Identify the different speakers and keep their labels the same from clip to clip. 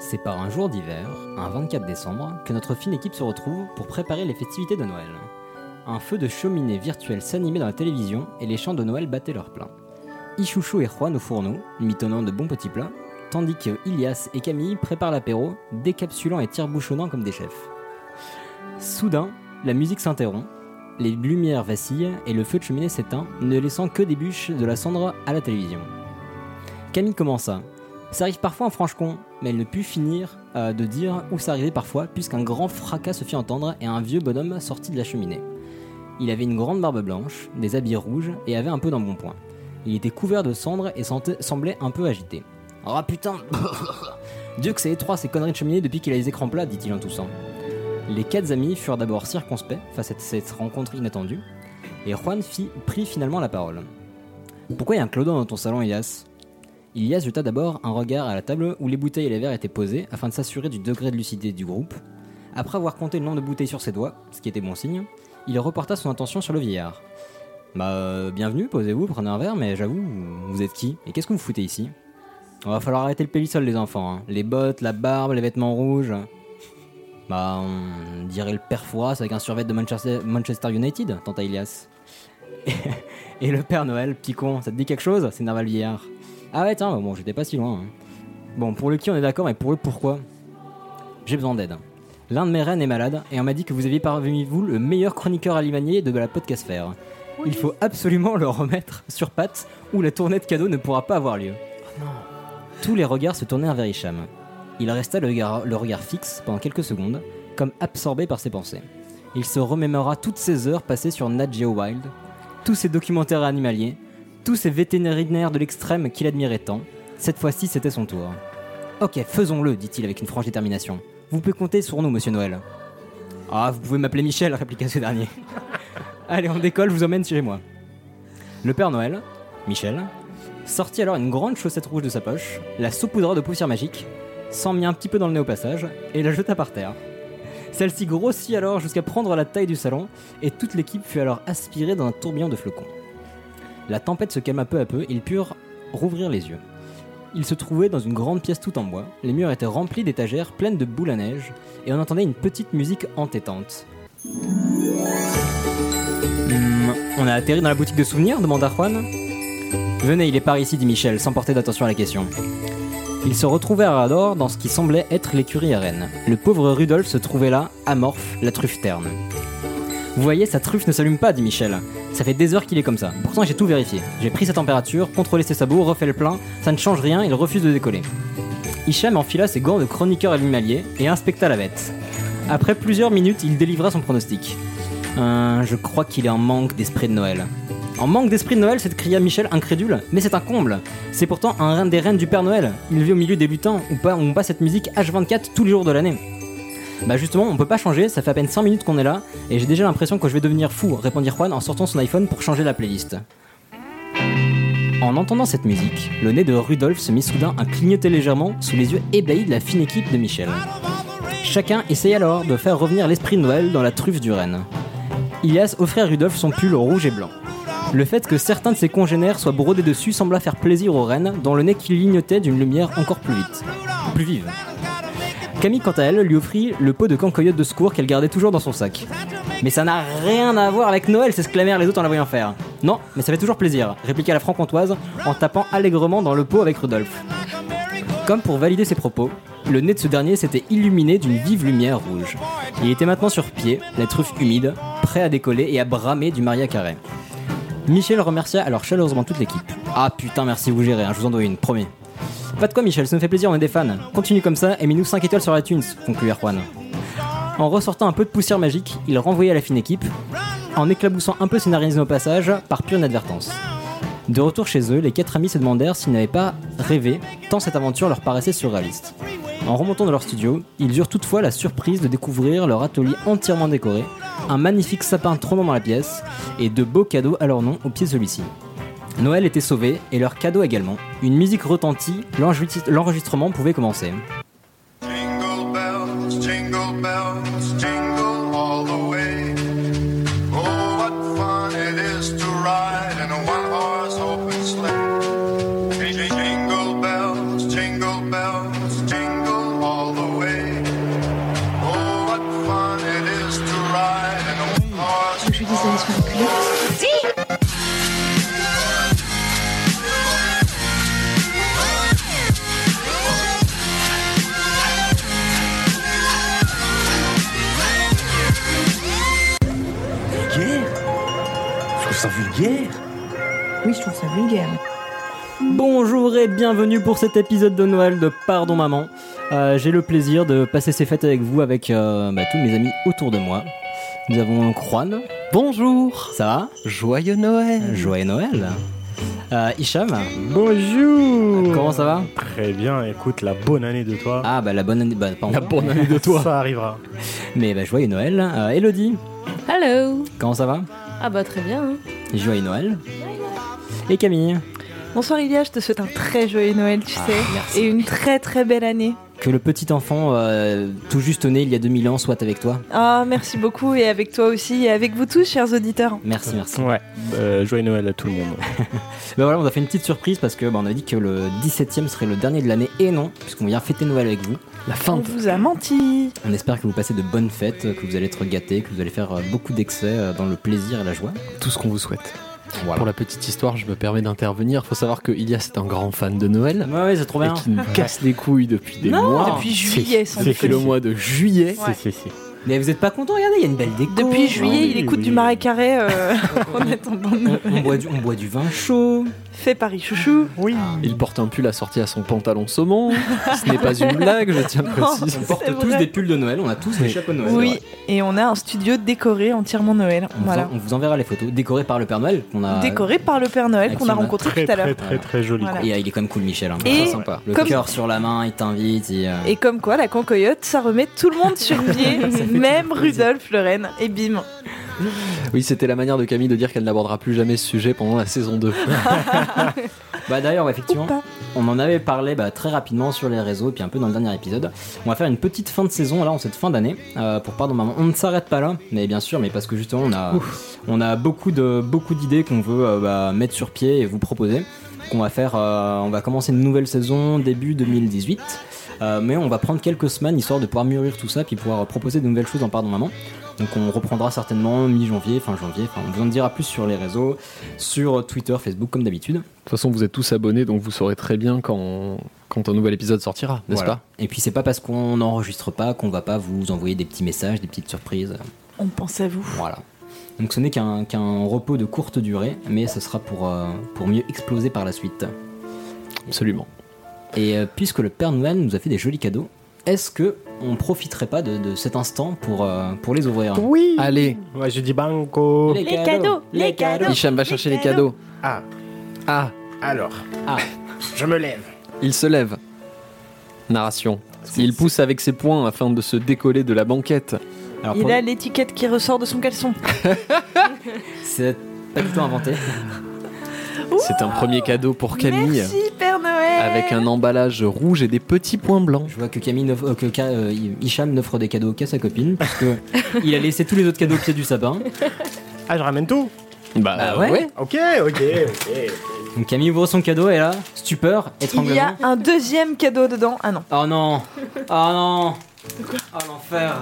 Speaker 1: C'est par un jour d'hiver, un 24 décembre, que notre fine équipe se retrouve pour préparer les festivités de Noël. Un feu de cheminée virtuelle s'animait dans la télévision et les chants de Noël battaient leur plein. Ichouchou et Juan au fourneau, mitonnant de bons petits plats, tandis que Ilias et Camille préparent l'apéro, décapsulant et tire-bouchonnant comme des chefs. Soudain, la musique s'interrompt, les lumières vacillent et le feu de cheminée s'éteint, ne laissant que des bûches de la cendre à la télévision. Camille commença. Ça arrive parfois en Franche-Comte, mais elle ne put finir euh, de dire où ça arrivait parfois, puisqu'un grand fracas se fit entendre et un vieux bonhomme sortit de la cheminée. Il avait une grande barbe blanche, des habits rouges et avait un peu d'embonpoint. Il était couvert de cendres et sentait- semblait un peu agité. Ah putain Dieu que c'est étroit ces conneries de cheminée depuis qu'il a les écrans plats, dit-il en toussant. Les quatre amis furent d'abord circonspects face à cette rencontre inattendue, et Juan fit- prit finalement la parole. Pourquoi il y a un clodo dans ton salon, Elias Ilias jeta d'abord un regard à la table où les bouteilles et les verres étaient posés afin de s'assurer du degré de lucidité du groupe. Après avoir compté le nombre de bouteilles sur ses doigts, ce qui était bon signe, il reporta son attention sur le vieillard. Bah, euh, bienvenue, posez-vous, prenez un verre, mais j'avoue, vous êtes qui Et qu'est-ce que vous foutez ici On va falloir arrêter le pélissol, les enfants. hein. Les bottes, la barbe, les vêtements rouges. Bah, on dirait le père Fouras avec un survêt de Manchester, Manchester United, tenta Ilias. Et le Père Noël, petit con, ça te dit quelque chose C'est Nerval Vieillard. Ah ouais, tiens, bon, j'étais pas si loin. hein. Bon, pour le qui, on est d'accord, mais pour le pourquoi J'ai besoin d'aide. L'un de mes reines est malade, et on m'a dit que vous aviez parmi vous le meilleur chroniqueur alimanier de la podcastfère. Il faut absolument le remettre sur pattes, ou la tournée de cadeaux ne pourra pas avoir lieu. Tous les regards se tournèrent vers Hicham. Il resta le regard, le regard fixe pendant quelques secondes, comme absorbé par ses pensées. Il se remémora toutes ses heures passées sur Nat Geo Wild, tous ces documentaires animaliers, tous ces vétérinaires de l'extrême qu'il admirait tant. Cette fois-ci, c'était son tour. Ok, faisons-le, dit-il avec une franche détermination. Vous pouvez compter sur nous, monsieur Noël. Ah, vous pouvez m'appeler Michel, répliqua ce dernier. Allez, on décolle, je vous emmène chez moi. Le Père Noël, Michel, sortit alors une grande chaussette rouge de sa poche, la saupoudra de poussière magique, s'en mit un petit peu dans le nez au passage, et la jeta par terre. Celle-ci grossit alors jusqu'à prendre la taille du salon, et toute l'équipe fut alors aspirée dans un tourbillon de flocons. La tempête se calma peu à peu, ils purent rouvrir les yeux. Ils se trouvaient dans une grande pièce toute en bois, les murs étaient remplis d'étagères pleines de boules à neige, et on entendait une petite musique entêtante. Hmm, on a atterri dans la boutique de souvenirs demanda Juan. Venez, il est par ici, dit Michel, sans porter d'attention à la question. Ils se retrouvèrent alors dans ce qui semblait être l'écurie à Rennes. Le pauvre Rudolf se trouvait là, amorphe, la truffe terne. Vous voyez, sa truffe ne s'allume pas, dit Michel. Ça fait des heures qu'il est comme ça. Pourtant, j'ai tout vérifié. J'ai pris sa température, contrôlé ses sabots, refait le plein. Ça ne change rien, il refuse de décoller. Hicham enfila ses gants de chroniqueur animalier et inspecta la bête. Après plusieurs minutes, il délivra son pronostic. Euh, je crois qu'il est en manque d'esprit de Noël. En manque d'esprit de Noël, c'est de crier à Michel incrédule, mais c'est un comble. C'est pourtant un reine des reines du Père Noël. Il vit au milieu des lutins où pas- où on passe cette musique H24 tous les jours de l'année. Bah justement, on peut pas changer, ça fait à peine 5 minutes qu'on est là, et j'ai déjà l'impression que je vais devenir fou, répondit Juan en sortant son iPhone pour changer la playlist. En entendant cette musique, le nez de Rudolf se mit soudain à clignoter légèrement sous les yeux ébahis de la fine équipe de Michel. Chacun essaya alors de faire revenir l'esprit de Noël dans la truffe du renne. Ilias offrit à Rudolf son pull rouge et blanc. Le fait que certains de ses congénères soient brodés dessus sembla faire plaisir aux rennes, dont le nez clignotait d'une lumière encore plus vite. Plus vive. Camille, quant à elle, lui offrit le pot de cancoyote de secours qu'elle gardait toujours dans son sac. Mais ça n'a rien à voir avec Noël, s'exclamèrent les autres en la voyant faire. Non, mais ça fait toujours plaisir, répliqua la franc-comtoise en tapant allègrement dans le pot avec Rudolf. Comme pour valider ses propos, le nez de ce dernier s'était illuminé d'une vive lumière rouge. Il était maintenant sur pied, la truffe humide, prêt à décoller et à bramer du Maria Carré. Michel remercia alors chaleureusement toute l'équipe. Ah putain, merci, vous gérez, hein, je vous en dois une, promis. Pas de quoi, Michel, ça nous fait plaisir, on est des fans. Continue comme ça et mets-nous 5 étoiles sur iTunes, conclut Erwan. En ressortant un peu de poussière magique, il renvoya la fine équipe, en éclaboussant un peu ses narines au passage, par pure inadvertance. De retour chez eux, les quatre amis se demandèrent s'ils n'avaient pas rêvé, tant cette aventure leur paraissait surréaliste. En remontant dans leur studio, ils eurent toutefois la surprise de découvrir leur atelier entièrement décoré, un magnifique sapin trônant dans la pièce, et de beaux cadeaux à leur nom au pied de celui-ci. Noël était sauvé et leur cadeau également. Une musique retentit, l'enregistre- l'enregistrement pouvait commencer.
Speaker 2: Jingle bells, jingle bells, jingle all the way. Oh, what fun it is to ride in a one horse open sleigh. Jingle bells, jingle bells, jingle all Oh,
Speaker 3: plus. Si
Speaker 4: Vulgaire Je trouve ça vulgaire
Speaker 3: Oui, je trouve ça vulgaire.
Speaker 1: Bonjour et bienvenue pour cet épisode de Noël de Pardon Maman. Euh, J'ai le plaisir de passer ces fêtes avec vous, avec euh, bah, tous mes amis autour de moi. Nous avons Juan,
Speaker 5: Bonjour
Speaker 1: ça
Speaker 5: Joyeux Noël
Speaker 1: va Joyeux Noël. Euh, Hicham,
Speaker 6: Bonjour
Speaker 1: comment ça va
Speaker 6: Très bien, écoute, la bonne année de toi,
Speaker 1: Ah bah la bonne année, bah, pas encore,
Speaker 5: année de
Speaker 6: ça arrivera.
Speaker 1: mais bah, joyeux Noël. Euh, Elodie,
Speaker 7: Hello
Speaker 1: comment ça va
Speaker 7: Ah bah très bien. hein.
Speaker 1: Joyeux Noël. Et Camille,
Speaker 3: Bonsoir Ilia, je te souhaite un très joyeux Noël, tu sais,
Speaker 1: merci.
Speaker 3: Ah, et une très très belle année.
Speaker 1: que le petit enfant euh, tout juste né il y a 2000 ans soit avec toi.
Speaker 3: Ah, merci beaucoup et avec toi aussi et avec vous tous, chers auditeurs.
Speaker 1: Merci, merci.
Speaker 6: Ouais, euh, joyeux Noël à tout le monde.
Speaker 1: Bah voilà, on a fait une petite surprise parce que bah, on a dit que le 17e serait le dernier de l'année et non, puisqu'on vient fêter Noël avec vous.
Speaker 5: La
Speaker 3: On
Speaker 5: fin de...
Speaker 3: vous a menti.
Speaker 1: On espère que vous passez de bonnes fêtes, que vous allez être gâtés, que vous allez faire euh, beaucoup d'excès euh, dans le plaisir et la joie.
Speaker 5: Tout ce qu'on vous souhaite.
Speaker 1: Voilà.
Speaker 5: Pour la petite histoire, je me permets d'intervenir. Faut savoir que Ilias est un grand fan de Noël.
Speaker 1: Ouais, ouais, c'est trop bien.
Speaker 5: Et qui nous casse les couilles depuis des mois.
Speaker 3: Depuis juillet, sans
Speaker 6: c'est
Speaker 3: doute.
Speaker 5: Depuis le mois de juillet.
Speaker 3: Ouais.
Speaker 6: Si, si, si.
Speaker 1: Mais vous êtes pas content, regardez, il y a une belle déco.
Speaker 5: Oh.
Speaker 3: Depuis
Speaker 5: Ah
Speaker 3: juillet,
Speaker 6: oui,
Speaker 3: il écoute
Speaker 6: oui.
Speaker 3: du marais carré euh, en attendant de
Speaker 1: On,
Speaker 3: Noël.
Speaker 1: on boit du, on boit du vin chaud.
Speaker 3: Fait Paris Chouchou.
Speaker 6: Oui.
Speaker 5: Il porte un pull assorti à son pantalon saumon. ce n'est pas une blague, je tiens à
Speaker 3: Non.
Speaker 5: préciser.
Speaker 1: On porte
Speaker 3: C'est
Speaker 1: tous
Speaker 3: vrai.
Speaker 1: des pulls de Noël, on a tous des chapeaux de Noël.
Speaker 3: Oui, et on a un studio décoré entièrement Noël.
Speaker 1: On,
Speaker 3: voilà.
Speaker 1: vous en- on vous enverra les photos décorées par le Père Noël qu'on
Speaker 5: Ah,
Speaker 1: a.
Speaker 3: Décoré par le Père Noël qu'on a
Speaker 1: Maxime.
Speaker 3: rencontré
Speaker 6: Très,
Speaker 3: tout à
Speaker 6: très,
Speaker 3: l'heure.
Speaker 6: très, très joli.
Speaker 3: Voilà.
Speaker 1: Et, ah, il est quand même cool, Michel. hein.
Speaker 3: Et-
Speaker 1: Très sympa. Le
Speaker 3: Comme-
Speaker 1: cœur sur la main, il t'invite. il, euh,
Speaker 3: Et comme quoi, la concoyote, ça remet tout le monde sur pied, même Rudolf Le Rennes, et bim.
Speaker 5: Oui, c'était la manière de Camille de dire qu'elle n'abordera plus jamais ce sujet pendant la saison 2.
Speaker 1: Bah d'ailleurs, ouais,
Speaker 3: Ou
Speaker 1: effectivement,
Speaker 3: pas.
Speaker 1: on en avait parlé bah, très rapidement sur les réseaux et puis un peu dans le dernier épisode. On va faire une petite fin de saison là en cette fin d'année euh, pour pardon maman. On ne s'arrête pas là, mais bien sûr, mais parce que justement on a on a beaucoup de beaucoup d'idées qu'on veut euh, bah, mettre sur pied et vous proposer. Qu'on va faire, euh, on va commencer une nouvelle saison début 2018. euh, mais on va prendre quelques semaines histoire de pouvoir mûrir tout ça puis pouvoir proposer de nouvelles choses en pardon maman. Donc on reprendra certainement mi-janvier, fin janvier. Enfin, on vous en dira plus sur les réseaux, sur Twitter, Facebook comme d'habitude.
Speaker 5: De toute façon, vous êtes tous abonnés, donc vous saurez très bien quand, quand un nouvel épisode sortira, n'est-ce
Speaker 1: Voilà. Et puis c'est pas parce qu'on n'enregistre pas qu'on va pas vous envoyer des petits messages, des petites surprises. euh,
Speaker 3: On pense à vous.
Speaker 1: Voilà. Donc ce n'est qu'un qu'un repos de courte durée, mais ce sera pour, euh, pour mieux exploser par la suite.
Speaker 5: pas Absolument.
Speaker 1: Et euh, puisque le Père Noël nous a fait des jolis cadeaux, est-ce que on profiterait pas de, de cet instant pour, euh, pour les ouvrir
Speaker 6: Oui.
Speaker 5: Allez,
Speaker 6: Ouais, je dis banco.
Speaker 1: Les
Speaker 3: cadeaux, les cadeaux.
Speaker 5: Hicham va chercher les cadeaux.
Speaker 6: Ah,
Speaker 5: Ah,
Speaker 6: alors.
Speaker 1: Ah.
Speaker 6: Je me lève.
Speaker 5: il se lève. Narration. Il pousse avec ses poings afin de se décoller de la banquette.
Speaker 1: Alors
Speaker 3: Il
Speaker 1: pour-
Speaker 3: a l'étiquette qui ressort de son caleçon.
Speaker 1: c'est pas du tout inventé.
Speaker 5: C'est un premier cadeau pour Camille.
Speaker 3: Merci Père Noël
Speaker 5: Avec un emballage rouge et des petits points blancs.
Speaker 1: Je vois que Camille n'offre- euh, que Ka- euh, Hicham n'offre des cadeaux qu'à sa copine parce que il a laissé tous les autres cadeaux au pied du sapin.
Speaker 6: Ah, je ramène tout
Speaker 5: Bah, ouais.
Speaker 6: Ok, ok, ok.
Speaker 1: Donc Camille ouvre son cadeau et là, stupeur,
Speaker 3: Il
Speaker 1: étranglement.
Speaker 3: y a un deuxième cadeau dedans. Ah non.
Speaker 1: Oh non Oh non Oh l'enfer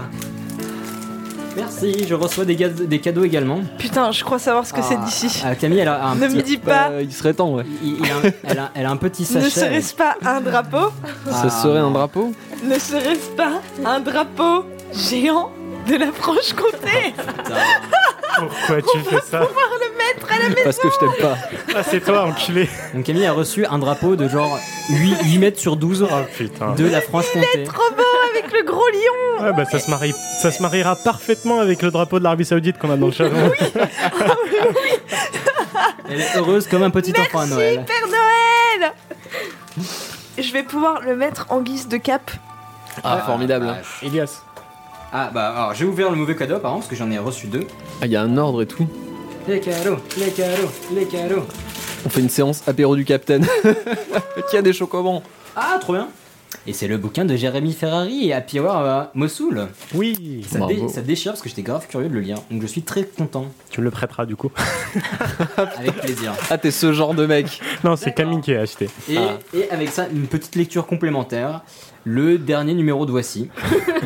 Speaker 1: Merci, je reçois des, gaz- des cadeaux également.
Speaker 3: Putain, je crois savoir ce que c'est d'ici.
Speaker 1: Ah, Camille, elle a un
Speaker 3: Ne
Speaker 1: petit- Euh,
Speaker 3: me dis pas,
Speaker 5: Bah, il serait temps, ouais.
Speaker 1: il- il a un- elle, a, elle a un petit
Speaker 3: ne
Speaker 1: sachet. avec-
Speaker 3: serait-ce pas un drapeau
Speaker 1: Ah,
Speaker 5: Ce serait un drapeau
Speaker 3: Ne serait-ce pas un drapeau géant de la Franche-Comté
Speaker 6: Pourquoi tu fais ça
Speaker 5: Parce que je t'aime pas.
Speaker 6: Ah, c'est toi, enculé.
Speaker 1: Donc Camille a reçu un drapeau de genre 8, 8 mètres sur 12
Speaker 6: Oh putain.
Speaker 1: de la Franche-Comté.
Speaker 3: avec le gros lion
Speaker 6: Ouais, bah, ça se, marie... ça se mariera parfaitement avec le drapeau de l'Arabie Saoudite qu'on a dans le charbon.
Speaker 1: Elle est heureuse comme un petit enfant à Noël.
Speaker 3: Père Noël Je vais pouvoir le mettre en guise de cap.
Speaker 5: Ah, formidable.
Speaker 6: Elias.
Speaker 1: Ah bah alors j'ai ouvert le mauvais cadeau apparemment parce que j'en ai reçu deux.
Speaker 5: Ah, il y a un ordre et tout.
Speaker 1: Les cadeaux, les cadeaux, les cadeaux.
Speaker 5: On fait une séance apéro du capitaine. Qui a des chocobons
Speaker 1: Ah trop bien Et c'est le bouquin de Jérémy Ferrari et Happy Hour à Mossoul.
Speaker 6: Oui.
Speaker 1: Ça,
Speaker 5: Bravo.
Speaker 1: dé- ça déchire parce que j'étais grave curieux de le lire. Donc je suis très content.
Speaker 6: Tu me le prêteras du coup.
Speaker 1: Avec plaisir.
Speaker 5: Ah, t'es ce genre de mec.
Speaker 6: Non, c'est Camille qui a acheté.
Speaker 1: Et,
Speaker 5: Ah.
Speaker 1: et avec ça, une petite lecture complémentaire. Le dernier numéro de Voici.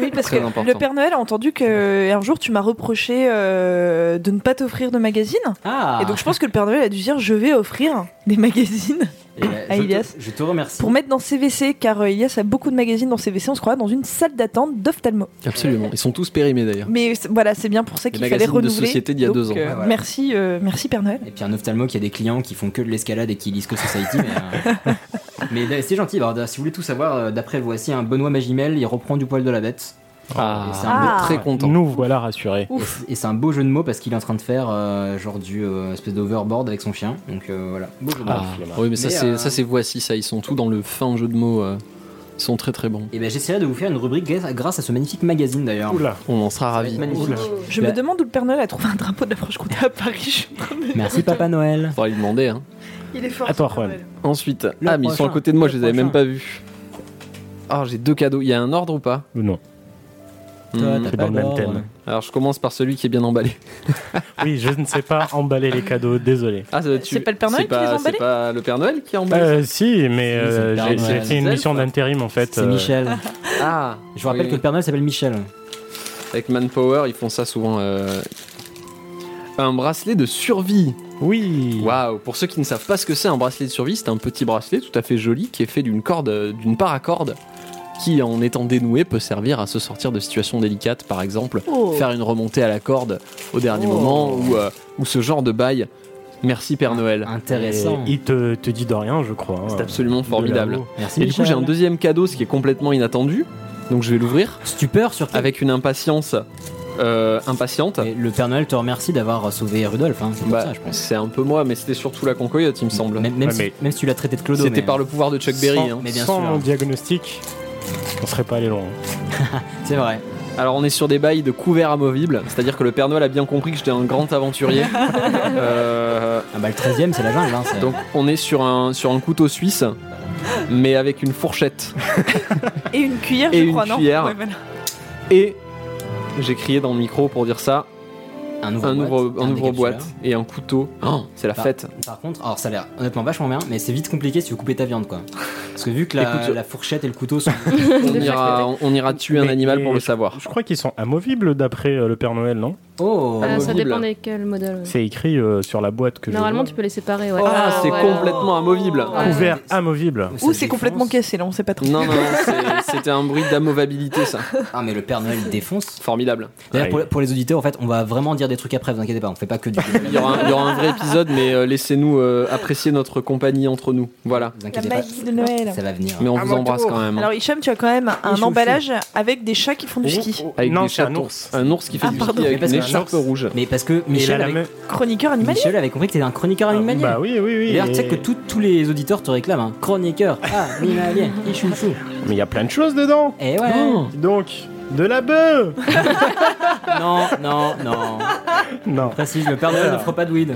Speaker 3: Oui, parce que
Speaker 5: Très important.
Speaker 3: le Père Noël a entendu que euh, un jour tu m'as reproché euh, de ne pas t'offrir de magazines.
Speaker 1: Ah
Speaker 3: Et donc je pense que le Père Noël a dû dire je vais offrir des magazines
Speaker 1: Et, euh,
Speaker 3: à
Speaker 1: je,
Speaker 3: Ilias.
Speaker 1: Te, je te remercie.
Speaker 3: pour mettre dans ses WC car euh, Ilias a beaucoup de magazines dans ses WC. On se croit dans une salle d'attente d'ophtalmo.
Speaker 5: Absolument. Ils sont tous périmés d'ailleurs.
Speaker 3: Mais c'est- voilà, c'est bien pour ça
Speaker 5: Les
Speaker 3: qu'il fallait
Speaker 5: magazines de
Speaker 3: renouveler.
Speaker 5: société d'il y a
Speaker 3: Donc,
Speaker 5: deux ans.
Speaker 3: euh,
Speaker 1: Ouais, voilà.
Speaker 3: Merci, euh, merci Père Noël.
Speaker 1: Et puis un ophtalmo qui a des clients qui font que de l'escalade et qui lisent que Society. mais, euh, mais, euh, c'est gentil. Alors, si vous voulez tout savoir, euh, d'après Voici, un Benoît Magimel, il reprend du poil de la bête.
Speaker 5: Ah,
Speaker 1: Et c'est un
Speaker 3: Ah.
Speaker 1: beau-
Speaker 5: très content.
Speaker 6: Nous voilà rassurés.
Speaker 1: Et c'est- Et c'est un beau jeu de mots parce qu'il est en train de faire euh, genre du euh, espèce d'overboard avec son chien. Donc euh, voilà, beau jeu de mots.
Speaker 5: Ah, oui, mais ça,
Speaker 1: Mais,
Speaker 5: c'est,
Speaker 1: euh,
Speaker 5: ça, c'est voici, ça. Ils sont tous dans le fin jeu de mots. euh, Ils sont très très bons.
Speaker 1: Et ben j'essaierai de vous faire une rubrique grâce- grâce à ce magnifique magazine d'ailleurs.
Speaker 6: Oula.
Speaker 5: On en sera ravis.
Speaker 1: va être
Speaker 5: On
Speaker 1: magnifique.
Speaker 3: Je
Speaker 1: Bah-
Speaker 3: me demande où le Père Noël a trouvé un drapeau de la Franche-Comté à Paris.
Speaker 1: Merci Papa Noël.
Speaker 5: va lui demander. Hein.
Speaker 3: Il est fort.
Speaker 6: Attends,
Speaker 3: ce Père
Speaker 6: Juan.
Speaker 3: Noël.
Speaker 5: Ensuite, ah, mais ils sont à
Speaker 1: prochain,
Speaker 5: côté de moi,
Speaker 1: le
Speaker 5: je les avais même
Speaker 1: prochain.
Speaker 5: pas vus. Ah, j'ai deux cadeaux. Il y a un ordre ou pas
Speaker 6: Ou non.
Speaker 1: Toi,
Speaker 5: Hmm.
Speaker 1: t'as
Speaker 6: C'est
Speaker 1: pas
Speaker 6: dans le même
Speaker 1: d'ordre.
Speaker 6: thème.
Speaker 5: Alors, je commence par celui qui est bien emballé.
Speaker 6: Oui, je ne sais pas emballer les cadeaux, désolé.
Speaker 5: Ah, ça doit être
Speaker 3: C'est
Speaker 5: tu-
Speaker 3: pas le Père Noël
Speaker 5: c'est
Speaker 3: qui les
Speaker 5: pas-
Speaker 3: a emballés
Speaker 5: C'est pas le Père Noël qui a emballé
Speaker 6: Euh, si, mais
Speaker 1: Si, c'est
Speaker 6: euh,
Speaker 1: le Père
Speaker 6: j'ai
Speaker 1: Noël.
Speaker 6: j'ai fait une
Speaker 5: Zelf,
Speaker 6: mission
Speaker 5: quoi.
Speaker 6: d'intérim en fait.
Speaker 1: C'est
Speaker 6: euh,
Speaker 1: Michel.
Speaker 5: ça Ah,
Speaker 1: Je vous rappelle
Speaker 5: oui.
Speaker 1: que le Père Noël s'appelle Michel.
Speaker 5: Avec Manpower, ils font ça souvent. euh, Un bracelet de survie.
Speaker 6: Oui.
Speaker 5: Waouh Pour ceux qui ne savent pas ce que c'est un bracelet de survie, c'est un petit bracelet tout à fait joli qui est fait d'une corde, euh, d'une paracorde, qui en étant dénouée peut servir à se sortir de situations délicates, par exemple
Speaker 3: Oh.
Speaker 5: faire une remontée à la corde au dernier
Speaker 1: Oh.
Speaker 5: moment ou, euh, ou ce genre de bail. Merci Père
Speaker 1: Ah.
Speaker 5: Noël.
Speaker 1: Intéressant.
Speaker 6: Et Il te, te dit de rien, je crois. hein.
Speaker 5: C'est absolument
Speaker 6: De
Speaker 5: formidable.
Speaker 6: là-haut.
Speaker 1: Merci
Speaker 5: Et du
Speaker 1: Michel.
Speaker 5: coup j'ai un deuxième cadeau, ce qui est complètement inattendu, donc je vais l'ouvrir
Speaker 1: Stupeur sur
Speaker 5: avec une impatience euh, impatiente.
Speaker 1: Mais le Père Noël te remercie d'avoir sauvé Rudolf. hein. C'est pour
Speaker 5: Bah,
Speaker 1: ça, je pense.
Speaker 5: c'est un peu moi, mais c'était surtout la concoyote, il me semble.
Speaker 1: Même, même
Speaker 6: Ouais,
Speaker 1: si,
Speaker 6: mais-
Speaker 1: même si tu l'as traité de Clodo.
Speaker 5: C'était
Speaker 1: mais,
Speaker 5: par le pouvoir de Chuck Berry.
Speaker 1: Sans-
Speaker 5: hein.
Speaker 1: Mais bien
Speaker 6: Sans
Speaker 1: sûr.
Speaker 6: mon diagnostic, on serait pas allé loin.
Speaker 1: C'est vrai.
Speaker 5: Alors on est sur des bails de couverts amovibles, c'est-à-dire que le Père Noël a bien compris que j'étais un grand aventurier. Euh,
Speaker 1: Ah bah, le 13 e c'est la jungle. hein, c'est-
Speaker 5: donc on est sur un, sur un couteau suisse, mais avec une fourchette.
Speaker 3: Et une cuillère,
Speaker 5: Et
Speaker 3: je
Speaker 5: une
Speaker 3: crois,
Speaker 5: cuillère.
Speaker 3: non Ouais, voilà.
Speaker 5: Et j'ai crié dans le micro pour dire ça,
Speaker 1: un nouveau
Speaker 5: un ouvre,
Speaker 1: boîte,
Speaker 5: un
Speaker 1: un
Speaker 5: ouvre-boîte
Speaker 1: décapsuleur.
Speaker 5: et un couteau. Oh, c'est la
Speaker 1: Bah,
Speaker 5: fête.
Speaker 1: Par contre, alors ça a l'air honnêtement vachement bien, mais c'est vite compliqué si vous coupez ta viande quoi. Parce que vu que la,
Speaker 5: Écoute, je-
Speaker 1: la fourchette et le couteau sont.
Speaker 5: On ira, on, on ira tuer un
Speaker 6: Mais-
Speaker 5: animal
Speaker 6: mais-
Speaker 5: pour le
Speaker 1: Ah.
Speaker 5: savoir.
Speaker 6: Je crois qu'ils sont amovibles d'après euh, le Père Noël, non
Speaker 1: Oh
Speaker 3: Euh,
Speaker 5: Ah,
Speaker 7: Euh, ça
Speaker 5: amovible.
Speaker 7: dépend desquels modèles. ouais.
Speaker 6: C'est écrit euh, sur la boîte que
Speaker 7: Normalement, tu peux les séparer. Ouais.
Speaker 5: Ah, c'est
Speaker 7: ouais.
Speaker 5: complètement amovible.
Speaker 6: je
Speaker 7: ouais.
Speaker 6: Couvert amovible.
Speaker 1: Ça
Speaker 3: Ou
Speaker 1: défonce.
Speaker 3: c'est complètement cassé, là, on sait pas trop.
Speaker 5: Non, non, c'est- c'était un bruit d'amovabilité, ça.
Speaker 1: Ah mais le Père Noël défonce.
Speaker 5: Formidable.
Speaker 1: D'ailleurs pour,
Speaker 6: Ouais.
Speaker 1: pour les auditeurs en fait on va vraiment dire des trucs après, vous inquiétez pas, on fait pas que du.
Speaker 5: Il y, aura un, il y aura un vrai épisode, mais euh, laissez-nous euh, apprécier notre compagnie entre nous. Voilà.
Speaker 1: Vous
Speaker 3: La
Speaker 1: inquiétez pas,
Speaker 3: magie de Noël.
Speaker 1: ça va venir.
Speaker 5: Mais on vous embrasse quand même. hein.
Speaker 3: Alors Hicham, tu as quand même un
Speaker 6: chouchou.
Speaker 3: emballage avec des chats qui font
Speaker 5: Oh,
Speaker 3: du ski.
Speaker 5: Avec
Speaker 6: non,
Speaker 5: des
Speaker 6: c'est un
Speaker 5: chatons.
Speaker 6: ours.
Speaker 5: Un ours qui fait
Speaker 3: Ah,
Speaker 5: du
Speaker 3: pardon.
Speaker 5: ski avec
Speaker 1: Mais parce
Speaker 5: une
Speaker 1: que- Ah,
Speaker 5: écharpe rouge.
Speaker 1: Mais parce que
Speaker 6: Et il a
Speaker 1: Michel
Speaker 6: la
Speaker 1: avait,
Speaker 6: même-
Speaker 3: Chroniqueur animalier
Speaker 1: Michel avait compris que t'étais un chroniqueur animalier.
Speaker 6: Bah oui, oui, oui.
Speaker 1: Et d'ailleurs, tu sais
Speaker 6: et-
Speaker 1: que tout- tous les auditeurs te réclament un chroniqueur animalier, ichouchou.
Speaker 6: Mais il y a plein de choses dedans.
Speaker 1: Et ouais.
Speaker 5: Oh.
Speaker 6: Dis Donc, de la bœuf
Speaker 1: Non, non, non.
Speaker 6: Non.
Speaker 1: Précise, le Père Noël ne fera pas de weed.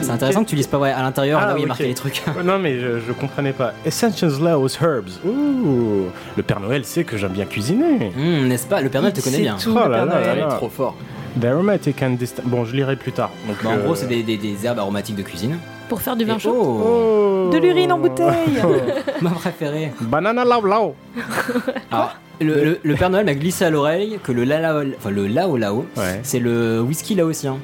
Speaker 1: C'est intéressant que tu lises pas ouais, à l'intérieur,
Speaker 6: Ah,
Speaker 1: là où il y a
Speaker 6: ok.
Speaker 1: marqué les trucs.
Speaker 6: Non, mais je, je comprenais pas. Essentials Laos Herbs. Ouh, le Père Noël sait que j'aime bien cuisiner.
Speaker 1: Hum, N'est-ce pas Le Père Noël te connaît
Speaker 3: C'est
Speaker 1: bien.
Speaker 3: tout,
Speaker 6: Oh
Speaker 3: le
Speaker 6: là
Speaker 3: Père
Speaker 6: là
Speaker 3: Noël.
Speaker 6: là.
Speaker 5: Trop fort.
Speaker 6: The aromatic and dist- Bon, je lirai plus tard. Donc,
Speaker 1: Bah, en
Speaker 6: euh,
Speaker 1: gros, c'est des, des- des herbes aromatiques de cuisine.
Speaker 7: Pour faire du vin
Speaker 1: Et-
Speaker 7: chaud.
Speaker 1: oh,
Speaker 6: oh.
Speaker 3: De l'urine en bouteille.
Speaker 1: ma préférée.
Speaker 6: Banana Lao Lao.
Speaker 1: Alors, le, le- le Père Noël m'a glissé à l'oreille que le, la, Lao- enfin, le Lao Lao,
Speaker 6: Ouais.
Speaker 1: c'est le whisky laotien.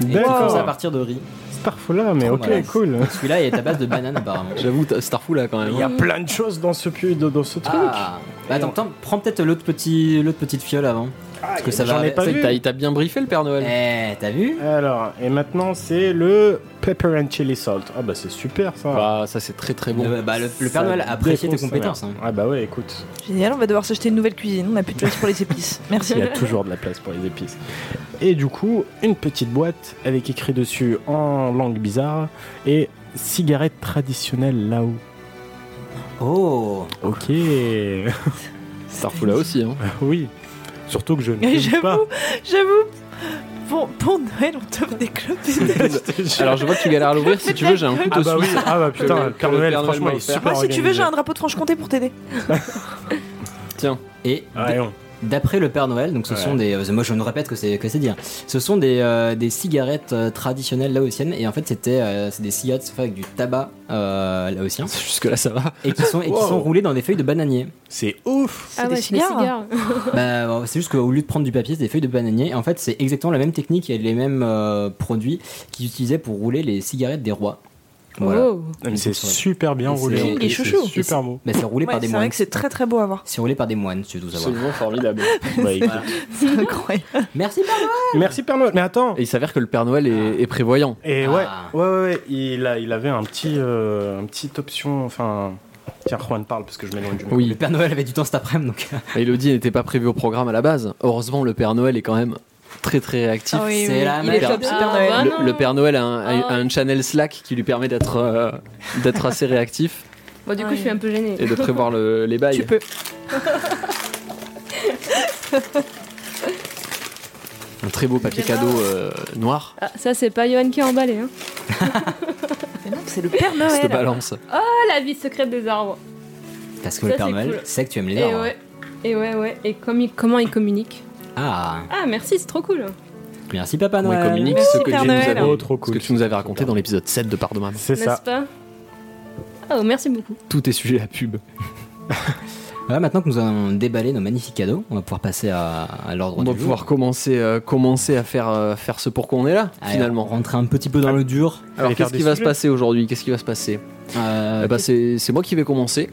Speaker 1: Et ils font ça à
Speaker 6: D'accord.
Speaker 1: partir de riz.
Speaker 6: C'est parfois là, mais
Speaker 1: Trop
Speaker 6: ok,
Speaker 1: malaise.
Speaker 6: cool.
Speaker 1: Celui-là est à base de banane apparemment.
Speaker 5: J'avoue, t'as- Starfou là quand
Speaker 6: Il
Speaker 5: même.
Speaker 6: y a
Speaker 5: hein.
Speaker 6: plein de choses dans ce, pu- dans dans ce truc.
Speaker 1: Ah, bah, attends, attends, prends peut-être l'autre petit, l'autre petite fiole avant.
Speaker 6: Parce
Speaker 1: que ça va
Speaker 6: J'en ai
Speaker 1: avec-
Speaker 6: pas
Speaker 5: C'est que
Speaker 6: vu.
Speaker 5: t'as- Il t'a bien briefé le Père Noël.
Speaker 1: Eh, t'as vu
Speaker 6: Alors, et maintenant, c'est le Pepper and Chili Salt. Ah bah, c'est super, ça.
Speaker 5: Bah, ça c'est très très bon.
Speaker 1: Le, bah, le, le Père Noël a apprécié tes compétences. hein.
Speaker 6: Ah bah ouais, écoute,
Speaker 3: Génial, on va devoir s'acheter une nouvelle cuisine. On a plus de place pour les épices. Merci.
Speaker 6: il y a toujours de la place pour les épices. Et du coup, une petite boîte avec écrit dessus en langue bizarre et cigarette traditionnelle là-haut.
Speaker 1: Oh
Speaker 6: Ok,
Speaker 5: Starfou là aussi. hein.
Speaker 6: oui. Surtout que je ne
Speaker 3: Et
Speaker 6: fume pas.
Speaker 3: J'avoue, j'avoue. pour, pour Noël, on t'offre des clopes.
Speaker 5: Alors je vois que tu galères à l'ouvrir. Si tu veux, j'ai un couteau
Speaker 6: Ah bah oui,
Speaker 5: suisse.
Speaker 6: ah bah
Speaker 5: Que
Speaker 6: putain,
Speaker 5: le-
Speaker 6: le
Speaker 5: que
Speaker 6: Père
Speaker 5: le
Speaker 6: Noël,
Speaker 5: Père Noël
Speaker 6: franchement,
Speaker 5: m'a
Speaker 6: il est
Speaker 5: offert.
Speaker 6: super
Speaker 3: Moi, Ah, si tu veux, j'ai
Speaker 6: organisé.
Speaker 3: un drapeau de Franche-Comté pour t'aider.
Speaker 5: Tiens.
Speaker 1: Et
Speaker 6: Voyons.
Speaker 1: D'après le Père Noël, donc ce
Speaker 6: Ah Ouais.
Speaker 1: sont des. euh, moi je me répète que c'est que c'est dire. Ce sont des, euh, des cigarettes euh, traditionnelles laotiennes et en fait c'était euh, c'est des cigarettes faites avec du tabac euh, laotien
Speaker 5: Jusque là, ça va.
Speaker 1: et qui sont et qui
Speaker 6: Wow.
Speaker 1: sont roulées dans des feuilles de bananier.
Speaker 6: C'est ouf
Speaker 7: Ah
Speaker 3: des
Speaker 7: ouais, c'est des
Speaker 3: cigares.
Speaker 7: cigares.
Speaker 1: bah bon, c'est juste qu'au lieu de prendre du papier, c'est des feuilles de bananier. En fait c'est exactement la même technique et les mêmes euh, produits qu'ils utilisaient pour rouler les cigarettes des rois.
Speaker 3: Oh.
Speaker 1: Voilà.
Speaker 7: Wow.
Speaker 6: Non, mais C'est super bien
Speaker 1: Et
Speaker 6: roulé.
Speaker 1: c'est-
Speaker 3: Il est
Speaker 1: et
Speaker 3: chouchou.
Speaker 1: c'est-
Speaker 6: Super beau.
Speaker 1: Mais c'est roulé
Speaker 3: Ouais,
Speaker 1: par des
Speaker 3: c'est vrai
Speaker 1: moines.
Speaker 3: que c'est très très beau à voir.
Speaker 1: C'est roulé par des moines, si je veux tout savoir.
Speaker 5: Absolument formidable.
Speaker 3: C'est incroyable.
Speaker 1: Merci Père Noël.
Speaker 6: Merci Père Noël. Mais attends
Speaker 5: Et il s'avère que le Père Noël est, est prévoyant.
Speaker 6: Et ouais,
Speaker 1: Ah.
Speaker 6: ouais, ouais, ouais, il, a, il avait un petit, euh, un petit option, enfin... Tiens, Juan parle, parce que je m'éloigne du micro.
Speaker 1: Le
Speaker 5: Oui,
Speaker 1: Père Noël avait du temps cet après-midi donc.
Speaker 5: Elodie n'était pas prévue au programme à la base. Heureusement, le Père Noël est quand même très très réactif.
Speaker 3: Ah oui,
Speaker 1: C'est
Speaker 3: oui,
Speaker 1: la
Speaker 3: Il est
Speaker 1: merde.
Speaker 3: top, ce Père
Speaker 7: Ah,
Speaker 3: Noël.
Speaker 7: bah.
Speaker 5: Le,
Speaker 7: non.
Speaker 5: le Père Noël a un, a- a
Speaker 7: Ah.
Speaker 5: un channel Slack qui lui permet d'être euh, d'être assez réactif
Speaker 7: Bon, du coup,
Speaker 3: Ouais.
Speaker 7: je suis un peu gênée.
Speaker 5: et de prévoir le- les bails.
Speaker 3: Tu peux.
Speaker 5: Un très beau papier cadeau euh, noir.
Speaker 7: Ah, ça, c'est pas Johan qui a emballé. Hein.
Speaker 3: Mais non, c'est le Père
Speaker 5: Je te
Speaker 3: Noël.
Speaker 5: balance.
Speaker 7: Ah, la vie secrète des arbres.
Speaker 1: Parce que
Speaker 7: Ça,
Speaker 1: le Père
Speaker 7: c'est
Speaker 1: Noël
Speaker 7: cool.
Speaker 1: sait que tu aimes les
Speaker 7: Et
Speaker 1: arbres.
Speaker 7: ouais. Et ouais, ouais. Et comme il- comment ils communiquent.
Speaker 1: Ah.
Speaker 7: Ah, merci, c'est trop cool.
Speaker 1: Merci Papa
Speaker 5: On
Speaker 1: Noël.
Speaker 5: communique
Speaker 3: euh, Merci,
Speaker 5: ce que, tu
Speaker 3: Père
Speaker 5: nous
Speaker 3: Noël.
Speaker 5: avais,
Speaker 6: Oh, trop
Speaker 5: ce
Speaker 6: cool.
Speaker 5: que tu nous avais raconté dans l'épisode 7 de Pardon Maman.
Speaker 6: C'est
Speaker 7: N'est-ce
Speaker 6: ça.
Speaker 7: pas Oh, merci beaucoup.
Speaker 5: Tout est sujet à pub.
Speaker 1: Voilà, maintenant que nous avons déballé nos magnifiques cadeaux, on va pouvoir passer à, à l'ordre
Speaker 5: On
Speaker 1: du
Speaker 5: va
Speaker 1: jour.
Speaker 5: pouvoir commencer, euh, commencer à faire, euh, faire ce pourquoi Ah, on est là,
Speaker 1: Allez, on
Speaker 5: finalement.
Speaker 1: va rentrer un petit peu dans le dur.
Speaker 5: Alors
Speaker 6: Allez, faire
Speaker 5: qu'est-ce
Speaker 6: des
Speaker 5: qui va se
Speaker 6: sujets.
Speaker 5: passer aujourd'hui Qu'est-ce qui va se passer
Speaker 1: Euh,
Speaker 5: Eh ben, c'est, c'est moi qui vais commencer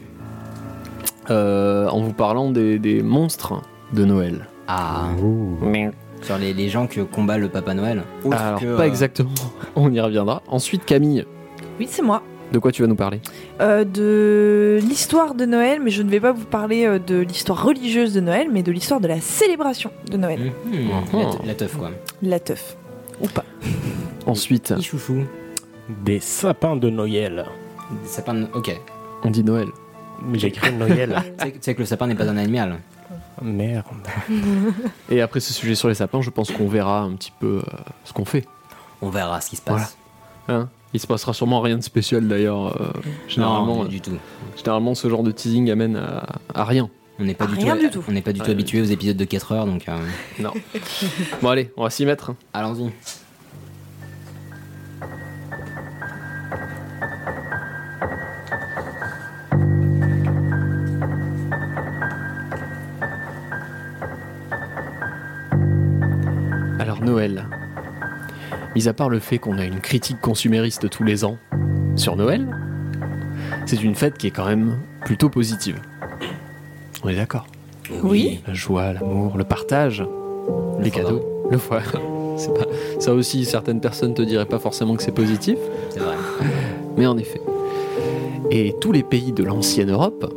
Speaker 5: euh, en vous parlant des, des monstres de Noël.
Speaker 1: ah,
Speaker 5: Mais
Speaker 1: sur les, les gens que combat le Papa Noël. Autre
Speaker 5: Ah, Alors
Speaker 1: que,
Speaker 5: pas
Speaker 1: euh,
Speaker 5: exactement, on y reviendra. Ensuite Camille,
Speaker 3: Oui, c'est moi.
Speaker 5: de quoi tu vas nous parler
Speaker 3: Euh, de l'histoire de Noël, mais je ne vais pas vous parler euh, de l'histoire religieuse de Noël, mais de l'histoire de la célébration de Noël.
Speaker 1: mhm,
Speaker 5: Mhm.
Speaker 1: la, te- la teuf quoi.
Speaker 3: La teuf. Ou pas.
Speaker 5: Ensuite,
Speaker 1: Ichouchou.
Speaker 6: Des sapins de Noël.
Speaker 1: Des sapins de- Ok.
Speaker 5: on dit Noël.
Speaker 6: Mais j'ai écrit Noël.
Speaker 1: Tu sais que- tu sais que le sapin n'est pas un animal.
Speaker 6: Merde.
Speaker 5: Et après ce sujet sur les sapins, je pense qu'on verra un petit peu euh, ce qu'on fait.
Speaker 1: On verra ce qui se passe.
Speaker 5: Hein Il se passera sûrement rien de spécial d'ailleurs. euh,
Speaker 1: non,
Speaker 5: généralement, euh,
Speaker 1: mais du tout.
Speaker 5: généralement, ce genre de teasing amène à, à rien.
Speaker 1: On
Speaker 7: Ah,
Speaker 1: n'est pas du
Speaker 3: Rien
Speaker 1: tout,
Speaker 3: du tout.
Speaker 1: On n'est pas du tout
Speaker 5: Ouais.
Speaker 1: habitué aux épisodes de 4 heures donc. euh,
Speaker 5: Non. bon allez, on va s'y mettre. hein.
Speaker 1: Allons-y.
Speaker 5: Alors Noël. Mis à part le fait qu'on a une critique consumériste tous les ans sur Noël, c'est une fête qui est quand même plutôt positive. On est d'accord
Speaker 3: Oui.
Speaker 5: La joie, l'amour, le partage, les
Speaker 1: foie
Speaker 5: cadeaux, le foie. C'est pas... Ça aussi, certaines personnes te diraient pas forcément que c'est positif,
Speaker 1: C'est vrai.
Speaker 5: mais en effet. Et tous les pays de l'ancienne Europe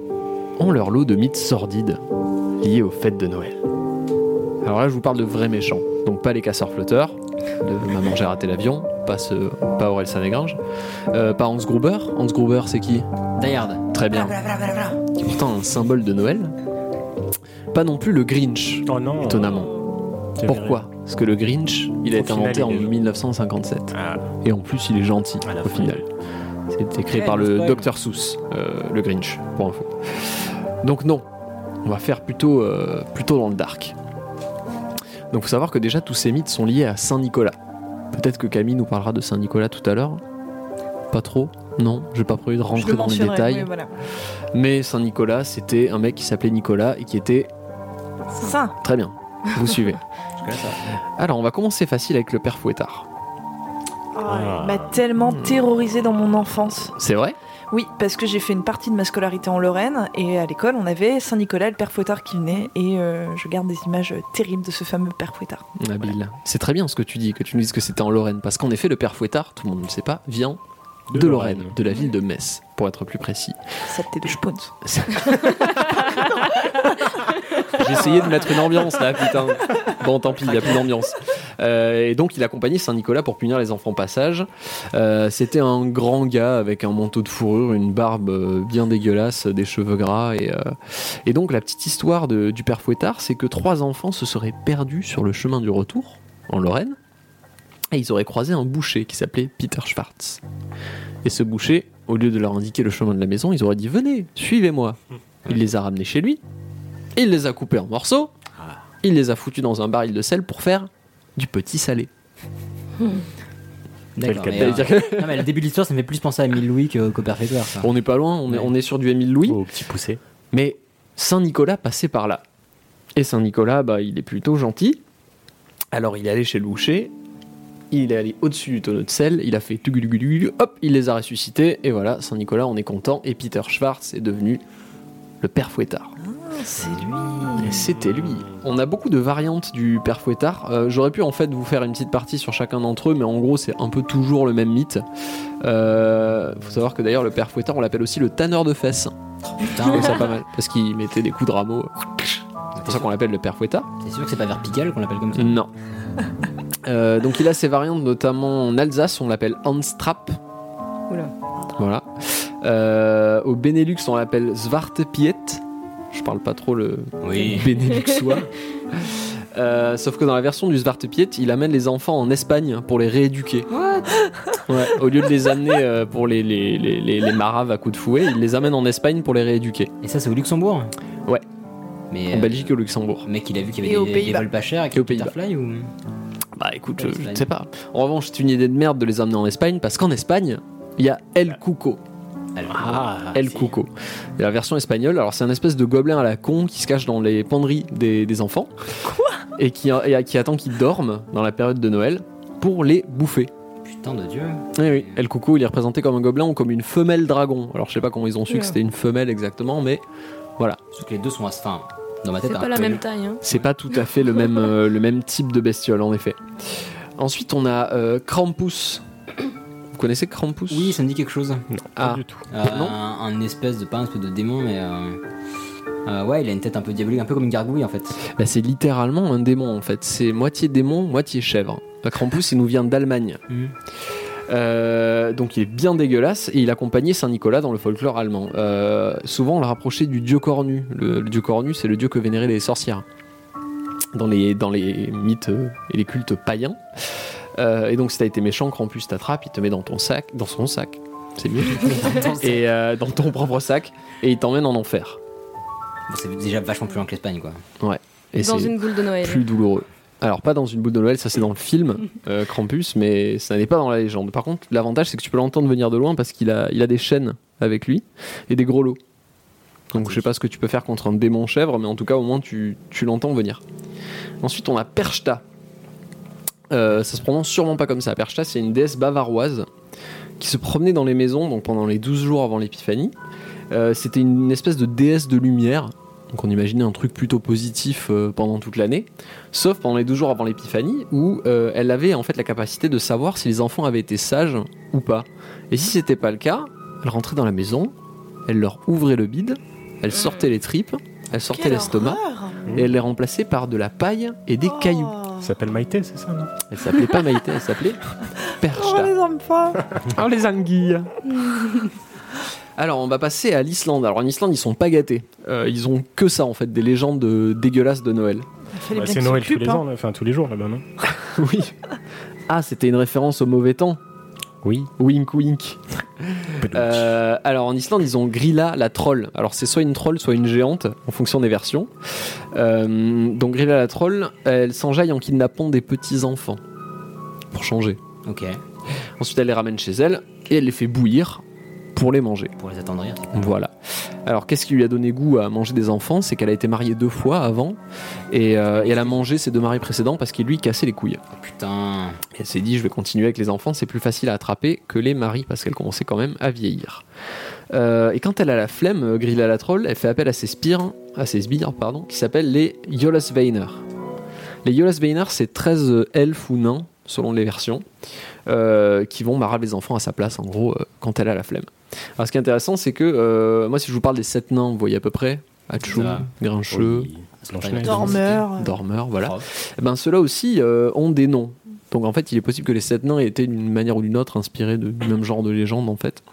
Speaker 5: ont leur lot de mythes sordides liés aux fêtes de Noël. Alors là, je vous parle de vrais méchants. Donc pas les casseurs-flotteurs, de Maman j'ai raté l'avion, pas, ce, pas Aurel Saint-Légrange, euh, pas Hans Gruber. Hans Gruber, c'est qui
Speaker 1: Dayard.
Speaker 5: Très
Speaker 3: Ah,
Speaker 5: bien. Qui est pourtant un symbole de Noël. Pas non plus le Grinch,
Speaker 6: Oh non.
Speaker 5: étonnamment.
Speaker 6: J'avais
Speaker 5: Pourquoi Parce que le Grinch, il a
Speaker 6: Au
Speaker 5: été
Speaker 6: final,
Speaker 5: inventé
Speaker 6: il
Speaker 5: en
Speaker 6: est gentil.
Speaker 5: 1957.
Speaker 6: Ah.
Speaker 5: Et en plus, il est gentil,
Speaker 6: À la
Speaker 5: au
Speaker 6: fin.
Speaker 5: final. C'était créé
Speaker 1: Ouais,
Speaker 5: par
Speaker 1: le
Speaker 5: le
Speaker 1: spoil.
Speaker 5: Dr Seuss, euh, le Grinch, pour info. Donc non, on va faire plutôt, euh, plutôt dans le dark. Donc faut savoir que déjà, tous ces mythes sont liés à Saint-Nicolas. Peut-être que Camille nous parlera de Saint-Nicolas tout à l'heure. Pas trop Non, j'ai pas prévu de
Speaker 3: Je
Speaker 5: rentrer
Speaker 3: le
Speaker 5: dans les
Speaker 3: mentionnerai,
Speaker 5: détails.
Speaker 3: oui, bah. voilà.
Speaker 5: Mais Saint-Nicolas, c'était un mec qui s'appelait Nicolas et qui était
Speaker 3: C'est ça.
Speaker 5: Très bien, vous suivez.
Speaker 1: connais ça.
Speaker 5: Alors, on va commencer facile avec le père Fouettard.
Speaker 6: Ah.
Speaker 3: Il m'a tellement terrorisée dans mon enfance.
Speaker 5: C'est vrai
Speaker 3: Oui, parce que j'ai fait une partie de ma scolarité en Lorraine et à l'école, on avait Saint-Nicolas, le père Fouettard qui venait et euh, je garde des images euh, terribles de ce fameux père Fouettard.
Speaker 5: Nabil. C'est très bien ce que tu dis, que tu nous dises que c'était en Lorraine. Parce qu'en effet, le père Fouettard, tout le monde ne le sait pas, vient de,
Speaker 6: De
Speaker 5: Lorraine,
Speaker 6: Lorraine.
Speaker 5: de la ville de Metz, pour être plus précis.
Speaker 3: Saleté de Spoons.
Speaker 5: J'ai essayé de mettre une ambiance là, putain. Bon, tant pis, il n'y a plus d'ambiance. Euh, et donc, il accompagnait Saint-Nicolas pour punir les enfants passage. Euh, C'était un grand gars avec un manteau de fourrure, une barbe euh, bien dégueulasse, des cheveux gras. Et, euh, et donc, la petite histoire de- du père Fouettard, c'est que trois enfants se seraient perdus sur le chemin du retour en Lorraine. et ils auraient croisé un boucher qui s'appelait Peter Schwartz. Et ce boucher, au lieu de leur indiquer le chemin de la maison, ils auraient dit Venez, suivez-moi. Il les a ramenés chez lui, il les a coupés en morceaux, il les a foutus dans un baril de sel pour faire du petit salé.
Speaker 1: D'accord.
Speaker 6: Quel
Speaker 1: mais,
Speaker 5: Ça veut
Speaker 1: euh,
Speaker 5: dire que-
Speaker 1: non, mais le début de l'histoire, ça me fait plus penser à Emile Louis que- qu'au Père Faiteur, ça.
Speaker 5: on n'est pas loin, on est, on est sur du Émile Louis.
Speaker 6: Au petit poussé.
Speaker 5: Mais Saint-Nicolas passait par là. Et Saint-Nicolas, bah, il est plutôt gentil. Alors il est allé chez le boucher, il est allé au-dessus du tonneau de sel, il a fait tugulugulugulu, hop, il les a ressuscités, et voilà, Saint-Nicolas, on est content, et Peter Schwartz est devenu le père fouettard.
Speaker 3: Ah, C'est lui.
Speaker 5: Et c'était lui. On a beaucoup de variantes du père fouettard. Euh, J'aurais pu en fait vous faire une petite partie sur chacun d'entre eux, mais en gros c'est un peu toujours le même mythe. Euh, faut savoir que d'ailleurs le père fouettard, on l'appelle aussi le tanneur de fesses. Je
Speaker 1: Putain,
Speaker 5: trouvais ça pas mal, parce qu'il mettait des coups de rameau. C'est pour ça qu'on l'appelle le père fouettard.
Speaker 1: c'est sûr que c'est pas vers Pigalle qu'on l'appelle comme ça.
Speaker 5: Non. Euh, donc il a ses variantes, notamment en Alsace, on l'appelle Handstrap.
Speaker 7: Oula.
Speaker 5: Voilà. Euh, au Benelux, on l'appelle Zwartepiet. Je parle pas trop le
Speaker 1: Oui.
Speaker 5: Beneluxois. Euh, sauf que dans la version du Zwartepiet, il amène les enfants en Espagne pour les rééduquer. Ouais, au lieu de les amener euh, pour les, les, les, les, les maraves à coups de fouet, il les amène en Espagne pour les rééduquer.
Speaker 1: Et ça, c'est au Luxembourg
Speaker 5: Ouais.
Speaker 1: Mais.
Speaker 5: En
Speaker 1: euh,
Speaker 5: Belgique et au Luxembourg.
Speaker 1: le mec, il a vu qu'il
Speaker 3: Et
Speaker 1: y
Speaker 3: aux
Speaker 1: avait des, des
Speaker 3: Pays-Bas.
Speaker 1: vols pas chers avec
Speaker 5: Et aux
Speaker 1: le
Speaker 5: Pays-Bas.
Speaker 1: Butterfly ou.
Speaker 5: Bah écoute,
Speaker 1: Ouais,
Speaker 5: je, je
Speaker 1: c'est
Speaker 5: ne sais pas. En revanche, c'est une idée de merde de les amener en Espagne parce qu'en Espagne, il y a El Cuco.
Speaker 1: Alors,
Speaker 5: El
Speaker 1: si.
Speaker 5: Cuco. Et la version espagnole, alors c'est un espèce de gobelin à la con qui se cache dans les penderies des, des enfants. et qui, et qui attend qu'ils dorment dans la période de Noël pour les bouffer.
Speaker 1: oh, Putain de Dieu.
Speaker 5: Oui, oui. El Cuco, il est représenté comme un gobelin ou comme une femelle dragon. Alors je sais pas comment ils ont su que
Speaker 7: Ouais.
Speaker 5: c'était une femelle exactement, mais
Speaker 1: Surtout que les deux sont à se. Enfin, dans ma tête,
Speaker 7: C'est
Speaker 5: Ah,
Speaker 1: un
Speaker 7: pas la
Speaker 1: peu-
Speaker 7: même taille. Hein.
Speaker 5: C'est pas tout à fait le même, euh, le même type de bestiole, en effet. Ensuite, on a euh, Krampus. Vous connaissez Krampus
Speaker 1: Oui, ça me dit quelque chose.
Speaker 5: Ah.
Speaker 6: Pas du tout.
Speaker 1: Euh,
Speaker 5: Non.
Speaker 1: un, un espèce de. Pas un espèce de démon, mais. euh, euh, ouais, il a une tête un peu diabolique, un peu comme une gargouille en fait.
Speaker 5: Bah, c'est littéralement un démon en fait. C'est moitié démon, moitié chèvre. La Krampus, il nous vient d'Allemagne.
Speaker 1: Mhm.
Speaker 5: Euh, donc il est bien dégueulasse et il accompagnait Saint Nicolas dans le folklore allemand. Euh, souvent on le rapprochait du dieu cornu. Le, le dieu cornu, c'est le dieu que vénéraient les sorcières dans les, dans les mythes euh, et les cultes païens. Euh, et donc si t'as été méchant, Krampus t'attrape, il te met dans ton sac, dans son sac. C'est mieux. et euh, dans ton propre sac et il t'emmène en enfer.
Speaker 1: Bon, c'est déjà vachement plus loin que l'Espagne quoi.
Speaker 5: Et
Speaker 7: Dans
Speaker 5: c'est-
Speaker 7: une boule de Noël.
Speaker 5: plus douloureux. Alors pas dans une boule de Noël, ça c'est dans le film euh, Krampus, mais ça n'est pas dans la légende. Par contre, l'avantage c'est que tu peux l'entendre venir de loin parce qu'il a, il a des chaînes avec lui et des gros lots. Donc je sais pas ce que tu peux faire contre un démon chèvre, mais en tout cas au moins tu, tu l'entends venir. Ensuite on a Perchta. Euh, ça se prononce sûrement pas comme ça. Perchta c'est une déesse bavaroise qui se promenait dans les maisons donc pendant les 12 jours avant l'épiphanie. Euh, C'était une espèce de déesse de lumière. Donc on imaginait un truc plutôt positif euh, pendant toute l'année sauf pendant les 12 jours avant l'épiphanie où euh, elle avait en fait la capacité de savoir si les enfants avaient été sages ou pas. Et si c'était pas le cas, elle rentrait dans la maison, elle leur ouvrait le bide, elle sortait les tripes, elle sortait
Speaker 3: Hmm. Quelle
Speaker 5: l'estomac
Speaker 3: horreur.
Speaker 5: et elle les remplaçait par de la paille et des
Speaker 3: Oh.
Speaker 5: cailloux.
Speaker 6: Ça s'appelle Maïté, c'est ça non
Speaker 5: Elle s'appelait pas Maïté, elle s'appelait
Speaker 3: Oh,
Speaker 5: Perchta.
Speaker 3: les aime pas.
Speaker 5: Oh les anguilles Alors on va passer à l'Islande. Alors en Islande ils sont pas gâtés. Euh, ils ont que ça en fait, des légendes euh, dégueulasses de Noël.
Speaker 3: Il fallait
Speaker 6: Bah,
Speaker 3: bien
Speaker 6: C'est
Speaker 3: qu'il
Speaker 6: Noël tous
Speaker 3: s'occupe,
Speaker 6: les
Speaker 3: hein.
Speaker 6: ans, là. enfin tous les jours là-bas, non
Speaker 5: Oui. Ah c'était une référence au mauvais temps.
Speaker 6: Oui.
Speaker 5: Wink wink. Euh, alors en Islande, ils ont Grilla la troll. Alors c'est soit une troll, soit une géante, en fonction des versions. Euh, donc Grilla la troll, elle s'enjaille en kidnappant des petits enfants pour changer.
Speaker 1: Ok.
Speaker 5: Ensuite, elle les ramène chez elle et elle les fait bouillir pour les manger.
Speaker 1: Pour les attendrir.
Speaker 5: Voilà. Alors qu'est-ce qui lui a donné goût à manger des enfants C'est qu'elle a été mariée deux fois avant et, euh, et elle a mangé ses deux maris précédents parce qu'il lui cassait les couilles.
Speaker 1: Putain.
Speaker 5: Et Elle s'est dit, je vais continuer avec les enfants, c'est plus facile à attraper que les maris, parce qu'elle commençait quand même à vieillir. Euh, et quand elle a la flemme, euh, Grilla la troll, elle fait appel à ses spires, à ses sbires, pardon, qui s'appellent les Yolas Veiner. Les Yolas Veiner, c'est 13 euh, elfes ou nains, selon les versions, euh, qui vont marrer les enfants à sa place, en gros, euh, quand elle a la flemme. Alors, ce qui est intéressant, c'est que, euh, moi, si je vous parle des 7 nains, vous voyez à peu près Achou,
Speaker 1: Ça.
Speaker 5: Grincheux,
Speaker 3: Dormeur.
Speaker 5: Dormeur, voilà.
Speaker 1: Propre.
Speaker 5: Eh ben, ceux-là aussi euh, ont des noms. Donc en fait, il est possible que les sept nains aient été d'une manière ou d'une autre inspirés de- du même genre de légende en fait.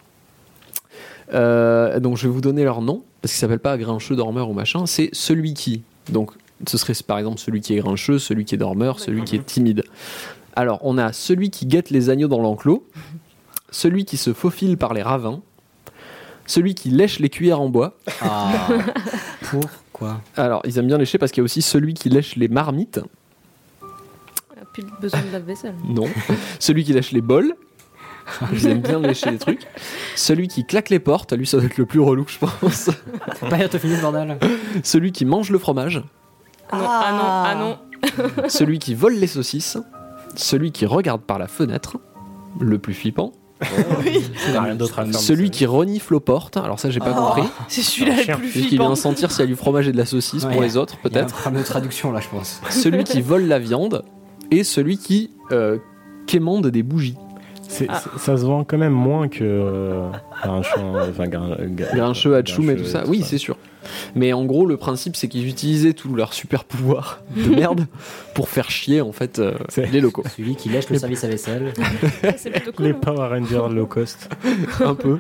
Speaker 5: Euh, donc je vais vous donner leur nom, parce qu'ils s'appellent pas grincheux, dormeur ou machin, c'est celui qui. Donc ce serait par exemple celui qui est grincheux, celui qui est dormeur, celui qui est timide. Alors, on a celui qui guette les agneaux dans l'enclos, celui qui se faufile par les ravins, celui qui lèche les cuillères en bois.
Speaker 1: Ah. Pourquoi
Speaker 5: Alors, ils aiment bien lécher parce qu'il y a aussi celui qui lèche les marmites.
Speaker 7: On a plus besoin de la vaisselle.
Speaker 5: Non. celui qui lèche les bols. Ils aiment bien lécher les trucs. Celui qui claque les portes, lui ça doit être le plus relou, je pense.
Speaker 1: Faut Pas te finir le bordel.
Speaker 5: Celui qui mange le fromage.
Speaker 7: Non, ah non, ah non.
Speaker 5: celui qui vole les saucisses, celui qui regarde par la fenêtre, le plus flippant,
Speaker 6: Il n'y a rien d'autre à faire.
Speaker 5: celui qui renifle aux portes, alors ça j'ai pas
Speaker 3: Oh,
Speaker 5: compris,
Speaker 3: C'est celui-là le
Speaker 6: Chien.
Speaker 3: plus
Speaker 5: celui qui vient
Speaker 3: flippant.
Speaker 5: sentir s'il y a du fromage et de la saucisse pour
Speaker 1: Ouais.
Speaker 5: les autres
Speaker 1: Il y a un
Speaker 5: peut-être,
Speaker 1: problème de traduction là, je pense.
Speaker 5: celui qui vole la viande et celui qui euh, quémande des bougies.
Speaker 6: C'est- c'est- Ça se vend quand même moins que euh, Grinchon, euh, enfin Grin- euh, Grin-
Speaker 5: Grincheux, Hatchoum et
Speaker 6: Grincheux
Speaker 5: tout ça, oui c'est sûr. Mais en gros le principe c'est qu'ils utilisaient tout leur super pouvoir de merde pour faire chier en fait euh,
Speaker 6: C'est-
Speaker 5: les locaux.
Speaker 1: Celui qui lèche le service à vaisselle.
Speaker 7: Ah, C'est plutôt cool.
Speaker 6: Les
Speaker 7: hein.
Speaker 6: Power Rangers low cost.
Speaker 5: un peu.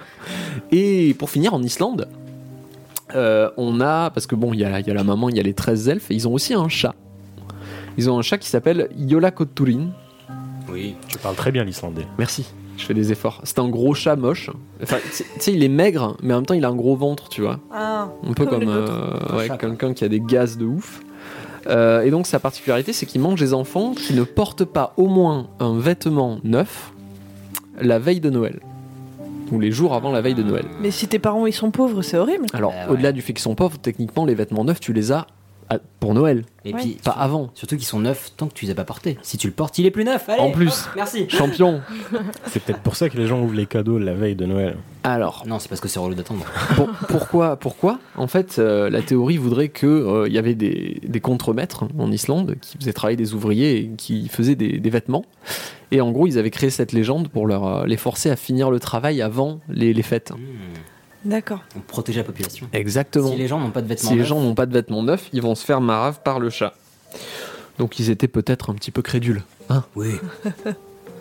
Speaker 5: Et pour finir, en Islande, euh, on a, parce que bon, il y a, il y a la maman, il y a les 13 elfes, et ils ont aussi un chat. Ils ont un chat qui s'appelle Yolakotturin.
Speaker 1: Oui.
Speaker 6: Tu parles très bien l'islandais.
Speaker 5: Merci, je fais des efforts. C'est un gros chat moche. Enfin, tu tu sais, il est maigre, mais en même temps, il a un gros ventre, tu vois.
Speaker 3: Ah,
Speaker 5: Un peu
Speaker 3: Comme
Speaker 5: comme,
Speaker 3: les
Speaker 5: euh, ouais,
Speaker 1: chat, quoi.
Speaker 5: quelqu'un qui a des gaz de ouf. Euh, et donc, sa particularité, c'est qu'il mange des enfants qui ne portent pas au moins un vêtement neuf la veille de Noël. Ou les jours avant la veille de Noël.
Speaker 3: mais si tes parents ils sont pauvres, c'est horrible.
Speaker 5: Alors,
Speaker 1: Bah ouais.
Speaker 5: au-delà du fait qu'ils sont pauvres, techniquement, les vêtements neufs, tu les as à- pour Noël,
Speaker 1: Et
Speaker 3: Ouais.
Speaker 1: puis,
Speaker 5: pas avant.
Speaker 1: surtout qu'ils sont neufs tant que tu les as pas portés. Si tu le portes, il est plus neuf. Allez,
Speaker 5: En plus.
Speaker 1: hop, merci.
Speaker 5: Champion
Speaker 6: C'est peut-être pour ça que les gens ouvrent les cadeaux la veille de Noël.
Speaker 5: Alors,
Speaker 1: Non, c'est parce que c'est relou d'attendre.
Speaker 5: pour- pourquoi, pourquoi En fait, euh, la théorie voudrait qu'il il y avait des, des contremaîtres en Islande qui faisaient travailler des ouvriers et qui faisaient des, des vêtements. Et en gros, ils avaient créé cette légende pour leur, euh, les forcer à finir le travail avant les, les fêtes.
Speaker 1: Hmm.
Speaker 3: D'accord.
Speaker 1: On protège la population.
Speaker 5: Exactement.
Speaker 1: Si les gens n'ont pas de vêtements
Speaker 5: Si les
Speaker 1: neufs,
Speaker 5: gens n'ont pas de vêtements neufs, ils vont se faire marave par le chat. Donc ils étaient peut-être un petit peu crédules. Hein
Speaker 1: Oui.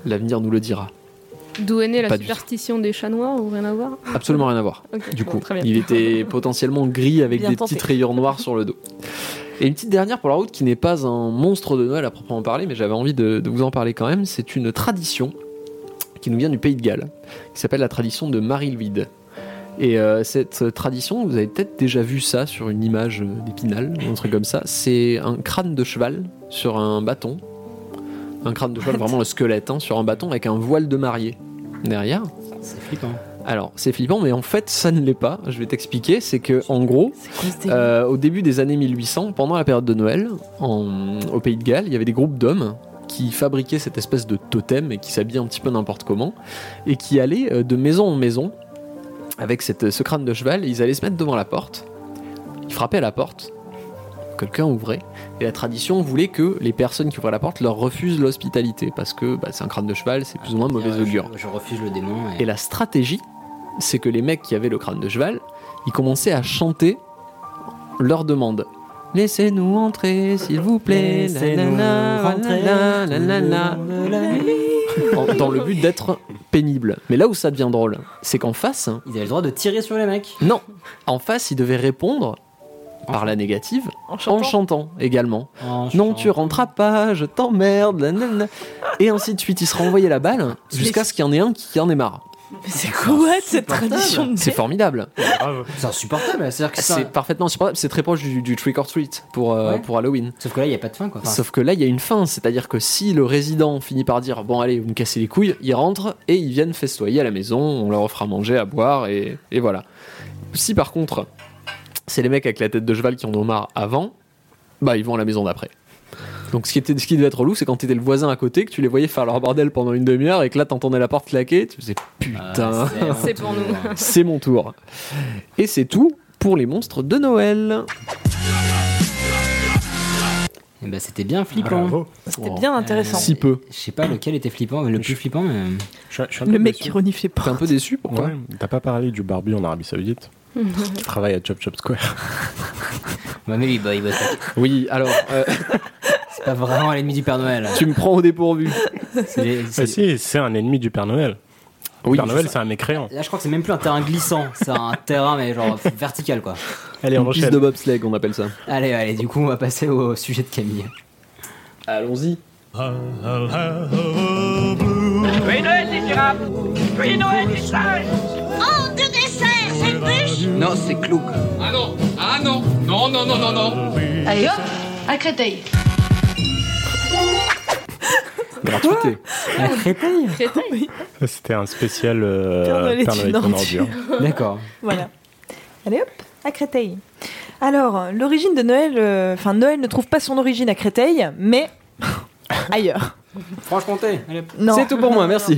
Speaker 5: L'avenir nous le dira.
Speaker 7: D'où est née la
Speaker 5: Pas du tout.
Speaker 7: superstition des chats noirs ou rien à voir
Speaker 5: Absolument rien à voir.
Speaker 7: Ok,
Speaker 5: Du
Speaker 7: bon,
Speaker 5: coup,
Speaker 7: très bien.
Speaker 5: il était potentiellement gris avec
Speaker 3: Bien
Speaker 5: des
Speaker 3: tenté.
Speaker 5: petites rayures noires sur le dos. Et une petite dernière pour la route qui n'est pas un monstre de Noël à proprement parler, mais j'avais envie de, de vous en parler quand même. C'est une tradition qui nous vient du Pays de Galles, qui s'appelle la tradition de Marie-Louise. Et euh, cette tradition, vous avez peut-être déjà vu ça sur une image euh, d'épinal, ou un truc comme ça. C'est un crâne de cheval sur un bâton. Un crâne de cheval, vraiment le squelette, hein, sur un bâton avec un voile de mariée derrière.
Speaker 1: C'est flippant.
Speaker 5: Alors, c'est flippant, mais en fait, ça ne l'est pas. Je vais t'expliquer. C'est que, en gros,
Speaker 3: C'est quoi ce délire
Speaker 5: euh, au début des années 1800, pendant la période de Noël, en- au Pays de Galles, il y avait des groupes d'hommes qui fabriquaient cette espèce de totem et qui s'habillaient un petit peu n'importe comment et qui allaient euh, de maison en maison avec cette, ce crâne de cheval. Et ils allaient se mettre devant la porte. Ils frappaient à la porte. Quelqu'un ouvrait. Et la tradition voulait que les personnes qui ouvraient la porte leur refusent l'hospitalité parce que bah, c'est un crâne de cheval, c'est plus ou moins mauvais
Speaker 1: Euh, je-
Speaker 5: augure.
Speaker 1: Je, refuse le démon. Et...
Speaker 5: Et la stratégie, c'est que les mecs qui avaient le crâne de cheval, ils commençaient à chanter leur demande. Laissez-nous entrer, s'il vous plaît. la, la, la, la, la, la, la, en- Dans le but d'être pénible. Mais là où ça devient drôle, c'est qu'en face,
Speaker 1: Ils avaient le droit de tirer sur les mecs.
Speaker 5: non, en face, ils devaient répondre par la négative
Speaker 3: En chantant
Speaker 5: en chantant également.
Speaker 1: En
Speaker 5: Non,
Speaker 1: chantant.
Speaker 5: tu rentreras pas, je t'emmerde. la, la, la. Et ainsi de suite, ils se renvoyaient la balle jusqu'à ce qu'il y en ait un qui en ait marre.
Speaker 3: Mais c'est quoi cette tradition de
Speaker 5: C'est formidable.
Speaker 6: Bravo.
Speaker 1: C'est insupportable. C'est-à-dire que ça-
Speaker 5: C'est parfaitement supportable, c'est très proche du, du trick or treat pour, euh,
Speaker 1: Ouais.
Speaker 5: pour Halloween.
Speaker 1: Sauf que là, il n'y a pas de fin, quoi. Enfin,
Speaker 5: Sauf que là, il y a une fin, c'est-à-dire que si le résident finit par dire Bon, allez, vous me cassez les couilles, ils rentrent et ils viennent festoyer à la maison, on leur offre à manger, à boire, et, et voilà. Si par contre, c'est les mecs avec la tête de cheval qui en ont marre avant, bah ils vont à la maison d'après. Donc ce qui, était, ce qui devait être relou, c'est quand t'étais le voisin à côté, que tu les voyais faire leur bordel pendant une demi-heure et que là t'entendais la porte claquer, tu faisais
Speaker 1: euh,
Speaker 5: Putain,
Speaker 7: C'est pour nous.
Speaker 1: honteux.
Speaker 5: c'est mon tour. Et c'est tout pour les monstres de Noël.
Speaker 1: Eh ben, c'était bien flippant.
Speaker 6: Bravo.
Speaker 3: C'était bien intéressant.
Speaker 5: Si peu.
Speaker 1: Je sais pas lequel était flippant, le plus flippant, mais.
Speaker 6: Je suis- je suis un peu
Speaker 3: Le mec qui
Speaker 6: déçu.
Speaker 3: renifle les
Speaker 5: T'es un
Speaker 3: portes.
Speaker 5: peu déçu pourquoi
Speaker 6: Ouais, T'as pas parlé du barbu en Arabie Saoudite qui travaille à Chop Chop Square.
Speaker 1: Bah, mais oui, bah, il bosse.
Speaker 5: Oui, alors euh,
Speaker 1: C'est pas vraiment l'ennemi du Père Noël.
Speaker 5: tu me prends au dépourvu.
Speaker 1: C'est les- c'est-
Speaker 6: Ah si, c'est un ennemi du Père Noël.
Speaker 5: Oui,
Speaker 6: Père
Speaker 5: je
Speaker 6: Noël,
Speaker 5: sais.
Speaker 6: c'est un mécréant.
Speaker 1: Là, je crois que c'est même plus un terrain glissant, c'est un terrain, mais genre vertical, quoi.
Speaker 6: Allez, on
Speaker 5: Une piste
Speaker 6: enchaîne.
Speaker 5: de bobsleigh, on appelle ça.
Speaker 1: Allez, allez, du coup, on va passer au sujet de Camille.
Speaker 5: Allons-y.
Speaker 8: I'll have a blue
Speaker 9: Oh, de dessert, c'est bûche
Speaker 10: Non, c'est Cloug.
Speaker 8: Ah non Ah non Non, non, non, non, non
Speaker 9: Allez hop, à Créteil.
Speaker 5: Gratuité.
Speaker 1: À Créteil
Speaker 7: Créteil
Speaker 6: Ah, C'était un spécial
Speaker 3: Père Noël
Speaker 6: euh,
Speaker 3: est
Speaker 6: Père Noël
Speaker 3: une
Speaker 6: est une
Speaker 3: ordure.
Speaker 6: ordure.
Speaker 1: D'accord.
Speaker 3: Voilà. Allez hop, à Créteil. Alors, l'origine de Noël, euh, enfin Noël ne trouve pas son origine à Créteil, mais ailleurs.
Speaker 1: Franche-Comté.
Speaker 3: Non.
Speaker 5: C'est tout pour moi, merci.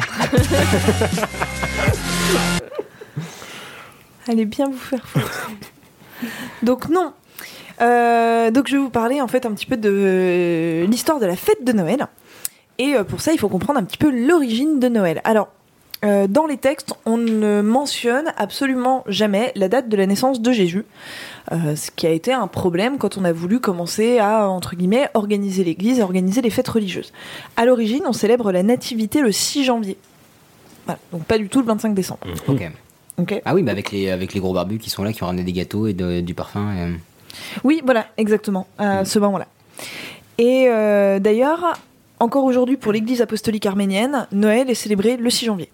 Speaker 3: Allez bien vous faire foutre. donc non. Euh, donc je vais vous parler en fait un petit peu de euh, l'histoire de la fête de Noël. Et euh, pour ça, il faut comprendre un petit peu l'origine de Noël. Alors, euh, dans les textes, on ne mentionne absolument jamais la date de la naissance de Jésus, euh, ce qui a été un problème quand on a voulu commencer à, entre guillemets, organiser l'Église, organiser les fêtes religieuses. À l'origine, on célèbre la Nativité le 6 janvier. Voilà, donc pas du tout le 25 décembre.
Speaker 1: Ok.
Speaker 3: Ok.
Speaker 1: Ah oui, bah avec les, avec les gros barbus qui sont là, qui ont ramené des gâteaux et de- du parfum. et- euh,
Speaker 3: Oui, voilà, exactement, à
Speaker 6: Hmm.
Speaker 3: ce moment-là. Et euh, d'ailleurs, encore aujourd'hui pour l'Église apostolique arménienne, Noël est célébré le 6 janvier.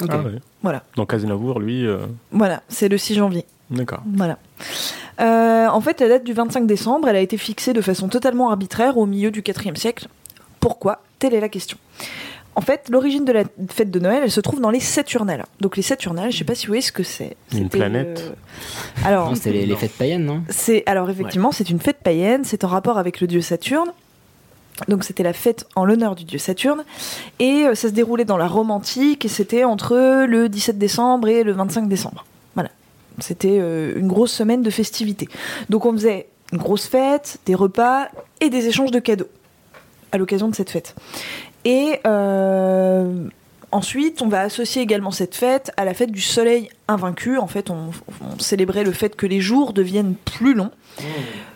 Speaker 1: Ok.
Speaker 6: Ah ouais.
Speaker 3: Voilà.
Speaker 6: Donc Aznavour, lui. euh,
Speaker 3: Voilà, c'est le 6 janvier.
Speaker 6: D'accord.
Speaker 3: Voilà. Euh, en fait, la date du 25 décembre, elle a été fixée de façon totalement arbitraire au milieu du IVe siècle. Pourquoi Telle est la question. En fait, l'origine de la fête de Noël, elle se trouve dans les Saturnales. Donc les Saturnales, je sais pas si vous voyez ce que c'est.
Speaker 6: Une
Speaker 3: C'était,
Speaker 6: planète
Speaker 3: euh, Alors,
Speaker 1: Non, c'était les, les fêtes païennes, non
Speaker 3: C'est alors effectivement, c'est une fête païenne, c'est en rapport avec le dieu Saturne. Donc c'était la fête en l'honneur du dieu Saturne et euh, ça se déroulait dans la Rome antique et c'était entre le 17 décembre et le 25 décembre. Voilà. C'était euh, une grosse semaine de festivités. Donc on faisait une grosse fête, des repas et des échanges de cadeaux à l'occasion de cette fête. Et euh, Ensuite, on va associer également cette fête à la fête du soleil invaincu. En fait, on, on célébrait le fait que les jours deviennent plus longs.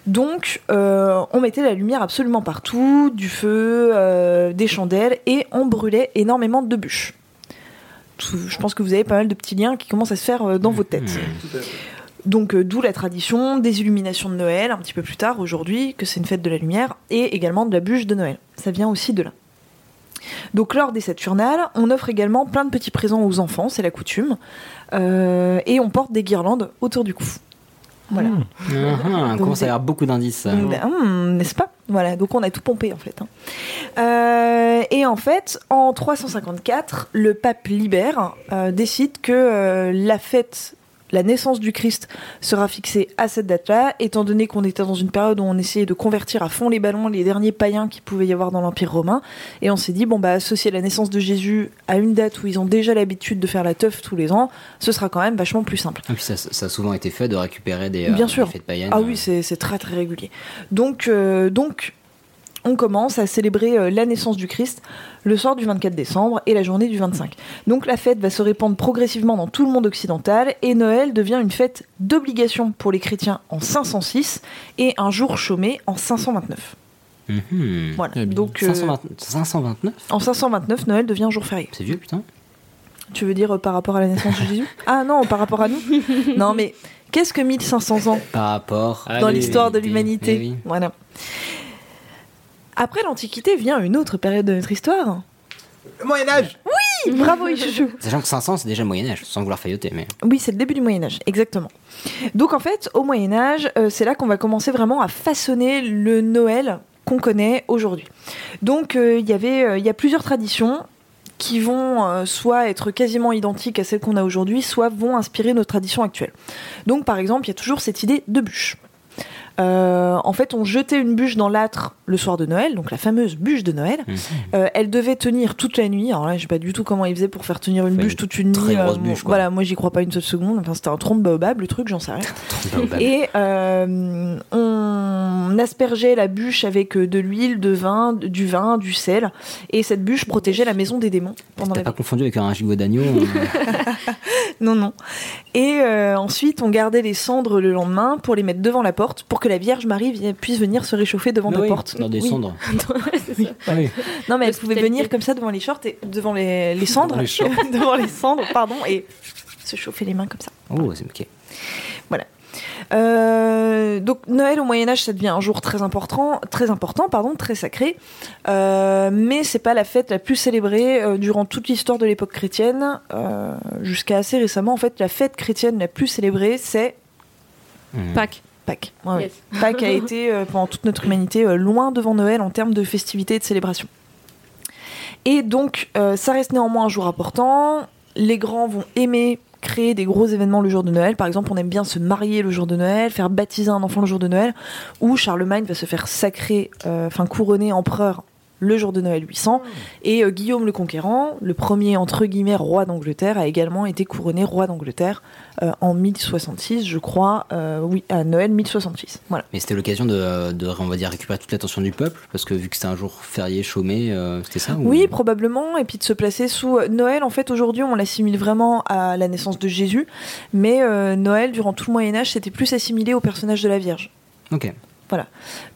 Speaker 3: Donc, euh, on mettait la lumière absolument partout, du feu, euh, des chandelles, et on brûlait énormément de bûches. Tout- je pense que vous avez pas mal de petits liens qui commencent à se faire euh, dans vos têtes. Donc, euh, d'où la tradition des illuminations de Noël, un petit peu plus tard, aujourd'hui, que c'est une fête de la lumière, et également de la bûche de Noël. Ça vient aussi de là. Donc lors des Saturnales, on offre également plein de petits présents aux enfants, c'est la coutume, Euh, et on porte des guirlandes autour du cou. Voilà.
Speaker 1: Ah, ah,
Speaker 3: Donc,
Speaker 1: Commence à
Speaker 3: des-
Speaker 1: avoir beaucoup d'indices. ça.
Speaker 3: Mm, hum, N'est-ce pas Voilà, donc on a tout pompé en fait. hein. Euh, et en fait, en 354, le pape Libère euh, décide que euh, la fête, la naissance du Christ sera fixée à cette date-là, étant donné qu'on était dans une période où on essayait de convertir à fond les ballons, les derniers païens qui pouvait y avoir dans l'Empire romain. Et on s'est dit, bon, bah, associer la naissance de Jésus à une date où ils ont déjà l'habitude de faire la teuf tous les ans, ce sera quand même vachement plus simple.
Speaker 1: Ah, puis ça, ça a souvent été fait de récupérer des, euh,
Speaker 3: Bien sûr.
Speaker 1: des fêtes païennes.
Speaker 3: Ah oui, c'est c'est très très régulier. Donc, euh, donc on commence à célébrer euh, la naissance du Christ le soir du 24 décembre et la journée du 25. Donc la fête va se répandre progressivement dans tout le monde occidental et Noël devient une fête d'obligation pour les chrétiens en 506 et un jour chômé en 529.
Speaker 1: Mhm.
Speaker 3: Voilà.
Speaker 5: Eh bien,
Speaker 3: Donc euh,
Speaker 1: 520 529
Speaker 3: en 529, Noël devient jour férié.
Speaker 1: C'est vieux, putain.
Speaker 3: Tu veux dire euh, par rapport à la naissance de Jésus Ah non, par rapport à nous Non mais qu'est-ce que 1500 ans
Speaker 1: Par rapport.
Speaker 3: dans
Speaker 1: à
Speaker 3: l'histoire de l'humanité.
Speaker 1: Eh oui.
Speaker 3: Voilà. Après l'Antiquité vient une autre période de notre histoire. Le Moyen Âge. Oui, bravo Ichouchou.
Speaker 1: Sachant que 500, c'est déjà le Moyen-Âge, sans vouloir failloter, mais.
Speaker 3: Oui, c'est le début du Moyen Âge, exactement. Donc en fait, au Moyen Âge, euh, c'est là qu'on va commencer vraiment à façonner le Noël qu'on connaît aujourd'hui. Donc euh, il y avait, euh, il y a plusieurs traditions qui vont euh, soit être quasiment identiques à celles qu'on a aujourd'hui, soit vont inspirer nos traditions actuelles. Donc par exemple, il y a toujours cette idée de bûche. Euh, en fait, on jetait une bûche dans l'âtre le soir de Noël, donc la fameuse bûche de Noël.
Speaker 1: Mhm.
Speaker 3: Euh, elle devait tenir toute la nuit. Alors là, je sais pas du tout comment ils faisaient pour faire tenir une
Speaker 1: Enfin,
Speaker 3: bûche
Speaker 1: une
Speaker 3: toute une
Speaker 1: très
Speaker 3: nuit.
Speaker 1: grosse
Speaker 3: moi-
Speaker 1: bûche, quoi.
Speaker 3: euh, voilà, moi j'y crois pas une seule seconde. Enfin, c'était un trompe baobab, le truc, j'en sais rien.
Speaker 1: bah,
Speaker 3: Et euh, on aspergeait la bûche avec euh, de l'huile, de vin, du vin, du sel. Et cette bûche protégeait la maison des démons pendant
Speaker 1: T'as
Speaker 3: la
Speaker 1: pas confondu avec un gigot d'agneau euh,
Speaker 3: Non, non. Et euh, ensuite, on gardait les cendres le lendemain pour les mettre devant la porte pour que la Vierge Marie vi- puisse venir se réchauffer devant
Speaker 1: mais
Speaker 3: la
Speaker 1: bah oui,
Speaker 3: porte.
Speaker 1: Dans des
Speaker 3: Oui.
Speaker 1: cendres. Ah
Speaker 7: C'est ça.
Speaker 1: Oui.
Speaker 3: Non, mais elle pouvait
Speaker 7: L'hospitalité.
Speaker 3: venir comme ça devant les shorts et devant les, les cendres.
Speaker 6: les shorts.
Speaker 3: devant les cendres, pardon, et se chauffer les mains comme ça.
Speaker 1: Oh, c'est ok.
Speaker 3: Euh, euh, donc Noël au Moyen Âge, ça devient un jour très important, très important, pardon, très sacré. Euh, mais c'est pas la fête la plus célébrée euh, durant toute l'histoire de l'époque chrétienne, euh, jusqu'à assez récemment. En fait, la fête chrétienne la plus célébrée, c'est
Speaker 7: Pâques.
Speaker 3: Pâques. Ouais, ouais.
Speaker 7: Yes.
Speaker 3: Pâques a été euh, pendant toute notre humanité euh, loin devant Noël en termes de festivités et de célébrations. Et donc, euh, ça reste néanmoins un jour important. Les grands vont aimer créer des gros événements le jour de Noël. Par exemple, on aime bien se marier le jour de Noël, faire baptiser un enfant le jour de Noël, ou Charlemagne va se faire sacrer, euh, enfin couronner empereur le jour de Noël 800. Et euh, Guillaume le Conquérant, le premier entre guillemets roi d'Angleterre, a également été couronné roi d'Angleterre euh, en 1066, je crois, euh, oui, à Noël 1066. Voilà.
Speaker 1: Mais c'était l'occasion de, euh, de, on va dire, récupérer toute l'attention du peuple, parce que vu que c'était un jour férié, chômé, euh, c'était ça ou-
Speaker 3: Oui, probablement. Et puis de se placer sous euh, Noël. En fait, aujourd'hui, on l'assimile vraiment à la naissance de Jésus, mais euh, Noël, durant tout le Moyen Âge, c'était plus assimilé au personnage de la Vierge.
Speaker 1: Ok. Et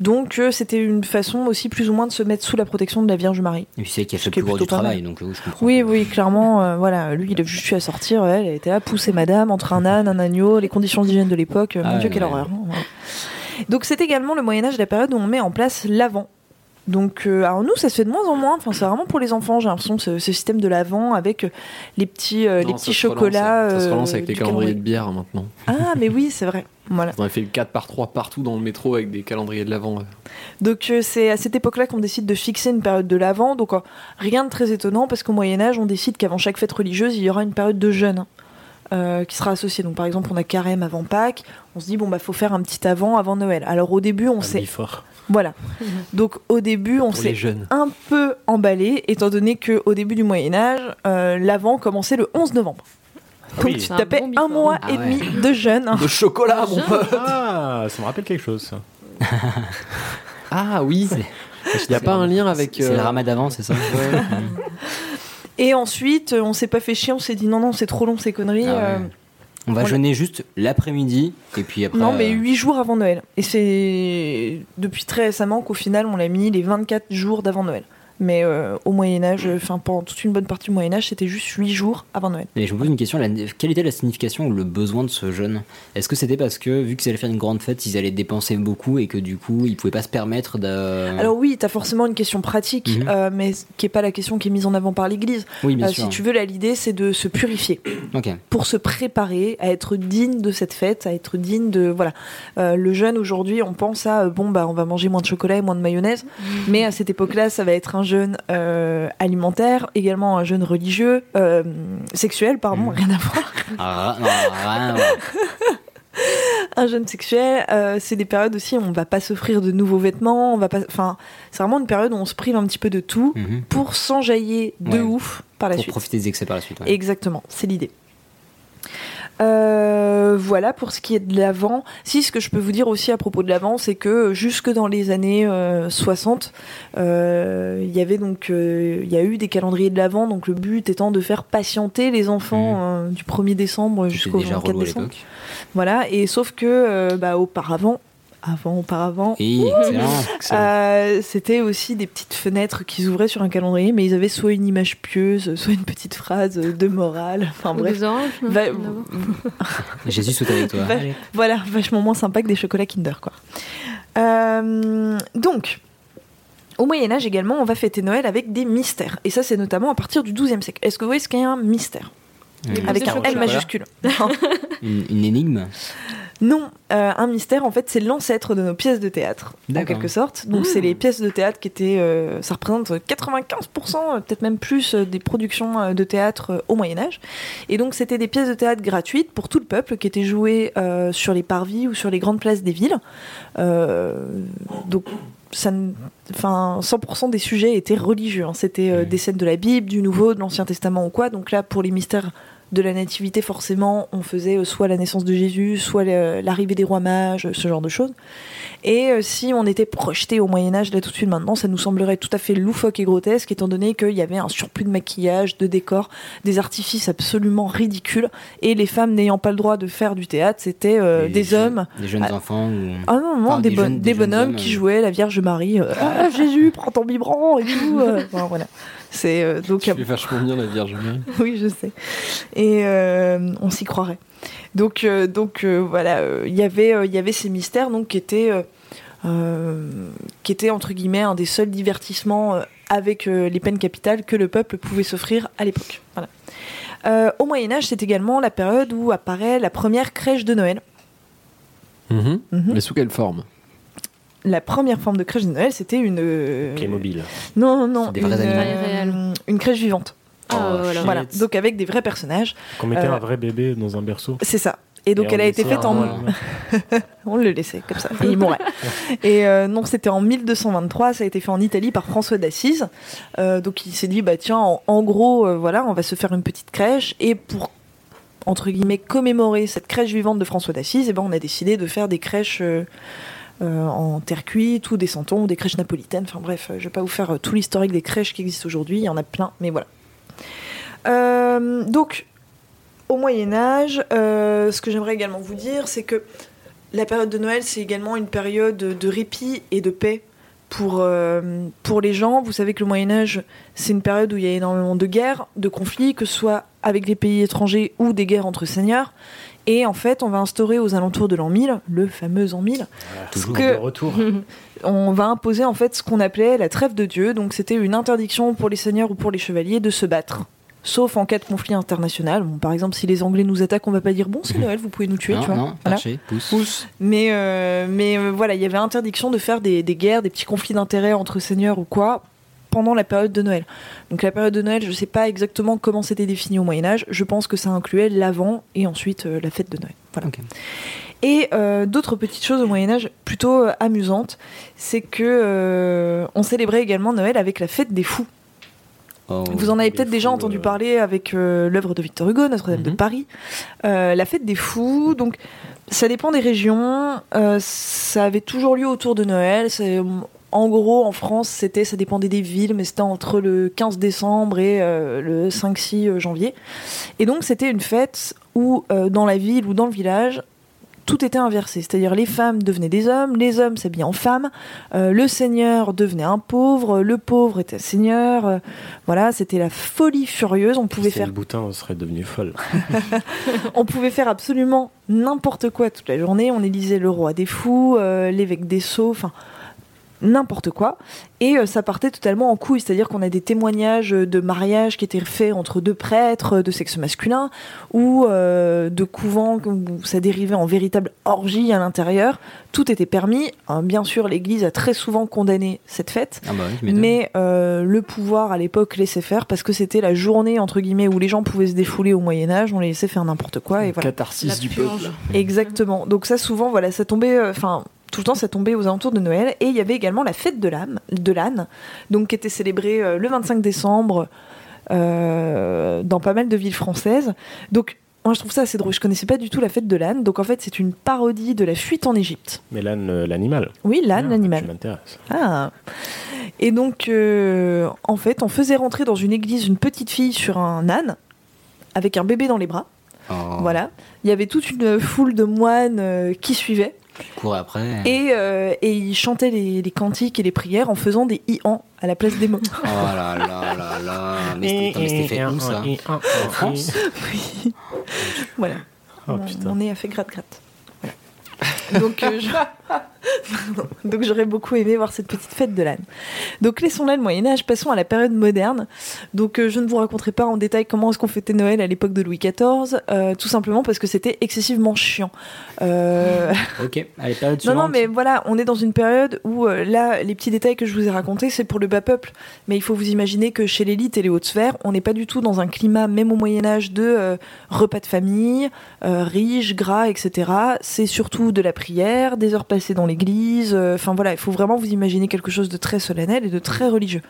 Speaker 3: Donc, euh, c'était une façon aussi plus ou moins de se mettre sous la protection de la Vierge Marie.
Speaker 1: puis c'est elle qui a
Speaker 3: Ce
Speaker 1: fait le
Speaker 3: qui est
Speaker 1: plus gros du
Speaker 3: plutôt pas
Speaker 1: travail, donc euh, oui, je comprends.
Speaker 3: Oui, oui, clairement. euh, voilà, lui, il a juste eu à sortir. Elle, elle était là, pousser madame entre un âne, un agneau, les conditions d'hygiène de l'époque. euh,
Speaker 1: Ah
Speaker 3: mon Dieu,
Speaker 1: ouais,
Speaker 3: quelle
Speaker 1: ouais.
Speaker 3: horreur. hein, ouais. Donc, c'est également le Moyen Âge, la période où on met en place l'avant. Donc, euh, alors nous, ça se fait de moins en moins. Enfin, c'est vraiment pour les enfants. J'ai l'impression ce, ce système de l'avant avec euh, les petits, euh, les
Speaker 5: Non, ça
Speaker 3: petits
Speaker 5: se relance,
Speaker 3: chocolats.
Speaker 5: hein. Ça se relance
Speaker 3: euh,
Speaker 5: avec les
Speaker 3: du
Speaker 5: calendriers de bière hein, maintenant.
Speaker 3: Ah, mais oui, c'est vrai. Voilà.
Speaker 5: On a fait le 4 par 3 partout dans le métro avec des calendriers de l'avant.
Speaker 3: Donc euh, c'est à cette époque-là qu'on décide de fixer une période de l'Avent. Donc euh, rien de très étonnant parce qu'au Moyen Âge, on décide qu'avant chaque fête religieuse, il y aura une période de jeûne hein, euh, qui sera associée. Donc par exemple, on a carême avant Pâques. On se dit bon bah faut faire un petit avant avant Noël. Alors au début, on s'est
Speaker 6: fort.
Speaker 3: voilà. Donc au début, on
Speaker 5: Pour les
Speaker 3: s'est
Speaker 5: jeunes.
Speaker 3: un peu emballé étant donné que au début du Moyen Âge, euh, l'Avent commençait le 11 novembre. Donc
Speaker 6: oui.
Speaker 3: tu
Speaker 7: C'est un
Speaker 3: tapais
Speaker 7: bon
Speaker 3: un
Speaker 7: bifort.
Speaker 3: mois
Speaker 1: Ah
Speaker 3: et
Speaker 1: ouais.
Speaker 3: demi de jeûne. hein.
Speaker 5: De chocolat, mon pote
Speaker 6: Ah, ça me rappelle quelque chose. ça.
Speaker 5: Ah oui Il n'y a pas un lien avec.
Speaker 1: C'est
Speaker 5: euh,
Speaker 1: le rama d'avant, c'est ça
Speaker 5: ouais.
Speaker 3: Et ensuite, euh, on s'est pas fait chier, on s'est dit non non c'est trop long ces conneries.
Speaker 1: Ah ouais.
Speaker 3: euh,
Speaker 1: On va
Speaker 3: on-
Speaker 1: jeûner juste l'après-midi, et puis après.
Speaker 3: Non, mais
Speaker 1: euh,
Speaker 3: 8 jours avant Noël. Et c'est depuis très récemment qu'au final, on l'a mis les 24 jours d'avant Noël. Mais euh, au Moyen-Âge, enfin pendant toute une bonne partie du Moyen-Âge, c'était juste 8 jours avant Noël.
Speaker 1: Et je me pose une question, la, quelle était la signification ou le besoin de ce jeûne Est-ce que c'était parce que, vu qu'ils allaient faire une grande fête, ils allaient dépenser beaucoup et que du coup, ils pouvaient pas se permettre de.
Speaker 3: Alors oui, t'as forcément une question pratique,
Speaker 1: Mhm.
Speaker 3: euh, mais c- qui n'est pas la question qui est mise en avant par l'Église.
Speaker 1: oui, bien
Speaker 3: Euh,
Speaker 1: sûr.
Speaker 3: si tu veux, là, l'idée, c'est de se purifier
Speaker 1: Ok.
Speaker 3: pour se préparer à être digne de cette fête, à être digne de... Voilà. Euh, le jeûne, aujourd'hui, on pense à, euh, bon, bah, on va manger moins de chocolat et moins de mayonnaise. Mais à cette époque-là, ça va être un jeûne euh, alimentaire, également un jeûne religieux, euh, sexuel, pardon,
Speaker 1: Mmh.
Speaker 3: rien à voir.
Speaker 1: Ah, non, rien, ouais.
Speaker 3: Un jeûne sexuel, euh, c'est des périodes aussi où on va pas s'offrir de nouveaux vêtements, on va pas, enfin, c'est vraiment une période où on se prive un petit peu de tout
Speaker 1: Mhm.
Speaker 3: pour s'enjailler de
Speaker 1: Ouais.
Speaker 3: ouf par la
Speaker 1: Pour
Speaker 3: suite.
Speaker 1: profiter des excès par la suite. ouais.
Speaker 3: Exactement, c'est l'idée. Euh, voilà pour ce qui est de l'avant. Si ce que je peux vous dire aussi à propos de l'avant, c'est que jusque dans les années euh, 60, euh, il y avait donc euh, il y a eu des calendriers de l'avant. Donc le but étant de faire patienter les enfants euh, du 1er décembre
Speaker 1: Mhm. C'était
Speaker 3: jusqu'au
Speaker 1: déjà
Speaker 3: 24
Speaker 1: relou à
Speaker 3: décembre.
Speaker 1: l'époque.
Speaker 3: Voilà. Et sauf que euh, bah, auparavant, avant, auparavant,
Speaker 1: Oui, excellent.
Speaker 3: euh, c'était aussi des petites fenêtres qui s'ouvraient sur un calendrier, mais ils avaient soit une image pieuse, soit une petite phrase de morale. Enfin
Speaker 7: Ou
Speaker 3: bref,
Speaker 7: des oranges. non
Speaker 3: Va-
Speaker 7: Rien à voir.
Speaker 3: Euh,
Speaker 1: Jésus saute avec toi.
Speaker 3: Va- voilà, vachement moins sympa que des chocolats Kinder, quoi. Euh, donc, au Moyen Âge également, on va fêter Noël avec des mystères. Et ça, c'est notamment à partir du XIIe siècle. Est-ce que vous voyez ce qu'est un mystère
Speaker 1: Une-
Speaker 3: Avec un L
Speaker 5: chocolat.
Speaker 3: majuscule.
Speaker 1: Une, une énigme
Speaker 3: Non, euh, un mystère, en fait, c'est l'ancêtre de nos pièces de théâtre, en
Speaker 1: D'accord.
Speaker 3: quelque sorte. Donc, c'est les pièces de théâtre qui étaient. euh, ça représente 95%, euh, peut-être même plus, euh, des productions euh, de théâtre euh, au Moyen-Âge. Et donc, c'était des pièces de théâtre gratuites pour tout le peuple qui étaient jouées euh, sur les parvis ou sur les grandes places des villes. Euh, donc. Ça, ne- enfin, 100% des sujets étaient religieux. hein. C'était euh,
Speaker 1: Mhm.
Speaker 3: des scènes de la Bible, du Nouveau, de l'Ancien Testament ou quoi. Donc là, pour les mystères de la nativité, forcément, on faisait euh, soit la naissance de Jésus, soit le- euh, l'arrivée des rois mages, euh, ce genre de choses. Et euh, si on était projeté au Moyen Âge, là tout de suite maintenant, ça nous semblerait tout à fait loufoque et grotesque, étant donné qu'il y avait un surplus de maquillage, de décors, des artifices absolument ridicules, et les femmes n'ayant pas le droit de faire du théâtre, c'était euh, des
Speaker 1: jeunes-
Speaker 3: hommes.
Speaker 1: Des jeunes
Speaker 3: Ah.
Speaker 1: enfants ou...
Speaker 3: Ah non, non,
Speaker 1: Enfin,
Speaker 3: des,
Speaker 1: des
Speaker 3: bon-
Speaker 1: jeunes-
Speaker 3: des
Speaker 1: des jeunes
Speaker 3: bonhommes
Speaker 1: hommes,
Speaker 3: qui
Speaker 1: euh.
Speaker 3: jouaient la Vierge Marie, euh, Ah, Jésus, prends ton biberon et tout. euh, enfin, voilà. C'est euh, donc
Speaker 5: Tu fais vachement bien la Vierge Marie.
Speaker 3: oui, je sais. Et euh, on s'y croirait. Donc, euh, donc euh, voilà, euh, il y avait, euh, il y avait ces mystères donc qui étaient, euh, euh, qui étaient entre guillemets un des seuls divertissements euh, avec euh, les peines capitales que le peuple pouvait s'offrir à l'époque. Voilà. Euh, au Moyen Âge, c'est également la période où apparaît la première crèche de Noël.
Speaker 5: Mhm.
Speaker 3: Mhm.
Speaker 5: Mais sous quelle forme
Speaker 3: La première forme de crèche de Noël, c'était une euh,
Speaker 6: Playmobil.
Speaker 3: non non non
Speaker 1: C'est des vrais
Speaker 3: une, euh,
Speaker 1: animaux.
Speaker 7: Pas réel.
Speaker 3: une crèche vivante.
Speaker 7: Ah,
Speaker 5: Oh,
Speaker 7: voilà.
Speaker 3: Voilà, donc avec des vrais personnages.
Speaker 6: Qu'on mettait
Speaker 3: Euh,
Speaker 6: un vrai bébé dans un berceau.
Speaker 3: C'est ça. Et donc
Speaker 6: Et on
Speaker 3: elle a été
Speaker 6: laissait
Speaker 3: faite
Speaker 6: un-
Speaker 3: en On le laissait comme ça, et il mourait. Et euh, non, c'était en 1223, ça a été fait en Italie par François d'Assise. Euh, donc il s'est dit, bah tiens, en, en gros, euh, voilà, on va se faire une petite crèche. Et pour, entre guillemets, commémorer cette crèche vivante de François d'Assise, eh ben, on a décidé de faire des crèches euh, euh, en terre cuite ou des santons ou des crèches napolitaines. Enfin bref, euh, je vais pas vous faire euh, tout l'historique des crèches qui existent aujourd'hui, il y en a plein, mais voilà. Euh, donc, au Moyen-Âge, ce que j'aimerais également vous dire, c'est que la période de Noël, c'est également une période de répit et de paix pour, euh, pour les gens. Vous savez que le Moyen Âge, c'est une période où il y a énormément de guerres, de conflits, que ce soit avec des pays étrangers ou des guerres entre seigneurs. Et en fait, on va instaurer aux alentours de l'an 1000, le fameux an 1000,
Speaker 6: Toujours
Speaker 3: que-
Speaker 6: de retour.
Speaker 3: on va imposer en fait ce qu'on appelait la trêve de Dieu. Donc c'était une interdiction pour les seigneurs ou pour les chevaliers de se battre. Sauf en cas de conflit international. Bon, par exemple, si les Anglais nous attaquent, on va pas dire bon, c'est Noël, vous pouvez nous tuer,
Speaker 1: non,
Speaker 3: tu vois.
Speaker 1: non,
Speaker 3: Voilà.
Speaker 1: marcher, pousse.
Speaker 3: Mais, euh, mais euh, voilà, il y avait interdiction de faire des, des guerres, des petits conflits d'intérêts entre seigneurs ou quoi pendant la période de Noël. Donc la période de Noël, je ne sais pas exactement comment c'était défini au Moyen Âge, je pense que ça incluait l'avant et ensuite euh, la fête de Noël. Voilà.
Speaker 1: Ok.
Speaker 3: Et euh, d'autres petites choses au Moyen Âge plutôt euh, amusantes, c'est que euh, on célébrait également Noël avec la fête des fous.
Speaker 1: Oh.
Speaker 3: Vous en avez
Speaker 6: des
Speaker 3: peut-être déjà
Speaker 6: fous,
Speaker 3: entendu
Speaker 6: euh,
Speaker 3: parler avec euh, l'œuvre de Victor Hugo, Notre-Dame de
Speaker 5: Mhm.
Speaker 3: Paris. Euh, la fête des fous, donc ça dépend des régions. Euh, ça avait toujours lieu autour de Noël. C'est- euh, En gros, en France, c'était, ça dépendait des villes, mais c'était entre le 15 décembre et euh, le 5-6 janvier. Et donc, c'était une fête où, euh, dans la ville ou dans le village, tout était inversé. C'est-à-dire, les femmes devenaient des hommes, les hommes s'habillaient en femmes, euh, le seigneur devenait un pauvre, le pauvre était un seigneur. euh, voilà, c'était la folie furieuse. On pouvait faire
Speaker 6: Le boutin serait devenu folle.
Speaker 3: on pouvait faire absolument n'importe quoi toute la journée. On élisait le roi des fous, euh, l'évêque des sceaux, enfin n'importe quoi. Et euh, ça partait totalement en couille. C'est-à-dire qu'on a des témoignages euh, de mariages qui étaient faits entre deux prêtres euh, de sexe masculin ou euh, de couvents où ça dérivait en véritable orgie à l'intérieur. Tout était permis. Hein, bien sûr, l'Église a très souvent condamné cette fête.
Speaker 1: Ah bah oui, tu m'étonnes.
Speaker 3: Mais euh, le pouvoir à l'époque laissait faire parce que c'était la journée entre guillemets où les gens pouvaient se défouler au Moyen Âge, on les laissait faire n'importe quoi et voilà.
Speaker 7: La
Speaker 5: Catharsis du peuple.
Speaker 7: purge.
Speaker 3: Exactement. Donc ça souvent voilà, ça tombait euh, enfin tout le temps ça tombait aux alentours de Noël et il y avait également la fête de l'âme de l'âne donc qui était célébrée euh, le 25 décembre euh, dans pas mal de villes françaises. Donc moi je trouve ça assez drôle, je connaissais pas du tout la fête de l'âne. Donc en fait, c'est une parodie de la fuite en Égypte.
Speaker 6: Mais l'âne, euh, l'animal.
Speaker 3: Oui, l'âne,
Speaker 6: Ah,
Speaker 3: l'animal.
Speaker 6: Tu m'intéresses.
Speaker 3: Ah. Et donc, euh, en fait, on faisait rentrer dans une église une petite fille sur un âne, avec un bébé dans les bras.
Speaker 1: Oh,
Speaker 3: Voilà. Il y avait toute une foule de moines euh, qui suivaient.
Speaker 1: cours après.
Speaker 3: Et, euh, et ils chantaient les, les cantiques et les prières en faisant des i-an à la place des mots.
Speaker 1: Oh là là là là. Mais c'était- attends, mais c'était fait où ça En France
Speaker 3: Oui. voilà.
Speaker 6: Oh
Speaker 3: Mon-
Speaker 6: putain.
Speaker 3: Mon nez a fait gratte-gratte. Voilà. Donc, euh, je- Donc j'aurais beaucoup aimé voir cette petite fête de l'âne. Donc laissons là le Moyen Âge, passons à la période moderne. Donc euh, je ne vous raconterai pas en détail comment est-ce qu'on fêtait Noël à l'époque de Louis XIV, euh, tout simplement parce que c'était excessivement chiant. Euh,
Speaker 1: Ok, allez, période
Speaker 3: non, non,
Speaker 1: suivante.
Speaker 3: mais voilà, on est dans une période où euh, là, les petits détails que je vous ai racontés, c'est pour le bas peuple. Mais il faut vous imaginer que chez l'élite et les hautes sphères, on n'est pas du tout dans un climat, même au Moyen-Âge, de euh, repas de famille, euh, riches, gras, etc. C'est surtout de la prière, des heures passées dans l'église. euh, Enfin voilà, il faut vraiment vous imaginer quelque chose de très solennel et de très religieux.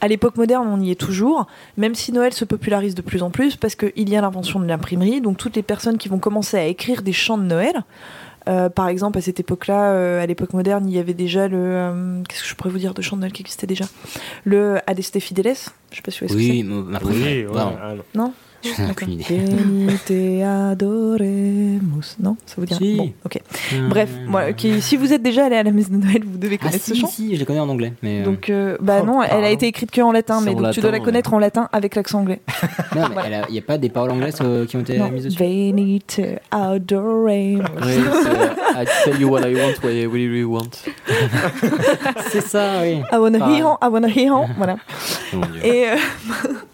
Speaker 3: À l'époque moderne, on y est toujours, même si Noël se popularise de plus en plus parce qu'il y a l'invention de l'imprimerie, donc toutes les personnes qui vont commencer à écrire des chants de Noël, euh, par exemple, à cette époque-là, euh, à l'époque moderne, il y avait déjà le. euh, Qu'est-ce que je pourrais vous dire de chant de Noël qui existait déjà Le Adeste Fideles Je sais pas si vous voyez ce
Speaker 1: Oui,
Speaker 3: que
Speaker 1: ma ma préférée.
Speaker 6: Oui, ouais,
Speaker 1: Pardon,
Speaker 6: ah non.
Speaker 3: Non
Speaker 1: je n'ai aucune idée.
Speaker 3: Veni te adoremus. Non Ça vous dit
Speaker 1: Si. Euh,
Speaker 3: Bon, ok. Bref, voilà, qui- si vous êtes déjà allé à la maison de Noël, vous devez
Speaker 1: Ah
Speaker 3: connaître ce
Speaker 1: si,
Speaker 3: chant.
Speaker 1: si, je les connais en anglais. Mais, euh,
Speaker 3: Donc, euh, bah
Speaker 5: Oh,
Speaker 3: non, elle
Speaker 5: pardon.
Speaker 3: a été écrite que en latin,
Speaker 5: C'est
Speaker 3: mais
Speaker 5: en
Speaker 3: donc tu dois la
Speaker 5: latin, mais-
Speaker 3: connaître en latin avec l'accent anglais.
Speaker 1: non, mais il n'y a pas des paroles anglaises euh, qui ont été
Speaker 3: Non,
Speaker 1: mises dessus.
Speaker 3: They need to adore him.
Speaker 5: Oui, c'est, euh, I tell you what I want, what I really, really want.
Speaker 1: C'est ça, oui.
Speaker 3: I wanna
Speaker 1: Pareil.
Speaker 3: hear him, I wanna hear him. hein, Voilà. Et, euh,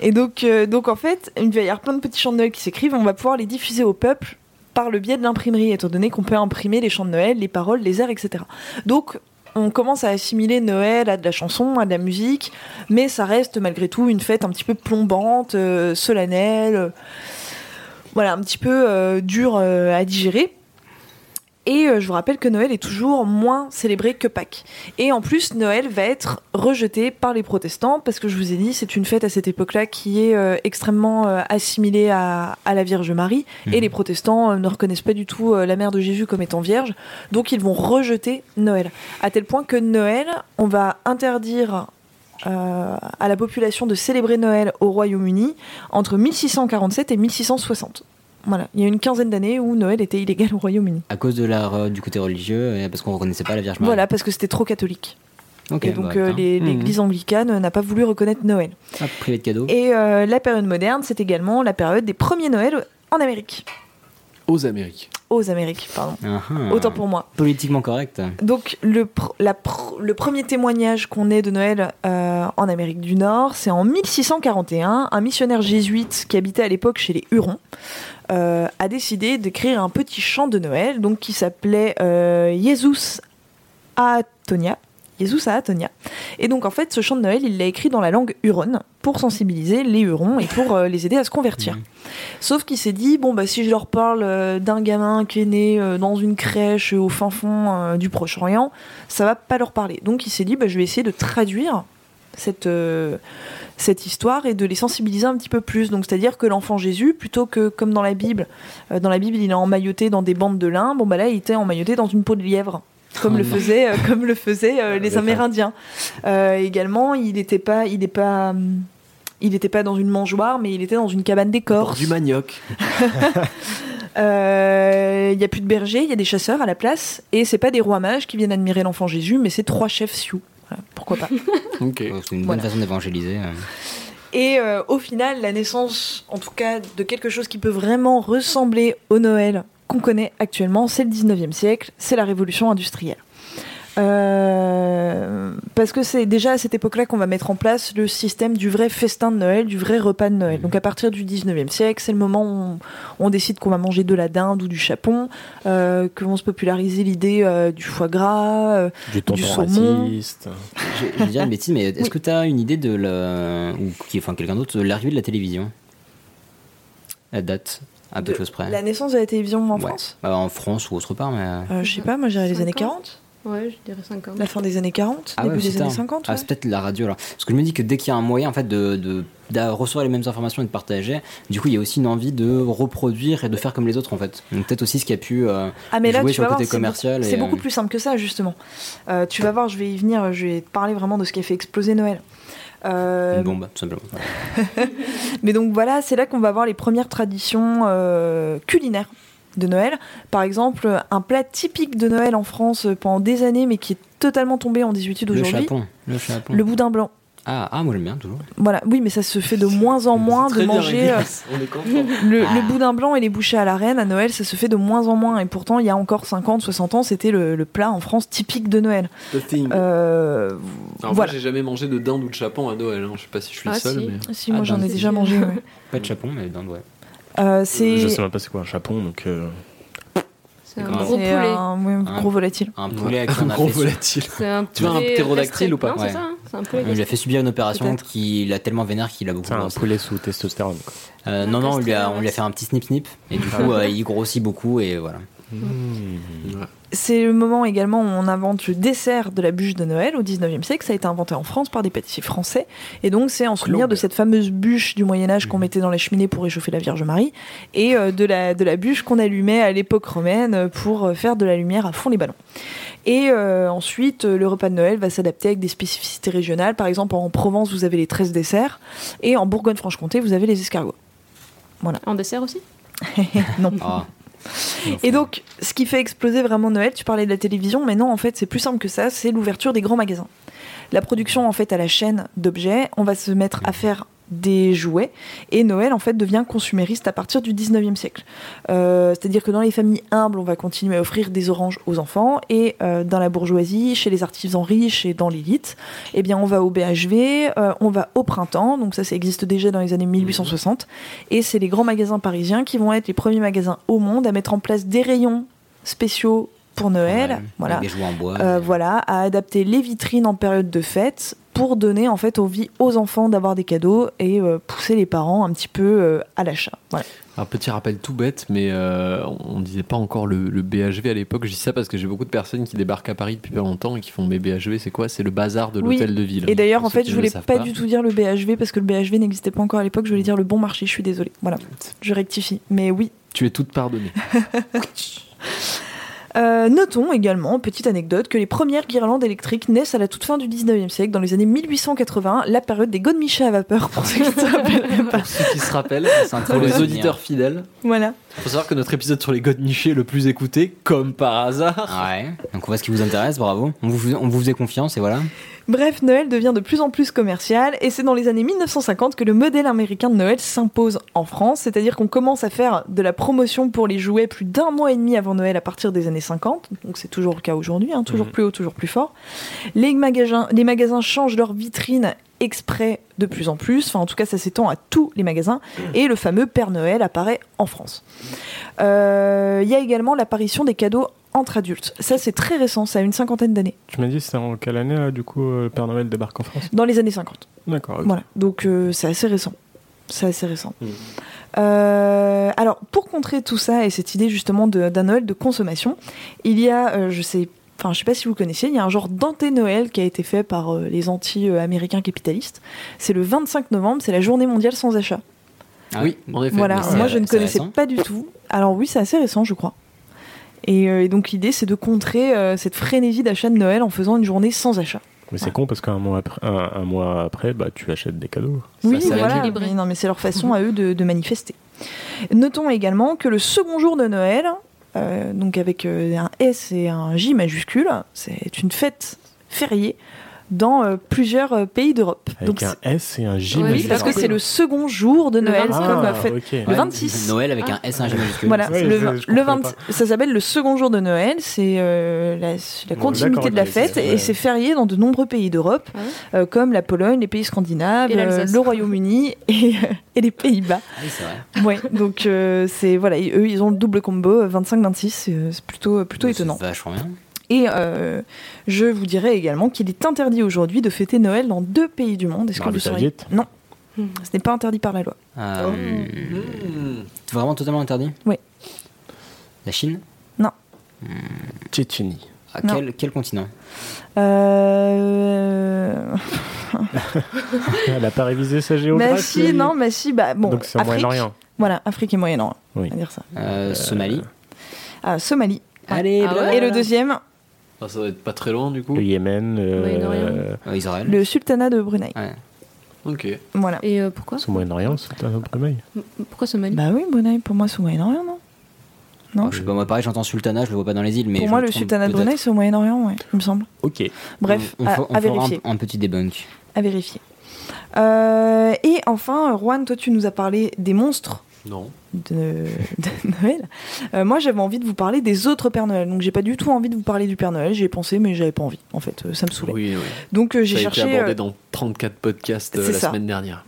Speaker 3: et donc, euh, donc, en fait, il va y avoir plein de petits chants de Noël qui s'écrivent. On va pouvoir les diffuser au peuple par le biais de l'imprimerie, étant donné qu'on peut imprimer les chants de Noël, les paroles, les airs, etc. Donc, on commence à assimiler Noël à de la chanson, à de la musique, mais ça reste malgré tout une fête un petit peu plombante, euh, solennelle, euh, voilà, un petit peu euh, dure euh, à digérer. Et euh, je vous rappelle que Noël est toujours moins célébré que Pâques. Et en plus, Noël va être rejeté par les protestants, parce que je vous ai dit, c'est une fête à cette époque-là qui est euh, extrêmement euh, assimilée à, à la Vierge Marie, et les protestants euh, ne reconnaissent pas du tout euh, la mère de Jésus comme étant vierge, donc ils vont rejeter Noël. À tel point que Noël, on va interdire euh, à la population de célébrer Noël au Royaume-Uni entre 1647 et 1660. Voilà, il y a une quinzaine d'années où Noël était illégal au Royaume-Uni.
Speaker 1: À cause de la, re- du côté religieux, et parce qu'on reconnaissait pas la Vierge Marie.
Speaker 3: Voilà, parce que c'était trop catholique.
Speaker 1: Ok,
Speaker 3: et donc
Speaker 1: bah,
Speaker 3: euh,
Speaker 1: putain.
Speaker 3: les- l'église anglicane euh, n'a pas voulu reconnaître Noël.
Speaker 1: Ah, privé de cadeaux.
Speaker 3: Et euh, la période moderne, c'est également la période des premiers Noëls en Amérique.
Speaker 5: Aux Amériques.
Speaker 3: Aux Amériques, pardon.
Speaker 1: Ah, ah.
Speaker 3: Autant pour moi.
Speaker 1: Politiquement correct.
Speaker 3: Donc le, pr- la pr- le premier témoignage qu'on ait de Noël euh, en Amérique du Nord, c'est en 1641, un missionnaire jésuite qui habitait à l'époque chez les Hurons euh, a décidé d'écrire un petit chant de Noël, donc qui s'appelait euh, Jesus a Atonia. Jesus a Atonia. Et donc en fait, ce chant de Noël, il l'a écrit dans la langue huronne pour sensibiliser les Hurons et pour euh, les aider à se convertir. Sauf qu'il s'est dit bon bah si je leur parle euh, d'un gamin qui est né euh, dans une crèche au fin fond euh, du Proche-Orient, ça va pas leur parler. Donc il s'est dit bah, je vais essayer de traduire cette euh, cette histoire et de les sensibiliser un petit peu plus. Donc c'est-à-dire que l'enfant Jésus, plutôt que comme dans la Bible, euh, dans la Bible il est emmailloté dans des bandes de lin, bon bah là il était emmailloté dans une peau de lièvre. Comme,
Speaker 1: Oh
Speaker 3: le
Speaker 1: non.
Speaker 3: faisaient, euh, comme le faisaient euh, les
Speaker 1: D'accord.
Speaker 3: Amérindiens. Euh, également, il n'était pas, il est pas, hum, il était pas dans une mangeoire, mais il était dans une cabane d'écorce.
Speaker 5: Du manioc.
Speaker 3: Euh, Il y a plus de bergers, il y a des chasseurs à la place, et c'est pas des rois mages qui viennent admirer l'enfant Jésus, mais c'est trois chefs sioux. Voilà, pourquoi pas.
Speaker 5: Ok.
Speaker 1: Oh, C'est une
Speaker 3: Voilà.
Speaker 1: bonne façon d'évangéliser. euh.
Speaker 3: Et euh, au final, la naissance, en tout cas, de quelque chose qui peut vraiment ressembler au Noël qu'on connaît actuellement, c'est le 19e siècle, c'est la révolution industrielle. Euh, parce que c'est déjà à cette époque-là qu'on va mettre en place le système du vrai festin de Noël, du vrai repas de Noël. Donc à partir du 19e siècle, c'est le moment où on, on décide qu'on va manger de la dinde ou du chapon, euh, que vont se populariser l'idée euh, du foie gras, euh,
Speaker 6: Du tonton
Speaker 3: saumon.
Speaker 6: raciste.
Speaker 1: Je, je vais dire une bêtise, mais est-ce que tu as une idée de la. ou qui, enfin, quelqu'un d'autre, de l'arrivée de la télévision La date, à peu de Ah, choses près.
Speaker 3: la naissance de la télévision en
Speaker 1: Ouais.
Speaker 3: France.
Speaker 1: Euh, En France ou autre part, mais. euh,
Speaker 3: Euh, je sais pas, moi j'irais les années
Speaker 7: 50.
Speaker 3: 40.
Speaker 7: Ouais, je dirais 50.
Speaker 3: La fin des années 40,
Speaker 1: Ah
Speaker 3: début
Speaker 1: ouais,
Speaker 3: des
Speaker 1: putain.
Speaker 3: années 50.
Speaker 1: Ah,
Speaker 3: ouais.
Speaker 1: c'est peut-être la radio alors. Parce que je me dis que dès qu'il y a un moyen en fait de, de, de recevoir les mêmes informations et de partager, du coup il y a aussi une envie de reproduire et de faire comme les autres en fait. Donc peut-être aussi ce qui a pu. euh,
Speaker 3: Ah mais là
Speaker 1: jouer
Speaker 3: tu
Speaker 1: sur le
Speaker 3: vas voir,
Speaker 1: côté
Speaker 3: c'est beaucoup-
Speaker 1: commercial et,
Speaker 3: c'est beaucoup
Speaker 1: euh,
Speaker 3: plus simple que ça justement. Euh, tu vas voir, je vais y venir, je vais te parler vraiment de ce qui a fait exploser Noël. Euh,
Speaker 1: Une bombe, tout simplement.
Speaker 3: mais donc voilà, c'est là qu'on va voir les premières traditions euh, culinaires de Noël. Par exemple, un plat typique de Noël en France pendant des années, mais qui est totalement tombé en désuétude
Speaker 1: Le
Speaker 3: aujourd'hui,
Speaker 1: chapon. Le chapon.
Speaker 3: le boudin blanc.
Speaker 1: Ah, ah, moi j'aime bien toujours.
Speaker 3: Voilà, oui, mais ça se fait de moins en moins de manger. euh, Le, le boudin blanc et les bouchées à la reine à Noël, ça se fait de moins en moins. Et pourtant, il y a encore 50, 60 ans, c'était le, le plat en France typique de Noël.
Speaker 5: The thing.
Speaker 3: Euh, voilà.
Speaker 5: Alors, Moi, j'ai jamais mangé de dinde ou de chapon à Noël. hein. Je sais pas si je suis
Speaker 7: Ah,
Speaker 5: le seul,
Speaker 7: si.
Speaker 5: mais.
Speaker 3: si,
Speaker 1: Ah,
Speaker 3: moi j'en ai
Speaker 1: dingue.
Speaker 3: déjà mangé. ouais.
Speaker 1: Pas de chapon, mais dinde, ouais.
Speaker 3: Euh, c'est
Speaker 6: Je sais même pas c'est quoi un chapon, donc. euh,
Speaker 7: C'est un hein.
Speaker 1: D'accord.
Speaker 7: gros
Speaker 3: c'est
Speaker 7: poulet.
Speaker 3: un ouais,
Speaker 1: Ah.
Speaker 3: gros volatile.
Speaker 1: Un
Speaker 5: Ouais.
Speaker 1: poulet avec son
Speaker 5: gros volatile.
Speaker 7: C'est un
Speaker 5: Tu vois un
Speaker 7: poulet
Speaker 5: ptérodactyle ou pas
Speaker 7: gastrique. Non,
Speaker 1: Ouais. Ah,
Speaker 7: c'est ça, hein, c'est un poulet.
Speaker 1: Il lui a
Speaker 7: gastrique.
Speaker 1: fait subir une opération
Speaker 3: Peut-être.
Speaker 1: qui l'a tellement vénère qu'il a beaucoup
Speaker 6: C'est un
Speaker 1: grossi.
Speaker 6: poulet sous testostérone. Quoi.
Speaker 1: Euh, non, non, on lui, a, on lui a fait un petit snip-snip et du coup euh, il grossit beaucoup et voilà.
Speaker 6: Hmm.
Speaker 3: C'est le moment également où on invente le dessert de la bûche de Noël au 19e siècle. Ça a été inventé en France par des pâtissiers français. Et donc, c'est en souvenir de cette fameuse bûche du Moyen-Âge qu'on mettait dans la cheminée pour réchauffer la Vierge Marie et euh, de, la, de la bûche qu'on allumait à l'époque romaine pour euh, faire de la lumière à fond les ballons. Et euh, ensuite, euh, le repas de Noël va s'adapter avec des spécificités régionales. Par exemple, en Provence, vous avez les 13 desserts et en Bourgogne-Franche-Comté, vous avez les escargots.
Speaker 7: En dessert aussi
Speaker 3: non.
Speaker 1: Ah,
Speaker 3: Et donc, ce qui fait exploser vraiment Noël, tu parlais de la télévision, mais non, en fait, c'est plus simple que ça, c'est l'ouverture des grands magasins. La production, en fait, à la chaîne d'objets, on va se mettre à faire des jouets, et Noël, en fait, devient consumériste à partir du 19e siècle. Euh, C'est-à-dire que dans les familles humbles, on va continuer à offrir des oranges aux enfants, et euh, dans la bourgeoisie, chez les artisans riches et dans l'élite, eh bien, on va au BHV, euh, on va au printemps, donc ça, ça existe déjà dans les années 1860, et c'est les grands magasins parisiens qui vont être les premiers magasins au monde à mettre en place des rayons spéciaux pour Noël.
Speaker 1: Ouais,
Speaker 3: Voilà.
Speaker 1: Avec des jouets en bois.
Speaker 3: Euh,
Speaker 1: euh,
Speaker 3: voilà, à adapter les vitrines en période de fête pour donner en fait envie aux enfants d'avoir des cadeaux et euh, pousser les parents un petit peu euh, à l'achat. Voilà.
Speaker 5: Un petit rappel tout bête, mais euh, on disait pas encore le, le BHV à l'époque. Je dis ça parce que j'ai beaucoup de personnes qui débarquent à Paris depuis pas longtemps et qui font mais BHV, c'est quoi C'est le bazar de
Speaker 3: Oui.
Speaker 5: l'hôtel de ville.
Speaker 3: Et d'ailleurs,
Speaker 5: Pour
Speaker 3: en
Speaker 5: ceux
Speaker 3: fait,
Speaker 5: qui
Speaker 3: je
Speaker 5: ne le
Speaker 3: voulais pas,
Speaker 5: savent Mm.
Speaker 3: du tout dire le BHV parce que le BHV n'existait pas encore à l'époque. Je voulais dire le bon marché. Je suis désolée. Voilà, je rectifie. Mais oui,
Speaker 5: Tu es toute pardonnée.
Speaker 3: Euh, notons également, petite anecdote, que les premières guirlandes électriques naissent à la toute fin du 19e siècle, dans les années 1880, la période des godemichas à vapeur, pour ceux qui se rappellent pas.
Speaker 5: Pour ceux qui se rappellent,
Speaker 1: c'est un très
Speaker 5: pour
Speaker 1: bon
Speaker 5: les
Speaker 1: souvenir.
Speaker 5: auditeurs fidèles,
Speaker 3: Voilà.
Speaker 5: faut savoir que notre épisode sur les God est le plus écouté, comme par hasard.
Speaker 1: Ouais. Donc on voit ce qui vous intéresse, bravo. On vous, on vous faisait confiance et voilà.
Speaker 3: Bref, Noël devient de plus en plus commercial, et c'est dans les années 1950 que le modèle américain de Noël s'impose en France, c'est-à-dire qu'on commence à faire de la promotion pour les jouets plus d'un mois et demi avant Noël à partir des années 50, donc c'est toujours le cas aujourd'hui, hein, toujours plus haut, toujours plus fort. Les magasins, les magasins changent leurs vitrines exprès de plus en plus, enfin en tout cas ça s'étend à tous les magasins, et le fameux Père Noël apparaît en France. Euh, Il y a également l'apparition des cadeaux entre adultes. Ça c'est très récent, ça a une cinquantaine d'années,
Speaker 6: Tu m'as dit, c'est en quelle année, là, du coup, euh, Père Noël débarque en France
Speaker 3: dans les années 50.
Speaker 6: D'accord. ok.
Speaker 3: Voilà, donc euh, c'est assez récent. C'est assez récent.
Speaker 1: Hmm.
Speaker 5: Mhm.
Speaker 3: Euh, alors, pour contrer tout ça et cette idée justement de- d'un Noël de consommation, il y a, euh, je sais, enfin, je sais pas si vous connaissiez, il y a un genre d'anté-Noël qui a été fait par euh, les anti-américains capitalistes. C'est le 25 novembre, c'est la journée mondiale sans achat.
Speaker 1: Ah
Speaker 5: oui, en effet.
Speaker 3: Voilà,
Speaker 1: mais c'est-
Speaker 3: moi je ne
Speaker 1: c'est
Speaker 3: connaissais
Speaker 1: récent.
Speaker 3: pas du tout. Alors oui, c'est assez récent, je crois. Et, euh, et donc l'idée, c'est de contrer euh, cette frénésie d'achat de Noël en faisant une journée sans achat.
Speaker 6: Mais c'est con parce qu'un mois après, un, un mois après bah, tu achètes des cadeaux.
Speaker 1: Ça,
Speaker 3: oui,
Speaker 1: ça va
Speaker 3: voilà.
Speaker 7: équilibrer.
Speaker 3: Mais non, mais c'est leur
Speaker 7: Mhm.
Speaker 3: façon à eux de, de manifester. Notons également que le second jour de Noël, euh, donc avec euh, un S et un J majuscule, c'est une fête fériée dans euh, plusieurs euh, pays d'Europe.
Speaker 6: Avec
Speaker 3: Donc
Speaker 6: un
Speaker 3: c'est-
Speaker 6: S et un J.
Speaker 7: Oui,
Speaker 3: oui,
Speaker 6: majuscule.
Speaker 3: parce que c'est le second jour de
Speaker 7: Le
Speaker 3: Noël,
Speaker 7: vingt-cinq.
Speaker 3: comme
Speaker 6: Ah,
Speaker 3: euh, fête.
Speaker 6: ok.
Speaker 3: Le
Speaker 1: Ouais,
Speaker 3: 26.
Speaker 1: Noël avec un S, un G majuscule.
Speaker 3: Voilà,
Speaker 6: Oui,
Speaker 3: le,
Speaker 6: je-
Speaker 3: vingt-
Speaker 6: je
Speaker 3: le
Speaker 6: comprenais
Speaker 3: 20, ça s'appelle le second jour de Noël, c'est euh, la, la
Speaker 6: Bon,
Speaker 3: continuité
Speaker 6: d'accord,
Speaker 3: de la
Speaker 6: ok,
Speaker 3: fête
Speaker 6: c'est-
Speaker 3: et c'est férié dans de nombreux pays d'Europe,
Speaker 7: Ah
Speaker 3: euh, comme la Pologne, les pays scandinaves,
Speaker 7: Et l'Alsace.
Speaker 3: euh, le Royaume-Uni et, et les Pays-Bas.
Speaker 1: Ah oui, c'est vrai.
Speaker 3: Ouais, donc euh, c'est voilà, et eux ils ont le double combo euh, 25-26, c'est euh, c'est plutôt plutôt
Speaker 1: Bah, c'est
Speaker 3: étonnant.
Speaker 1: Vachement bien.
Speaker 3: Et euh, je vous dirais également qu'il est interdit aujourd'hui de fêter Noël dans deux pays du monde. Est-ce que
Speaker 6: Arabie
Speaker 3: vous sauriez
Speaker 6: Saoudite.
Speaker 3: Non,
Speaker 7: Hmm.
Speaker 3: ce n'est pas interdit par la loi.
Speaker 1: Euh, Vraiment totalement interdit
Speaker 3: Oh. Oui.
Speaker 1: La Chine
Speaker 6: Tchétchénie.
Speaker 1: à
Speaker 3: Non.
Speaker 1: quel, quel continent
Speaker 3: Euh...
Speaker 6: Elle n'a pas révisé sa géographie.
Speaker 3: Bah si, non, mais si, bah bon,
Speaker 6: Donc c'est au
Speaker 3: Afrique,
Speaker 6: Moyen-Orient.
Speaker 3: Voilà, Afrique et Moyen-Orient.
Speaker 6: Oui.
Speaker 3: On va dire ça.
Speaker 1: Euh, Somalie.
Speaker 3: Ah, Somalie.
Speaker 1: Allez,
Speaker 7: Ah
Speaker 1: blablabla.
Speaker 7: ouais
Speaker 3: Et le deuxième,
Speaker 5: Ah, ça doit être pas très loin du coup.
Speaker 6: Le Yémen. euh,
Speaker 7: Moyen-Orient.
Speaker 1: Euh, Israël.
Speaker 3: le sultanat de Brunei.
Speaker 1: Ouais.
Speaker 5: Ok.
Speaker 3: Voilà.
Speaker 7: Et euh, pourquoi
Speaker 6: C'est au Moyen-Orient, c'est un autre Brunei.
Speaker 7: Pourquoi Somalie
Speaker 3: Bah oui, Brunei, pour moi c'est au Moyen-Orient, non Non
Speaker 1: Oh, je sais pas, moi pareil, j'entends Sultana, je le vois pas dans les îles, mais.
Speaker 3: Pour
Speaker 1: je
Speaker 3: moi
Speaker 1: me
Speaker 3: le
Speaker 1: trompe
Speaker 3: sultanat de
Speaker 1: peut-être.
Speaker 3: Brunei c'est au Moyen-Orient, ouais, il me semble.
Speaker 6: Ok.
Speaker 3: Bref,
Speaker 1: on, on
Speaker 3: à-
Speaker 1: fa- on fera
Speaker 3: à vérifier.
Speaker 1: Un, un petit debunk.
Speaker 3: à vérifier. Euh, et enfin, Juan, toi, tu nous as parlé des monstres
Speaker 5: Non.
Speaker 3: de, de Noël. Euh, moi, j'avais envie de vous parler des autres Pères Noël. Donc, j'ai pas du tout envie de vous parler du Père Noël. J'y ai pensé, mais j'avais pas envie. En fait, Euh, ça me saoulait.
Speaker 5: Oui, oui.
Speaker 3: Donc, euh,
Speaker 5: Ça
Speaker 3: j'ai
Speaker 5: a été
Speaker 3: cherché.
Speaker 5: abordé
Speaker 3: euh,
Speaker 5: dans 34 podcasts euh,
Speaker 3: c'est
Speaker 5: la
Speaker 3: ça.
Speaker 5: semaine dernière.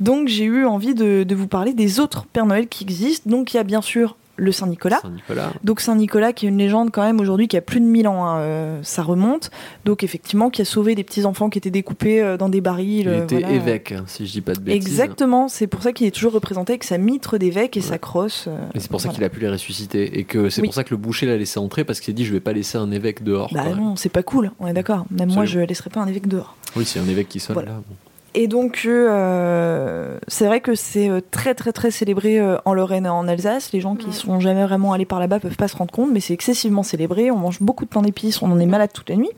Speaker 3: donc, j'ai eu envie de, de vous parler des autres Pères Noël qui existent. Donc, il y a bien sûr le Saint Nicolas.
Speaker 5: Saint-Nicolas.
Speaker 3: Donc Saint-Nicolas qui est une légende quand même aujourd'hui qui a plus de 1000 ans, hein, euh, ça remonte. Donc effectivement qui a sauvé des petits enfants qui étaient découpés euh, dans des barils.
Speaker 5: Il
Speaker 3: euh,
Speaker 5: était
Speaker 3: voilà.
Speaker 5: évêque, hein, si je dis pas de bêtises.
Speaker 3: Exactement, c'est pour ça qu'il est toujours représenté avec sa mitre d'évêque et sa crosse. euh,
Speaker 5: Et c'est pour ça
Speaker 3: voilà.
Speaker 5: qu'il a pu les ressusciter. Et que c'est
Speaker 3: Oui.
Speaker 5: pour ça que le boucher l'a laissé entrer parce qu'il s'est dit je vais pas laisser un évêque dehors.
Speaker 3: Bah
Speaker 5: quoi.
Speaker 3: non, c'est pas cool, on est d'accord. Même moi, je laisserai pas un évêque dehors.
Speaker 5: Oui, c'est un évêque qui sonne
Speaker 3: Voilà.
Speaker 5: là. bon.
Speaker 3: Et donc, euh, c'est vrai que c'est euh, très, très, très célébré euh, en Lorraine et en Alsace. Les gens qui
Speaker 7: Ouais.
Speaker 3: sont jamais vraiment allés par là-bas peuvent pas se rendre compte, mais c'est excessivement célébré. On mange beaucoup de pain d'épices, on en est malade toute la nuit.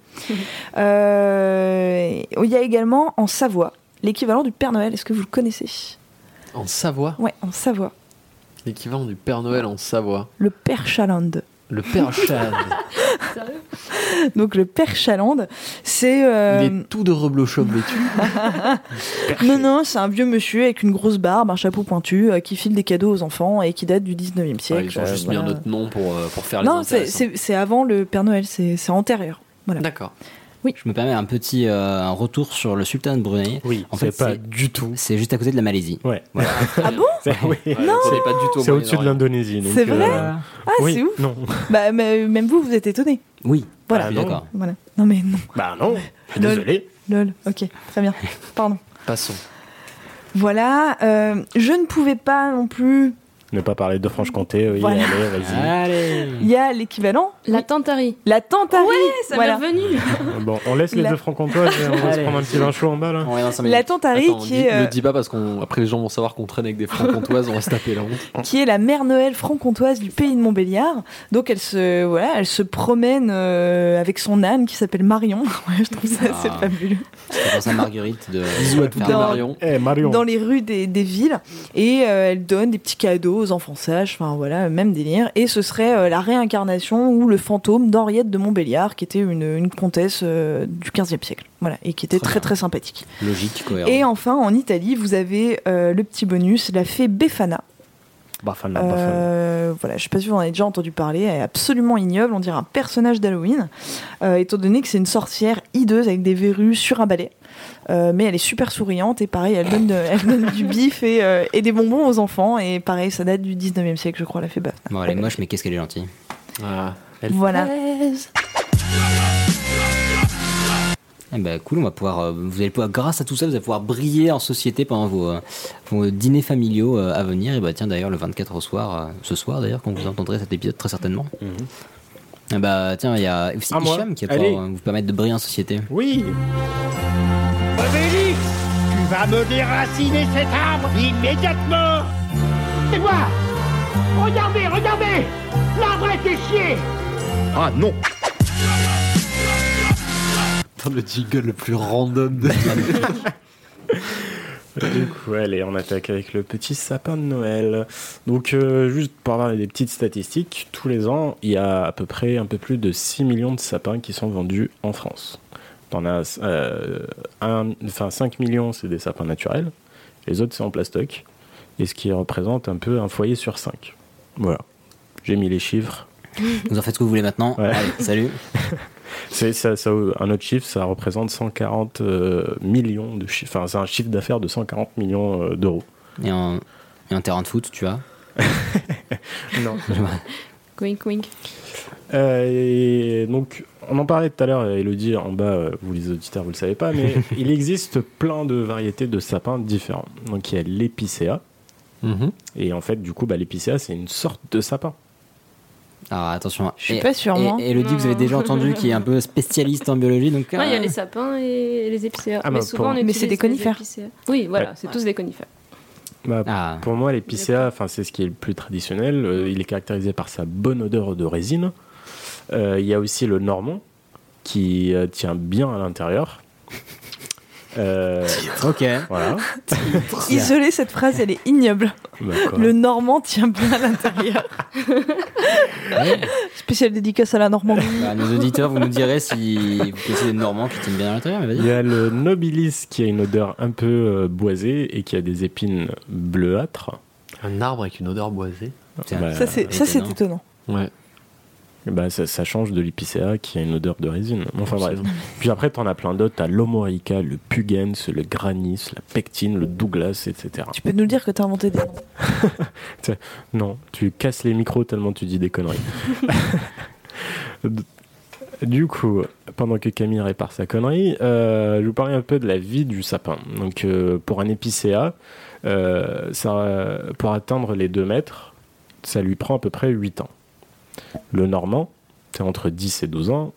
Speaker 3: Euh, il y a également en Savoie l'équivalent du Père Noël. Est-ce que vous le connaissez
Speaker 5: En Savoie
Speaker 3: Ouais, en Savoie.
Speaker 5: L'équivalent du Père Noël en Savoie.
Speaker 3: le Père Chalande.
Speaker 5: Le Père Chad.
Speaker 7: Sérieux
Speaker 3: Donc le Père Chalande, c'est... euh,
Speaker 5: Il est tout de reblochon vêtu.
Speaker 3: Non, non, c'est un vieux monsieur avec une grosse barbe, un chapeau pointu, euh, qui file des cadeaux aux enfants et qui date du 19e
Speaker 5: Ouais,
Speaker 3: siècle.
Speaker 5: ils ont
Speaker 3: euh,
Speaker 5: juste
Speaker 3: voilà.
Speaker 5: mis un autre nom pour, euh, pour faire les
Speaker 3: Non, c'est-
Speaker 5: intéressants.
Speaker 3: c'est c'est avant le Père Noël, c'est c'est antérieur. Voilà.
Speaker 5: D'accord.
Speaker 1: Je me permets un petit euh, un retour sur le sultan de Brunei.
Speaker 6: Oui,
Speaker 1: En fait,
Speaker 6: c'est pas
Speaker 1: c'est-
Speaker 6: du tout.
Speaker 1: C'est juste à côté de la Malaisie.
Speaker 6: Ouais.
Speaker 3: Ah bon
Speaker 6: C'est oui.
Speaker 5: non, c'est pas du tout. au
Speaker 6: C'est au-dessus de
Speaker 5: Moyen-Orient.
Speaker 6: l'Indonésie. donc,
Speaker 3: C'est vrai
Speaker 6: euh,
Speaker 3: Ah,
Speaker 6: oui,
Speaker 3: c'est ouf
Speaker 6: Non.
Speaker 3: Bah, mais- même vous, vous êtes étonné.
Speaker 1: Oui,
Speaker 3: Voilà.
Speaker 1: je suis
Speaker 6: Ah non.
Speaker 1: d'accord.
Speaker 3: Voilà. Non, mais non.
Speaker 6: Bah non.
Speaker 3: Lol.
Speaker 6: Désolé.
Speaker 3: Lol. Ok, très bien. Pardon.
Speaker 5: Passons.
Speaker 3: Voilà. euh, je ne pouvais pas non plus.
Speaker 6: Ne pas parler de Franche-Comté. Oui,
Speaker 3: Voilà. Ah.
Speaker 6: allez, vas-y.
Speaker 1: Allez
Speaker 3: Il y a l'équivalent,
Speaker 7: La Tantarie.
Speaker 3: la Tantarie.
Speaker 7: Ça
Speaker 3: Voilà.
Speaker 7: m'est revenu.
Speaker 6: Euh, Bon, on laisse les
Speaker 3: La-
Speaker 6: deux francs-comtois. et On va se
Speaker 1: Allez.
Speaker 6: prendre un petit vin chaud en bas là.
Speaker 1: On est dans cinq minutes.
Speaker 3: La Tantarie
Speaker 5: Attends,
Speaker 3: qui,
Speaker 5: dis-
Speaker 3: est, euh,
Speaker 5: Ne dis pas parce qu'après les gens vont savoir qu'on traîne avec des francs-comtoises, on va se taper la honte.
Speaker 3: qui est la mère Noël franc-comtoise du pays de Montbéliard. Donc elle se, voilà, elle se promène euh, avec son âne qui s'appelle Marion. Ouais, je trouve ça assez
Speaker 1: Ah.
Speaker 3: fabuleux.
Speaker 1: C'est dans un marguerite de.
Speaker 5: Bisous à toutes
Speaker 1: Faire
Speaker 5: les
Speaker 1: un-
Speaker 3: Dans-
Speaker 5: Marion.
Speaker 6: Eh, Marion.
Speaker 3: dans les rues des, des villes et euh, elle donne des petits cadeaux aux enfants sages, enfin voilà, même délire. Et ce serait euh, la réincarnation ou le fantôme d'Henriette de Montbéliard, qui était une, une comtesse euh, du 15e siècle, voilà, et qui était
Speaker 1: Très
Speaker 3: très
Speaker 1: bien.
Speaker 3: très sympathique.
Speaker 1: Logique, cohérent.
Speaker 3: Et enfin, en Italie, vous avez euh, le petit bonus, la fée Befana.
Speaker 6: Bafana, Bafana.
Speaker 3: Euh, voilà, je sais pas si vous en avez déjà entendu parler, elle est absolument ignoble, on dirait un personnage d'Halloween, euh, étant donné que c'est une sorcière hideuse avec des verrues sur un balai. Euh, mais elle est super souriante et pareil, elle donne, de- elle donne du bif et, euh, et des bonbons aux enfants. Et pareil, ça date du 19e siècle, je crois, la fée baf.
Speaker 1: Bon, elle est moche, mais qu'est-ce qu'elle est gentille.
Speaker 5: Ah, elle-
Speaker 3: Voilà.
Speaker 1: Eh ben, cool, on va pouvoir, euh, vous allez pouvoir, grâce à tout ça, vous allez pouvoir briller en société pendant vos, euh, vos dîners familiaux euh, à venir. Et bah tiens, d'ailleurs, le 24 au soir, euh, ce soir d'ailleurs, quand vous entendrez cet épisode, très certainement. Eh bah tiens, il y a c'est
Speaker 6: À Ah, moi.
Speaker 1: Hicham qui va
Speaker 6: Allez.
Speaker 1: pouvoir, euh, vous permettre de briller en société.
Speaker 6: Oui.
Speaker 4: Obélix, tu vas me déraciner cet arbre immédiatement C'est moi Regardez, regardez L'arbre a été scié
Speaker 6: Ah non.
Speaker 5: Putain, le jingle le plus random de
Speaker 6: Du coup, allez, on attaque avec le petit sapin de Noël. Donc, euh, juste pour avoir des petites statistiques, tous les ans, il y a à peu près un peu plus de 6 millions de sapins qui sont vendus en France. T'en as euh, un- enfin, 5 millions, c'est des sapins naturels. Les autres, c'est en plastoc. Et ce qui représente un peu un foyer sur 5. Voilà. J'ai mis les chiffres.
Speaker 1: Vous en faites ce que vous voulez maintenant.
Speaker 6: Ouais.
Speaker 1: Allez, salut.
Speaker 6: C'est ça, ça- un autre chiffre, ça représente 140 euh, millions de chiffres. Enfin, c'est un chiffre d'affaires de 140 millions euh, d'euros.
Speaker 1: Et en, et en terrain de foot, tu vois.
Speaker 6: Non.
Speaker 7: Wink wink.
Speaker 6: Euh, et donc, on en parlait tout à l'heure, Elodie, en bas, euh, vous les auditeurs, vous le savez pas, mais il existe plein de variétés de sapins différents. Donc, il y a l'épicéa,
Speaker 5: Mhm.
Speaker 6: et en fait, du coup, bah, l'épicéa, c'est une sorte de sapin.
Speaker 1: Alors attention.
Speaker 3: Je suis pas sûre, moi.
Speaker 1: Et, Elodie, vous avez déjà entendu qui est un peu spécialiste en biologie, donc.
Speaker 7: Ouais, il y a
Speaker 1: euh,
Speaker 7: les sapins et les épicéas.
Speaker 6: Ah,
Speaker 7: mais
Speaker 6: bah,
Speaker 7: souvent,
Speaker 6: pour-
Speaker 7: on
Speaker 6: Mais
Speaker 7: utilise
Speaker 3: c'est des
Speaker 7: les
Speaker 3: conifères.
Speaker 7: épicéas. Oui, voilà,
Speaker 6: Ouais.
Speaker 7: c'est tous des conifères.
Speaker 6: Bah,
Speaker 1: Ah.
Speaker 6: Pour moi, l'épicéa, enfin, c'est ce qui est le plus traditionnel. Euh, il est caractérisé par sa bonne odeur de résine. Euh, il y a aussi le normand, qui euh, tient bien à l'intérieur. Euh,
Speaker 1: Ok.
Speaker 6: voilà.
Speaker 3: Isolée, cette phrase, elle est ignoble.
Speaker 6: Bah, quoi.
Speaker 3: Le Normand tient bien à l'intérieur. Spéciale dédicace à la Normandie.
Speaker 1: Bah, nos auditeurs, vous nous direz si vous connaissez des Normands qui tiennent bien à l'intérieur, mais vas-y.
Speaker 6: Il y a le nobilis qui a une odeur un peu euh, boisée et qui a des épines bleuâtres.
Speaker 5: Un arbre avec une odeur boisée.
Speaker 1: Tiens,
Speaker 6: Bah,
Speaker 3: Ça, c'est ça, c'est
Speaker 1: Euh, étonnant.
Speaker 3: étonnant.
Speaker 5: Ouais.
Speaker 6: bah, ça, ça change de l'épicéa qui a une odeur de résine. Enfin bref.
Speaker 5: Absolument.
Speaker 6: Puis après, t'en as plein d'autres. T'as l'omorica, le pugens, le granis, la pectine, le douglas, etc.
Speaker 3: Tu peux nous dire que t'as inventé des noms.
Speaker 6: Non, tu casses les micros tellement tu dis des conneries. du coup, pendant que Camille répare sa connerie, euh, je vous parlais un peu de la vie du sapin. Donc, euh, pour un épicéa, euh, ça, euh, pour atteindre les 2 mètres, ça lui prend à peu près 8 ans. Le normand, c'est entre 10 et 12 ans.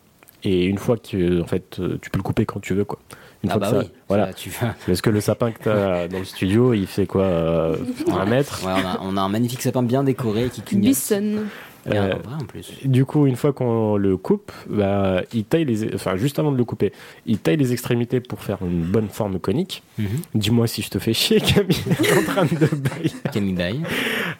Speaker 6: Et une fois que, en fait, euh, tu peux le couper quand tu veux, quoi. Une
Speaker 1: Ah
Speaker 6: fois
Speaker 1: bah
Speaker 6: que ça-
Speaker 1: oui.
Speaker 6: Voilà. Euh,
Speaker 1: Ça, tu vois. Ouais,
Speaker 6: Parce que le sapin que t'as dans le studio, il fait quoi euh, Un mètre
Speaker 1: on, a, on a un magnifique sapin bien décoré qui clignote.
Speaker 7: Bison.
Speaker 1: Et un
Speaker 6: Euh,
Speaker 1: vrai, en plus.
Speaker 6: Du coup, une fois qu'on le coupe, bah, il taille les, enfin juste avant de le couper, il taille les extrémités pour faire une bonne forme conique.
Speaker 1: Mhm.
Speaker 6: Dis-moi si je te fais chier, Camille, en train de bailler.
Speaker 1: Camille Bay.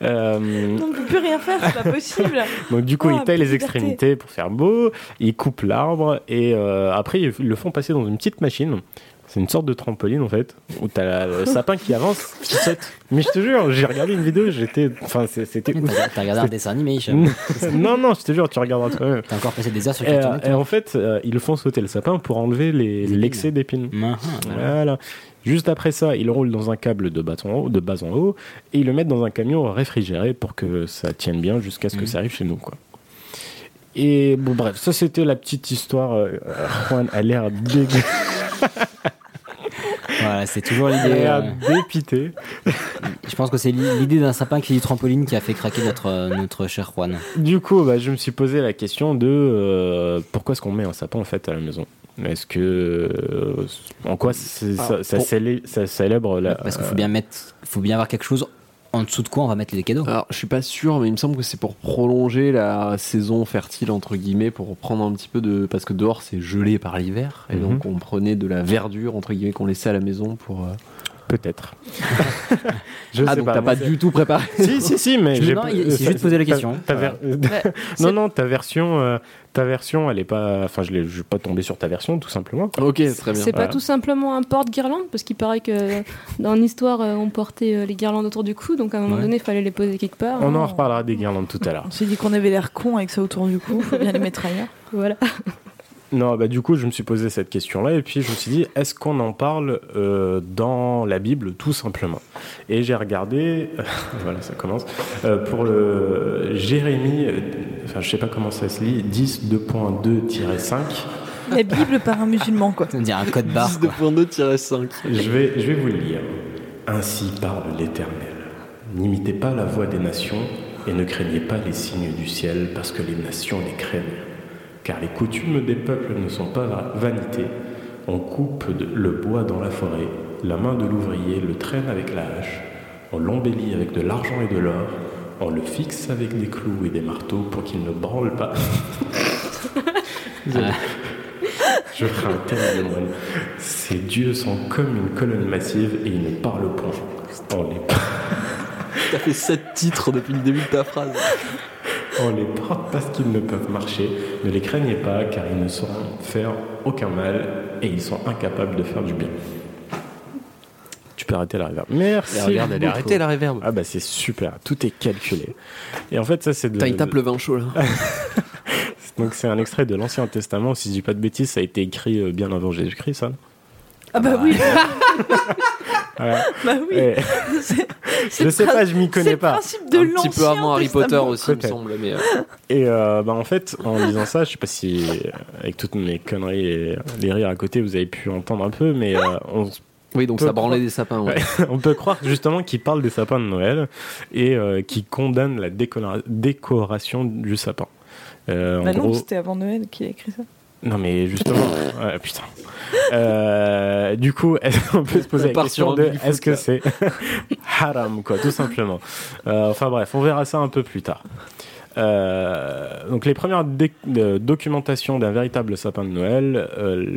Speaker 6: Euh,
Speaker 3: On ne peut plus rien faire, c'est pas possible.
Speaker 6: donc du coup,
Speaker 3: Ah,
Speaker 6: ils taillent les
Speaker 3: liberté.
Speaker 6: extrémités pour faire beau, ils coupent l'arbre et euh, après ils le font passer dans une petite machine. C'est une sorte de trampoline en fait, où t'as la- le sapin qui avance, qui saute. Mais je te jure, j'ai regardé une vidéo, j'étais, enfin c'est- c'était
Speaker 1: T'as
Speaker 6: ouf.
Speaker 1: t'as regardé un dessin animé, Hicham.
Speaker 6: non non, je te jure, tu regarderas toi-même.
Speaker 1: T'as encore passé des heures sur
Speaker 6: Mm. Et,
Speaker 1: Cartoon
Speaker 6: euh, et en fait, euh, ils le font sauter le sapin pour enlever les-
Speaker 1: Les
Speaker 6: l'excès d'épines.
Speaker 1: Network. Ah, ah, voilà.
Speaker 6: Voilà. Juste après ça, ils roulent dans un câble de, bâton en haut, de bas en haut et ils le mettent dans un camion réfrigéré pour que ça tienne bien jusqu'à ce que
Speaker 1: Mhm.
Speaker 6: ça arrive chez nous. Quoi. Et bon, bref, ça c'était la petite histoire. euh, euh, Juan a l'air dégue-
Speaker 1: Voilà, c'est toujours
Speaker 6: a
Speaker 1: l'idée.
Speaker 6: l'air
Speaker 1: euh,
Speaker 6: dépité.
Speaker 1: je pense que c'est l'i- l'idée d'un sapin qui fait du trampoline qui a fait craquer notre, euh, notre cher Juan.
Speaker 6: Du coup, bah, je me suis posé la question de euh, pourquoi est-ce qu'on met un sapin en fait à la maison Est-ce que. euh, en quoi c'est- ça, ça
Speaker 5: pour-
Speaker 6: célé- ça célèbre la.
Speaker 1: Parce qu'il faut bien mettre, faut bien avoir quelque chose en dessous de quoi on va mettre les cadeaux.
Speaker 6: Euh,
Speaker 5: Alors, je suis pas sûr, mais il me semble que c'est pour prolonger la saison fertile, entre guillemets, pour prendre un petit peu de. Parce que dehors, c'est gelé par l'hiver, et
Speaker 6: Mhm.
Speaker 5: donc on prenait de la verdure, entre guillemets, qu'on laissait à la maison pour. euh,
Speaker 6: Peut-être. je
Speaker 5: ah,
Speaker 6: sais
Speaker 5: donc
Speaker 6: pas.
Speaker 5: t'as pas du tout préparé.
Speaker 6: si, si, si, mais.
Speaker 1: Je me-
Speaker 6: j'ai
Speaker 1: non,
Speaker 6: pas- Euh,
Speaker 1: il- il s'est
Speaker 6: ta-
Speaker 1: juste posé la
Speaker 6: ta-
Speaker 1: question.
Speaker 6: ta ver- non,
Speaker 3: c'est-
Speaker 6: non, ta version, euh, ta version, elle est pas. Enfin, je l'ai- je suis pas tombé sur ta version, tout simplement. quoi.
Speaker 5: ok, très bien.
Speaker 7: C'est pas
Speaker 6: Voilà.
Speaker 7: tout simplement un porte-guirlande, parce qu'il paraît que dans l'histoire, euh, on portait euh, les guirlandes autour du cou, donc à un moment
Speaker 1: Ouais.
Speaker 7: donné, il fallait les poser quelque part.
Speaker 6: On en reparlera des guirlandes tout à l'heure.
Speaker 3: On s'est dit qu'on avait l'air con avec ça autour du cou, faut bien les mettre ailleurs.
Speaker 7: Voilà.
Speaker 6: Non, bah du coup, je me suis posé cette question-là et puis je me suis dit, est-ce qu'on en parle euh, dans la Bible tout simplement Et j'ai regardé, euh, voilà, ça commence, euh, pour le Jérémie, euh, enfin je sais pas comment ça se lit, 10, 2.2-5,
Speaker 3: La Bible par un musulman, quoi.
Speaker 1: On dirait un code barre. quoi.
Speaker 5: 2.2-5.
Speaker 6: je vais, je vais vous le lire. Ainsi parle l'Éternel. N'imitez pas la voix des nations et ne craignez pas les signes du ciel parce que les nations les craignent. Car les coutumes des peuples ne sont pas va- vanité. On coupe de- le bois dans la forêt, la main de l'ouvrier le traîne avec la hache, on l'embellit avec de l'argent et de l'or, on le fixe avec des clous et des marteaux pour qu'il ne branle pas. Désolé. Je ferai un thème de moine. Ces dieux sont comme une colonne massive et ils ne parlent point. On les
Speaker 5: T'as fait 7 titres depuis le début de ta phrase.
Speaker 6: On Oh, les porte parce qu'ils ne peuvent marcher. Ne les craignez pas, car ils ne sauront faire aucun mal et ils sont incapables de faire du bien. Tu peux arrêter la réverb. Merci.
Speaker 5: Ah, regarde, elle est
Speaker 6: beaucoup.
Speaker 5: arrêtée la réverb.
Speaker 6: Ah bah c'est super, tout est calculé. Et en fait ça c'est de...
Speaker 5: Putain, il tape le vin chaud là.
Speaker 6: Donc c'est un extrait de l'Ancien Testament, si je dis pas de bêtises, ça a été écrit euh, bien avant Jésus-Christ ça.
Speaker 3: Ah bah oui,
Speaker 6: Voilà.
Speaker 3: bah oui.
Speaker 6: Et-
Speaker 3: C'est- c'est
Speaker 6: je
Speaker 3: le
Speaker 6: sais
Speaker 3: prin-
Speaker 6: pas, je m'y
Speaker 3: c'est
Speaker 6: connais
Speaker 3: le
Speaker 6: pas.
Speaker 3: principe de
Speaker 5: un petit peu
Speaker 3: l'Ancien
Speaker 5: avant Harry
Speaker 3: Testament.
Speaker 5: Potter aussi, il me
Speaker 6: Peut-être.
Speaker 5: semble. Mais euh,
Speaker 6: Et euh, bah, en fait, en lisant ça, je sais pas si euh, avec toutes mes conneries et les rires à côté, vous avez pu entendre un peu, mais euh, on
Speaker 5: Oui, donc
Speaker 6: Peu
Speaker 5: ça branlait des sapins. ouais.
Speaker 6: On peut croire justement qu'il parle des sapins de Noël et euh, qu'il condamne la décola- décoration du sapin. Euh, en
Speaker 3: Bah non,
Speaker 6: gros-
Speaker 3: c'était avant Noël qu'il a écrit ça.
Speaker 6: non mais justement, ouais, putain. Euh, du coup, est-ce- on peut se poser
Speaker 5: On
Speaker 6: la
Speaker 5: part
Speaker 6: question
Speaker 5: sur un
Speaker 6: de
Speaker 5: Bigfoot,
Speaker 6: est-ce que
Speaker 5: là.
Speaker 6: c'est haram quoi, tout simplement. Euh, enfin bref, on verra ça un peu plus tard. Euh, donc les premières dé- euh, documentations d'un véritable sapin de Noël, euh,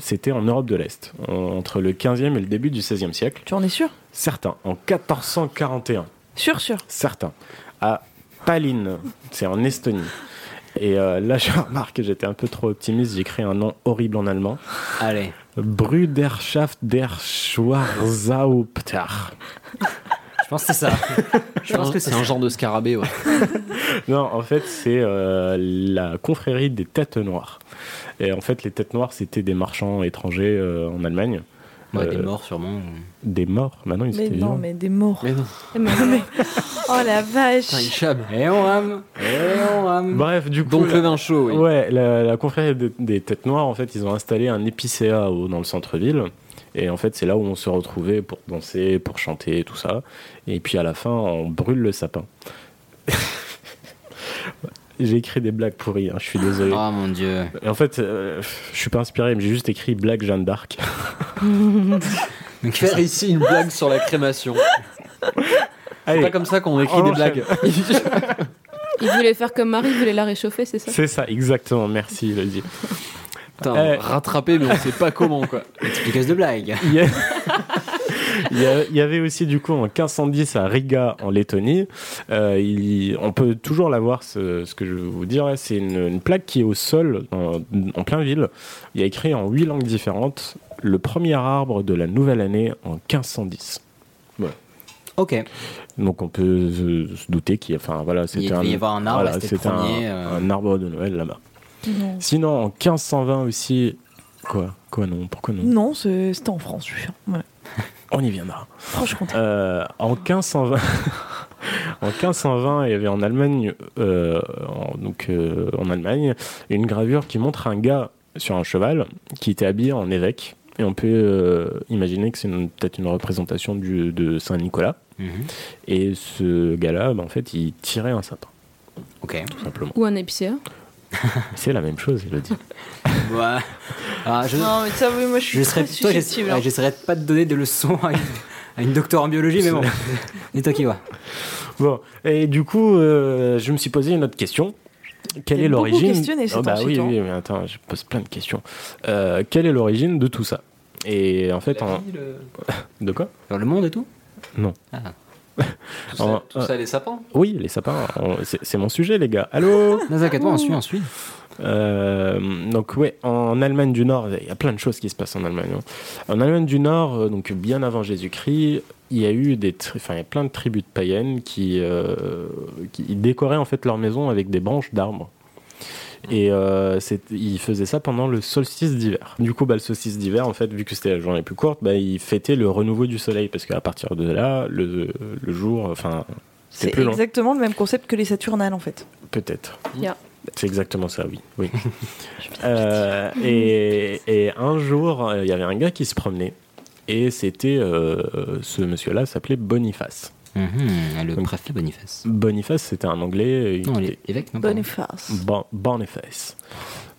Speaker 6: c'était en Europe de l'Est, en- entre le 15e et le début du 16e siècle.
Speaker 3: Tu en es sûr
Speaker 6: Certains, en 1441,
Speaker 3: Sûr, sûr.
Speaker 6: certains, à Tallinn, c'est en Estonie. Et euh, là, je remarque que j'étais un peu trop optimiste, j'ai écrit un nom horrible en allemand.
Speaker 1: Allez,
Speaker 6: Bruderschaft der Schwarzaupter.
Speaker 1: je pense que c'est ça. Je pense que c'est
Speaker 5: Hein, c'est un genre de scarabée. Ouais.
Speaker 6: Non, en fait, c'est euh, la confrérie des têtes noires. Et en fait, les têtes noires, c'était des marchands étrangers euh, en Allemagne.
Speaker 1: Ouais, des
Speaker 6: Euh,
Speaker 1: morts sûrement. ou-
Speaker 6: Des morts, maintenant ils
Speaker 3: Mais
Speaker 6: étaient
Speaker 3: non,
Speaker 6: vivants.
Speaker 3: mais des morts.
Speaker 5: Mais non,
Speaker 3: Oh la
Speaker 5: putain,
Speaker 10: Ah,
Speaker 5: il
Speaker 3: vache
Speaker 5: chame.
Speaker 1: Et on rame Et on rame
Speaker 6: Bref, du coup.
Speaker 5: Donc
Speaker 6: là-
Speaker 5: le vin chaud, oui.
Speaker 6: Ouais, la, la confrérie des, des Têtes Noires, en fait, ils ont installé un épicéa au- dans le centre-ville. Et en fait, c'est là où on se retrouvait pour danser, pour chanter, tout ça. Et puis à la fin, on brûle le sapin. j'ai écrit des blagues pourries, hein, je suis désolé.
Speaker 1: Oh mon dieu.
Speaker 5: Ah.
Speaker 6: Et en fait, euh, je suis pas inspiré, mais j'ai juste écrit blague Jeanne d'Arc.
Speaker 1: Donc,
Speaker 5: Faire ici une blague sur la crémation. C'est
Speaker 6: Allez,
Speaker 5: pas comme ça qu'on écrit
Speaker 6: on
Speaker 5: des
Speaker 6: enchaîne.
Speaker 5: blagues.
Speaker 7: Il voulait faire comme Marie, il voulait la réchauffer, c'est ça
Speaker 6: c'est ça, exactement, merci, il dit.
Speaker 5: Putain,
Speaker 6: Eh.
Speaker 5: rattrapé, mais on sait pas comment quoi.
Speaker 1: expliqueuse de blague.
Speaker 6: Il y, a- il y avait aussi du coup en 1510 à Riga en Lettonie. Euh, il- on peut toujours la voir, ce, ce que je vais vous dire. C'est une, une plaque qui est au sol en, en plein ville. Il y a écrit en huit langues différentes le premier arbre de la nouvelle année en 1510.
Speaker 1: Ok.
Speaker 6: Donc on peut euh, se douter qu'il y a- enfin voilà,
Speaker 1: Il
Speaker 6: c'était
Speaker 1: devait y avoir un arbre,
Speaker 6: voilà,
Speaker 1: c'était le
Speaker 6: c'était un-
Speaker 1: premier, euh.
Speaker 6: un arbre de Noël là-bas. Sinon en 1520 aussi quoi quoi non pourquoi non
Speaker 3: Non, c'est- c'était en France, je suis sûr. Ouais.
Speaker 6: On y viendra.
Speaker 3: Oh, je suis contente.
Speaker 6: Euh, en 1520, en 1520, il y avait en Allemagne, euh, en- donc euh, en Allemagne, une gravure qui montre un gars sur un cheval qui était habillé en évêque. Et on peut euh, imaginer que c'est une- peut-être une représentation du- de Saint Nicolas.
Speaker 1: Mhm.
Speaker 6: Et ce gars-là, bah, en fait, il tirait un sapin,
Speaker 1: Ok.
Speaker 6: tout simplement.
Speaker 7: Ou un épicéa.
Speaker 6: C'est la même chose, je le dis.
Speaker 1: Ouais. Ah, je,
Speaker 3: Non, mais ça, oui, moi, je suis
Speaker 1: je serais,
Speaker 3: très
Speaker 1: toi, j'essa-
Speaker 3: susceptible. hein.
Speaker 1: ouais, j'essaierais de pas de donner des leçons à une, à une docteure en biologie, mais bon. Et toi qui vois.
Speaker 6: Bon, et du coup, euh, je me suis posé une autre question. Quelle
Speaker 3: T'es
Speaker 6: est
Speaker 3: beaucoup
Speaker 6: l'origine
Speaker 3: questionné ces
Speaker 6: Ah bah
Speaker 3: temps-ci,
Speaker 6: oui,
Speaker 3: toi.
Speaker 6: oui, mais attends, je pose plein de questions. Euh, quelle est l'origine de tout ça Et en fait, en- de quoi
Speaker 1: Genre le monde et tout
Speaker 10: Tout
Speaker 6: Oh,
Speaker 10: ça, tout
Speaker 6: euh.
Speaker 10: ça, les sapins.
Speaker 6: Oui, les sapins. on- C'est c'est mon sujet, les gars. Allô
Speaker 1: Non, t'inquiète pas, on suit, on suit.
Speaker 6: Euh, donc ouais, en Allemagne du Nord, il y a plein de choses qui se passent en Allemagne. hein. En Allemagne du Nord, euh, donc bien avant Jésus-Christ, il y a eu des, tri- enfin il y a plein de tribus de païennes qui, euh, qui décoraient en fait leur maison avec des branches d'arbres. Et euh, c'est- ils faisaient ça pendant le solstice d'hiver. Du coup, bah, le solstice d'hiver, en fait, vu que c'était la journée plus courte, bah, ils fêtaient le renouveau du soleil parce qu'à partir de là, le, le jour, enfin c'est
Speaker 3: C'est
Speaker 6: plus long.
Speaker 3: exactement le même concept que les Saturnales, en fait.
Speaker 6: Peut-être.
Speaker 7: Yeah.
Speaker 6: C'est exactement ça, oui. oui. Euh, et, et un jour, euh, il y avait un gars qui se promenait. Et c'était. euh, ce monsieur-là s'appelait Boniface.
Speaker 1: Mhm, le
Speaker 6: Donc-
Speaker 1: préfet Boniface.
Speaker 6: Boniface, c'était un anglais. il
Speaker 1: Non,
Speaker 6: était-
Speaker 1: l'é- l'évêque, non pardon.
Speaker 3: Boniface.
Speaker 6: Bon- Boniface.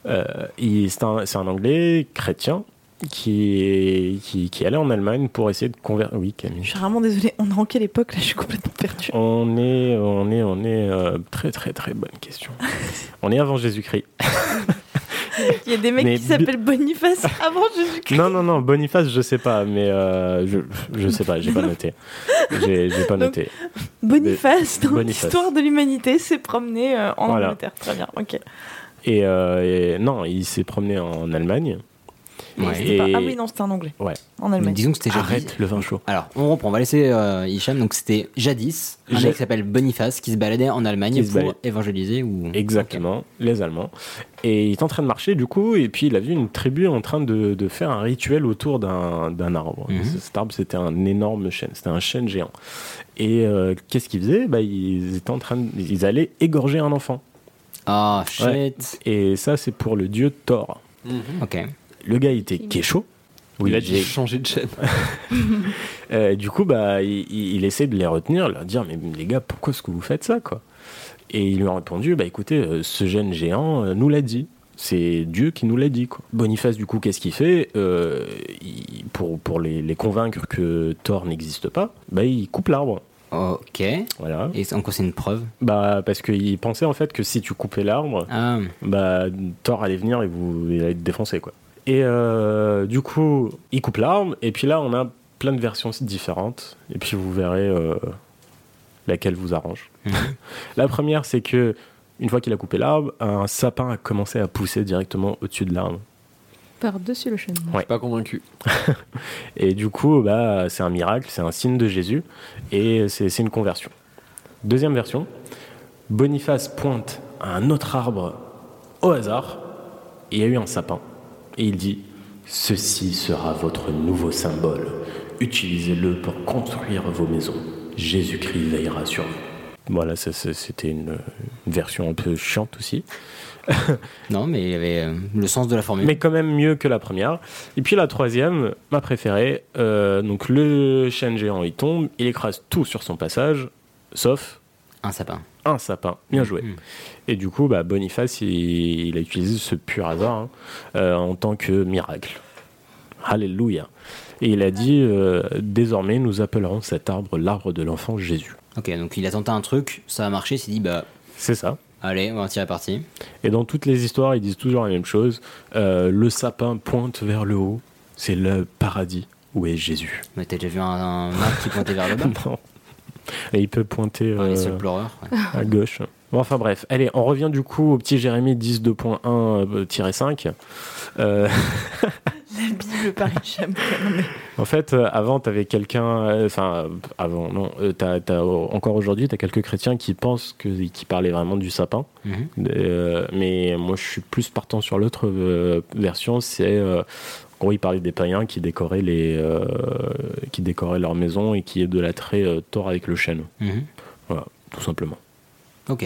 Speaker 6: Euh, il- c'est un, c'est un anglais chrétien qui, qui, qui allait en Allemagne pour essayer de convertir. Oui,
Speaker 3: Je
Speaker 6: Camille.
Speaker 3: suis vraiment désolée, on est en quelle époque là Je suis complètement perdue.
Speaker 6: On est, on est, on est. euh, très, très, très bonne question. on est avant Jésus-Christ.
Speaker 3: Il y a des mecs
Speaker 6: Mais
Speaker 3: qui
Speaker 6: bi-
Speaker 3: s'appellent Boniface avant Jésus-Christ.
Speaker 6: Non, non, non, Boniface, je sais pas, mais euh, je, je sais pas, j'ai pas noté. J'ai j'ai pas
Speaker 3: Donc,
Speaker 6: noté.
Speaker 3: Boniface, dans
Speaker 6: Boniface.
Speaker 3: l'histoire de l'humanité, s'est promené euh, en
Speaker 6: Voilà.
Speaker 3: Angleterre. Très bien, ok.
Speaker 6: Et, euh, et non, il s'est promené en Allemagne.
Speaker 1: Ouais.
Speaker 3: C'était pas-
Speaker 6: Et-
Speaker 3: Ah oui, non, c'était un anglais.
Speaker 6: Ouais.
Speaker 3: En
Speaker 1: Mais
Speaker 3: Allemagne.
Speaker 1: disons que c'était jadis.
Speaker 6: Arrête le vin chaud.
Speaker 1: Alors, on reprend, on va laisser euh, Hicham. Donc, c'était jadis un
Speaker 6: Ja-
Speaker 1: mec qui s'appelle Boniface qui se baladait en Allemagne
Speaker 6: Qui se
Speaker 1: pour
Speaker 6: balade-
Speaker 1: évangéliser ou.
Speaker 6: Exactement, les Allemands. Et il est en train de marcher, du coup, et puis il a vu une tribu en train de, de faire un rituel autour d'un d'un arbre.
Speaker 1: Mhm.
Speaker 6: C- Cet arbre, c'était un énorme chêne, c'était un chêne géant. Et euh, qu'est-ce qu'ils faisaient bah, ils, étaient en train de- ils allaient égorger un enfant.
Speaker 1: Ah, shit.
Speaker 6: Ouais. Et ça, c'est pour le dieu Thor.
Speaker 1: Ok.
Speaker 6: Le gars, il était kécho.
Speaker 10: il a
Speaker 6: j'ai-
Speaker 10: dû changer de chaîne.
Speaker 6: Euh, du coup, bah, il, il- il essaie de les retenir, leur dire Mais les gars, pourquoi est-ce que vous faites ça quoi Et ils lui ont répondu Bah écoutez, euh, ce jeune géant euh, nous l'a dit. C'est Dieu qui nous l'a dit. Quoi. Boniface, du coup, qu'est-ce qu'il fait Euh, il- Pour, pour les, les convaincre que Thor n'existe pas, bah, il coupe l'arbre.
Speaker 1: Ok. Et
Speaker 6: Voilà.
Speaker 1: c'est- encore, c'est une preuve.
Speaker 6: Bah, parce qu'il pensait en fait que si tu coupais l'arbre,
Speaker 1: Ah,
Speaker 6: bah, Thor allait venir et vous il allait te défoncer quoi. Et euh, du coup, il coupe l'arme et puis là on a plein de versions différentes et puis vous verrez euh, laquelle vous arrange.
Speaker 1: Mhm.
Speaker 6: La première c'est que une fois qu'il a coupé l'arbre, un sapin a commencé à pousser directement au-dessus de l'arbre.
Speaker 7: Par-dessus le chêne.
Speaker 6: Ouais.
Speaker 10: Pas convaincu.
Speaker 6: Et du coup, bah, c'est un miracle, c'est un signe de Jésus, et c'est c'est une conversion. Deuxième version, Boniface pointe à un autre arbre au hasard, et il y a eu un sapin, et il dit, Ceci sera votre nouveau symbole, utilisez-le pour construire vos maisons, Jésus-Christ veillera sur vous. Voilà, ça, ça, c'était une, une version un peu chiante aussi.
Speaker 1: non, mais il y avait euh, le sens de la formule.
Speaker 6: mais quand même mieux que la première. Et puis la troisième, ma préférée, euh, donc le chêne géant il tombe, il écrase tout sur son passage, sauf
Speaker 1: Un sapin.
Speaker 6: un sapin, bien joué.
Speaker 1: Mhm.
Speaker 6: Et du coup, bah, Boniface, il, il a utilisé ce pur hasard hein, euh, en tant que miracle. Alléluia. Et il a dit, euh, désormais nous appellerons cet arbre l'arbre de l'enfant Jésus.
Speaker 1: Ok, donc il a tenté un truc, ça a marché, il s'est dit, bah,
Speaker 6: C'est ça.
Speaker 1: allez, on va en tirer parti.
Speaker 6: Et dans toutes les histoires, ils disent toujours la même chose. Euh, le sapin pointe vers le haut, c'est le paradis. Où est Jésus
Speaker 1: Mais t'as déjà vu un, un arbre qui pointait vers le bas
Speaker 6: Non. Et il peut pointer
Speaker 1: Enfin, Les
Speaker 6: euh,
Speaker 1: seuls pleureurs. ouais.
Speaker 6: à gauche. Bon, enfin bref, allez, on revient du coup au petit Jérémy 10.2.1-5. Euh,
Speaker 3: La Bible par Hicham.
Speaker 6: en fait, euh, avant, t'avais quelqu'un, euh, enfin, euh, avant, non, euh, t'as- t'as- encore aujourd'hui, t'as quelques chrétiens qui pensent que, qui parlaient vraiment du sapin.
Speaker 1: Mhm.
Speaker 6: Euh, mais moi, je suis plus partant sur l'autre euh, version. C'est euh, en gros, il parlait des païens qui décoraient les, euh, qui décoraient leur maison et qui idolâtraient euh, Thor avec le chêne.
Speaker 1: Mhm.
Speaker 6: Voilà, tout simplement.
Speaker 1: Ok.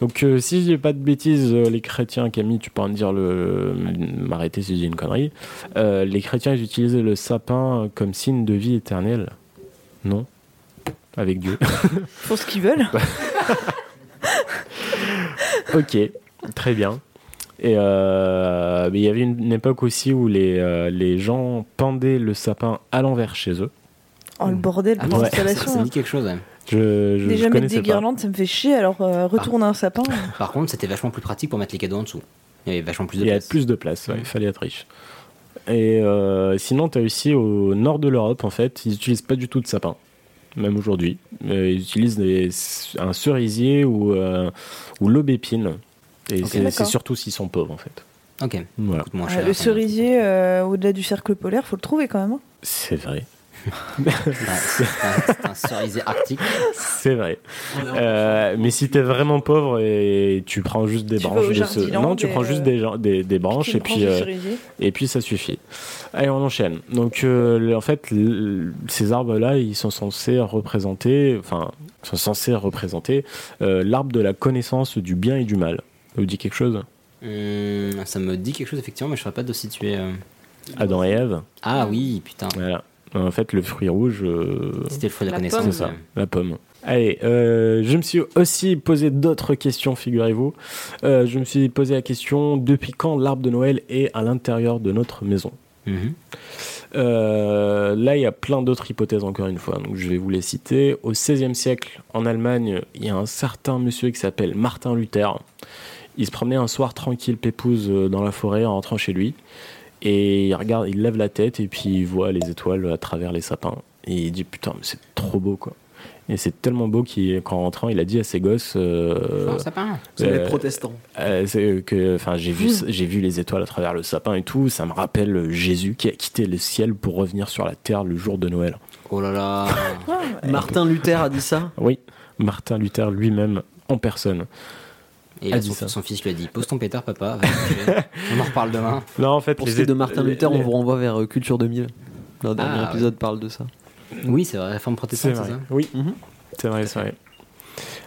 Speaker 6: Donc, euh, si j'ai pas de bêtises, euh, les chrétiens, Camille, tu pourras me dire le, m'arrêter si j'ai une connerie. Euh, les chrétiens, ils utilisaient le sapin comme signe de vie éternelle. Non. Avec Dieu.
Speaker 3: Ils font ce qu'ils veulent.
Speaker 6: Ok, très bien. Et euh, mais il y avait une, une époque aussi où les, euh, les gens pendaient le sapin à l'envers chez eux.
Speaker 3: Oh le bordel,
Speaker 1: Ah,
Speaker 3: putain,
Speaker 1: ouais. ça,
Speaker 3: l'installation,
Speaker 1: ça me
Speaker 3: hein.
Speaker 1: dit quelque chose. ouais.
Speaker 6: Je, je, je
Speaker 3: Déjà mettre
Speaker 6: connaissais
Speaker 3: des
Speaker 6: pas. Ah.
Speaker 3: guirlandes, ça me fait chier, alors euh, retourne un sapin.
Speaker 1: Par contre, c'était vachement plus pratique pour mettre les cadeaux en dessous. Il y avait vachement plus de
Speaker 6: Il y a
Speaker 1: place.
Speaker 6: plus de place, ouais, il fallait être riche. Et euh, sinon, tu as aussi au nord de l'Europe, en fait, ils n'utilisent pas du tout de sapin, même aujourd'hui. Euh, ils utilisent des- un cerisier ou, euh, ou l'aubépine. Et
Speaker 1: Ok.
Speaker 6: c'est- c'est
Speaker 3: D'accord.
Speaker 6: surtout s'ils sont pauvres, en fait.
Speaker 1: Ok.
Speaker 6: Voilà.
Speaker 1: Coûte moins
Speaker 3: Ouais,
Speaker 1: cher.
Speaker 3: Ah, le
Speaker 1: ça.
Speaker 3: cerisier euh, au-delà du cercle polaire, faut le trouver quand même. hein.
Speaker 6: C'est vrai.
Speaker 1: Ouais, c'est un, c'est un cerisier arctique.
Speaker 6: C'est vrai. Euh, mais si t'es vraiment pauvre et tu prends juste des
Speaker 3: Tu vas
Speaker 6: branches
Speaker 3: au
Speaker 6: de ce...
Speaker 3: Jardiland
Speaker 6: Non, tu
Speaker 3: et,
Speaker 6: prends juste
Speaker 3: euh,
Speaker 6: des, gens- des, des branches
Speaker 3: Piquer
Speaker 6: et
Speaker 3: une branche
Speaker 6: puis,
Speaker 3: de
Speaker 6: euh,
Speaker 3: cerisier.
Speaker 6: et puis ça suffit. Allez, on enchaîne. Donc, euh, le- en fait, le- ces arbres-là, ils sont censés représenter, enfin, ils sont censés représenter euh, l'arbre de la connaissance du bien et du mal. Ça vous dit quelque chose
Speaker 1: Hum, ça me dit quelque chose, effectivement, mais je ne saurais pas de situer. euh.
Speaker 6: Adam et Ève.
Speaker 1: Ah oui, putain.
Speaker 6: Voilà. En fait, le fruit rouge. euh,
Speaker 1: C'était le fruit de la,
Speaker 7: La
Speaker 1: connaissance.
Speaker 7: pomme.
Speaker 6: C'est ça,
Speaker 1: ouais.
Speaker 6: la pomme. Allez, euh, je me suis aussi posé d'autres questions, figurez-vous. Euh, je me suis posé la question depuis quand l'arbre de Noël est à l'intérieur de notre maison
Speaker 1: Mhm.
Speaker 6: Euh, Là, il y a plein d'autres hypothèses, encore une fois, donc je vais vous les citer. Au XVIe siècle, en Allemagne, il y a un certain monsieur qui s'appelle Martin Luther. Il se promenait un soir tranquille, pépouze, euh, dans la forêt en rentrant chez lui. Et il regarde, il lève la tête et puis il voit les étoiles à travers les sapins. Et il dit Putain, mais c'est trop beau quoi. Et c'est tellement beau qu'il- qu'en rentrant, il a dit à ses gosses euh,
Speaker 1: Oh, sapin.
Speaker 10: C'est les
Speaker 6: Euh,
Speaker 10: protestants.
Speaker 6: euh, c'est que, enfin, j'ai vu, j'ai vu les étoiles à travers le sapin et tout. Ça me rappelle euh, Jésus qui a quitté le ciel pour revenir sur la terre le jour de Noël.
Speaker 1: Oh là là.
Speaker 10: Martin Luther a dit ça.
Speaker 6: Oui, Martin Luther lui-même en personne.
Speaker 1: Et
Speaker 6: A
Speaker 1: là,
Speaker 6: dit
Speaker 1: son,
Speaker 6: ça.
Speaker 1: son fils lui a dit Pose ton pétard, papa. va te coucher. On en reparle demain.
Speaker 6: Non, en fait,
Speaker 10: Pour
Speaker 6: les
Speaker 10: ce qui est de
Speaker 6: étoiles-
Speaker 10: Martin Luther,
Speaker 6: les-
Speaker 10: on vous renvoie vers euh, Culture 2000. Leur dernier
Speaker 1: Ah, ouais.
Speaker 10: épisode parle de ça.
Speaker 1: Oui, c'est vrai, la forme protestante, c'est
Speaker 6: vrai.
Speaker 1: ça
Speaker 6: Oui,
Speaker 10: Mhm.
Speaker 6: c'est vrai, c'est vrai.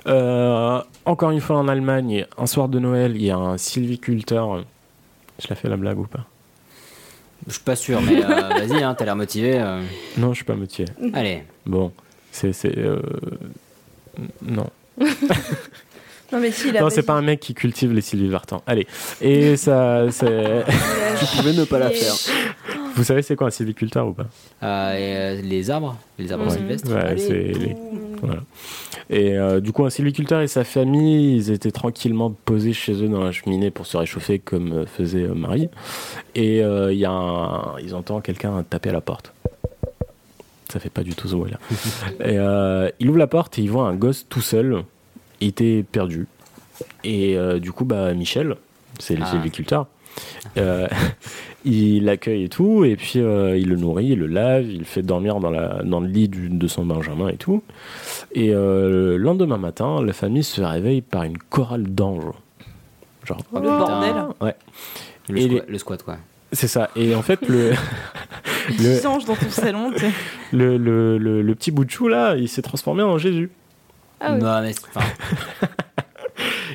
Speaker 6: Euh, encore une fois en Allemagne, un soir de Noël, il y a un sylviculteur. Je la fais la blague ou pas
Speaker 1: Je suis pas sûr, mais euh, vas-y, hein, t'as l'air motivé. euh.
Speaker 6: Non, je suis pas motivé.
Speaker 1: Allez.
Speaker 6: Bon, c'est. c'est, euh, Non.
Speaker 3: Non mais si, il a
Speaker 6: non, c'est pas un mec qui cultive les sylvivertins. Allez. Et ça. c'est-
Speaker 10: Tu pouvais ne pas la faire.
Speaker 6: Vous savez, c'est quoi un sylviculteur ou pas
Speaker 1: Euh, et, euh, les arbres Les arbres
Speaker 7: Mhm.
Speaker 1: sylvestres
Speaker 6: Ouais,
Speaker 1: Allez.
Speaker 6: c'est les- voilà. Et euh, du coup, un sylviculteur et sa famille, ils étaient tranquillement posés chez eux dans la cheminée pour se réchauffer comme euh, faisait euh, Marie. Et euh, il y a un- ils entendent quelqu'un taper à la porte. Ça fait pas du tout ce bruit-là. et euh, il ouvre la porte et il voit un gosse tout seul. Il était perdu. Et euh, du coup, bah, Michel, c'est le
Speaker 1: Ah.
Speaker 6: sylviculteur, euh, il l'accueille et tout, et puis euh, il le nourrit, il le lave, il le fait dormir dans, la, dans le lit du- de son Benjamin et tout. Et euh, le lendemain matin, la famille se réveille par une chorale d'anges. Genre, ah,
Speaker 1: Oh,
Speaker 3: Le
Speaker 1: putain.
Speaker 3: bordel.
Speaker 6: ouais,
Speaker 1: Le,
Speaker 6: Et
Speaker 1: squa-
Speaker 6: les-
Speaker 1: le squat, quoi.
Speaker 6: c'est ça. Et en fait, le, le,
Speaker 3: 10 anges dans ton salon. t'es-
Speaker 6: le, le- le- le petit bout de chou là, il s'est transformé en Jésus.
Speaker 7: Ah oui.
Speaker 1: Non, mais c'est- enfin,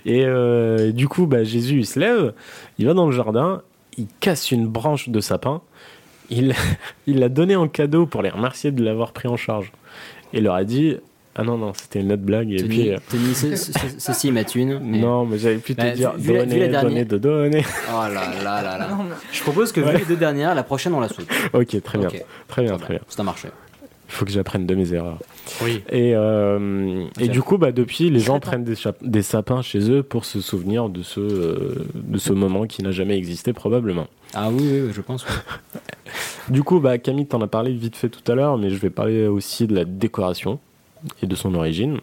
Speaker 6: Et euh, du coup, bah, Jésus, il se lève, il va dans le jardin, il casse une branche de sapin, il il l'a donné en cadeau pour les remercier de l'avoir pris en charge. Et il leur a dit Ah non, non, c'était une autre blague. Et puis,
Speaker 1: Tony,
Speaker 6: euh,
Speaker 1: Tony, ce- ce- ce- ceci est ma thune. Et-
Speaker 6: non, mais j'avais pu te
Speaker 1: Eh. Bah,
Speaker 6: dire
Speaker 1: vu la- vu la
Speaker 6: Donnez, donnez,
Speaker 1: dernière-
Speaker 6: de donner.
Speaker 1: Oh là là là là.
Speaker 3: Non, mais-
Speaker 1: Je propose que vu les deux dernières, la prochaine on la saute.
Speaker 6: ok, très bien,
Speaker 1: Ok.
Speaker 6: très bien, très bien.
Speaker 1: C'est un marché.
Speaker 6: Il faut que j'apprenne de mes erreurs.
Speaker 1: Oui.
Speaker 6: Et, euh, et
Speaker 1: Ok.
Speaker 6: du coup, bah, depuis, les gens prennent des, chap- des sapins chez eux pour se souvenir de ce, euh, de ce moment qui n'a jamais existé probablement.
Speaker 1: Ah oui, oui, oui, je pense. ouais.
Speaker 6: Du coup, bah, Camille, t'en as parlé vite fait tout à l'heure, mais je vais parler aussi de la décoration et de son origine.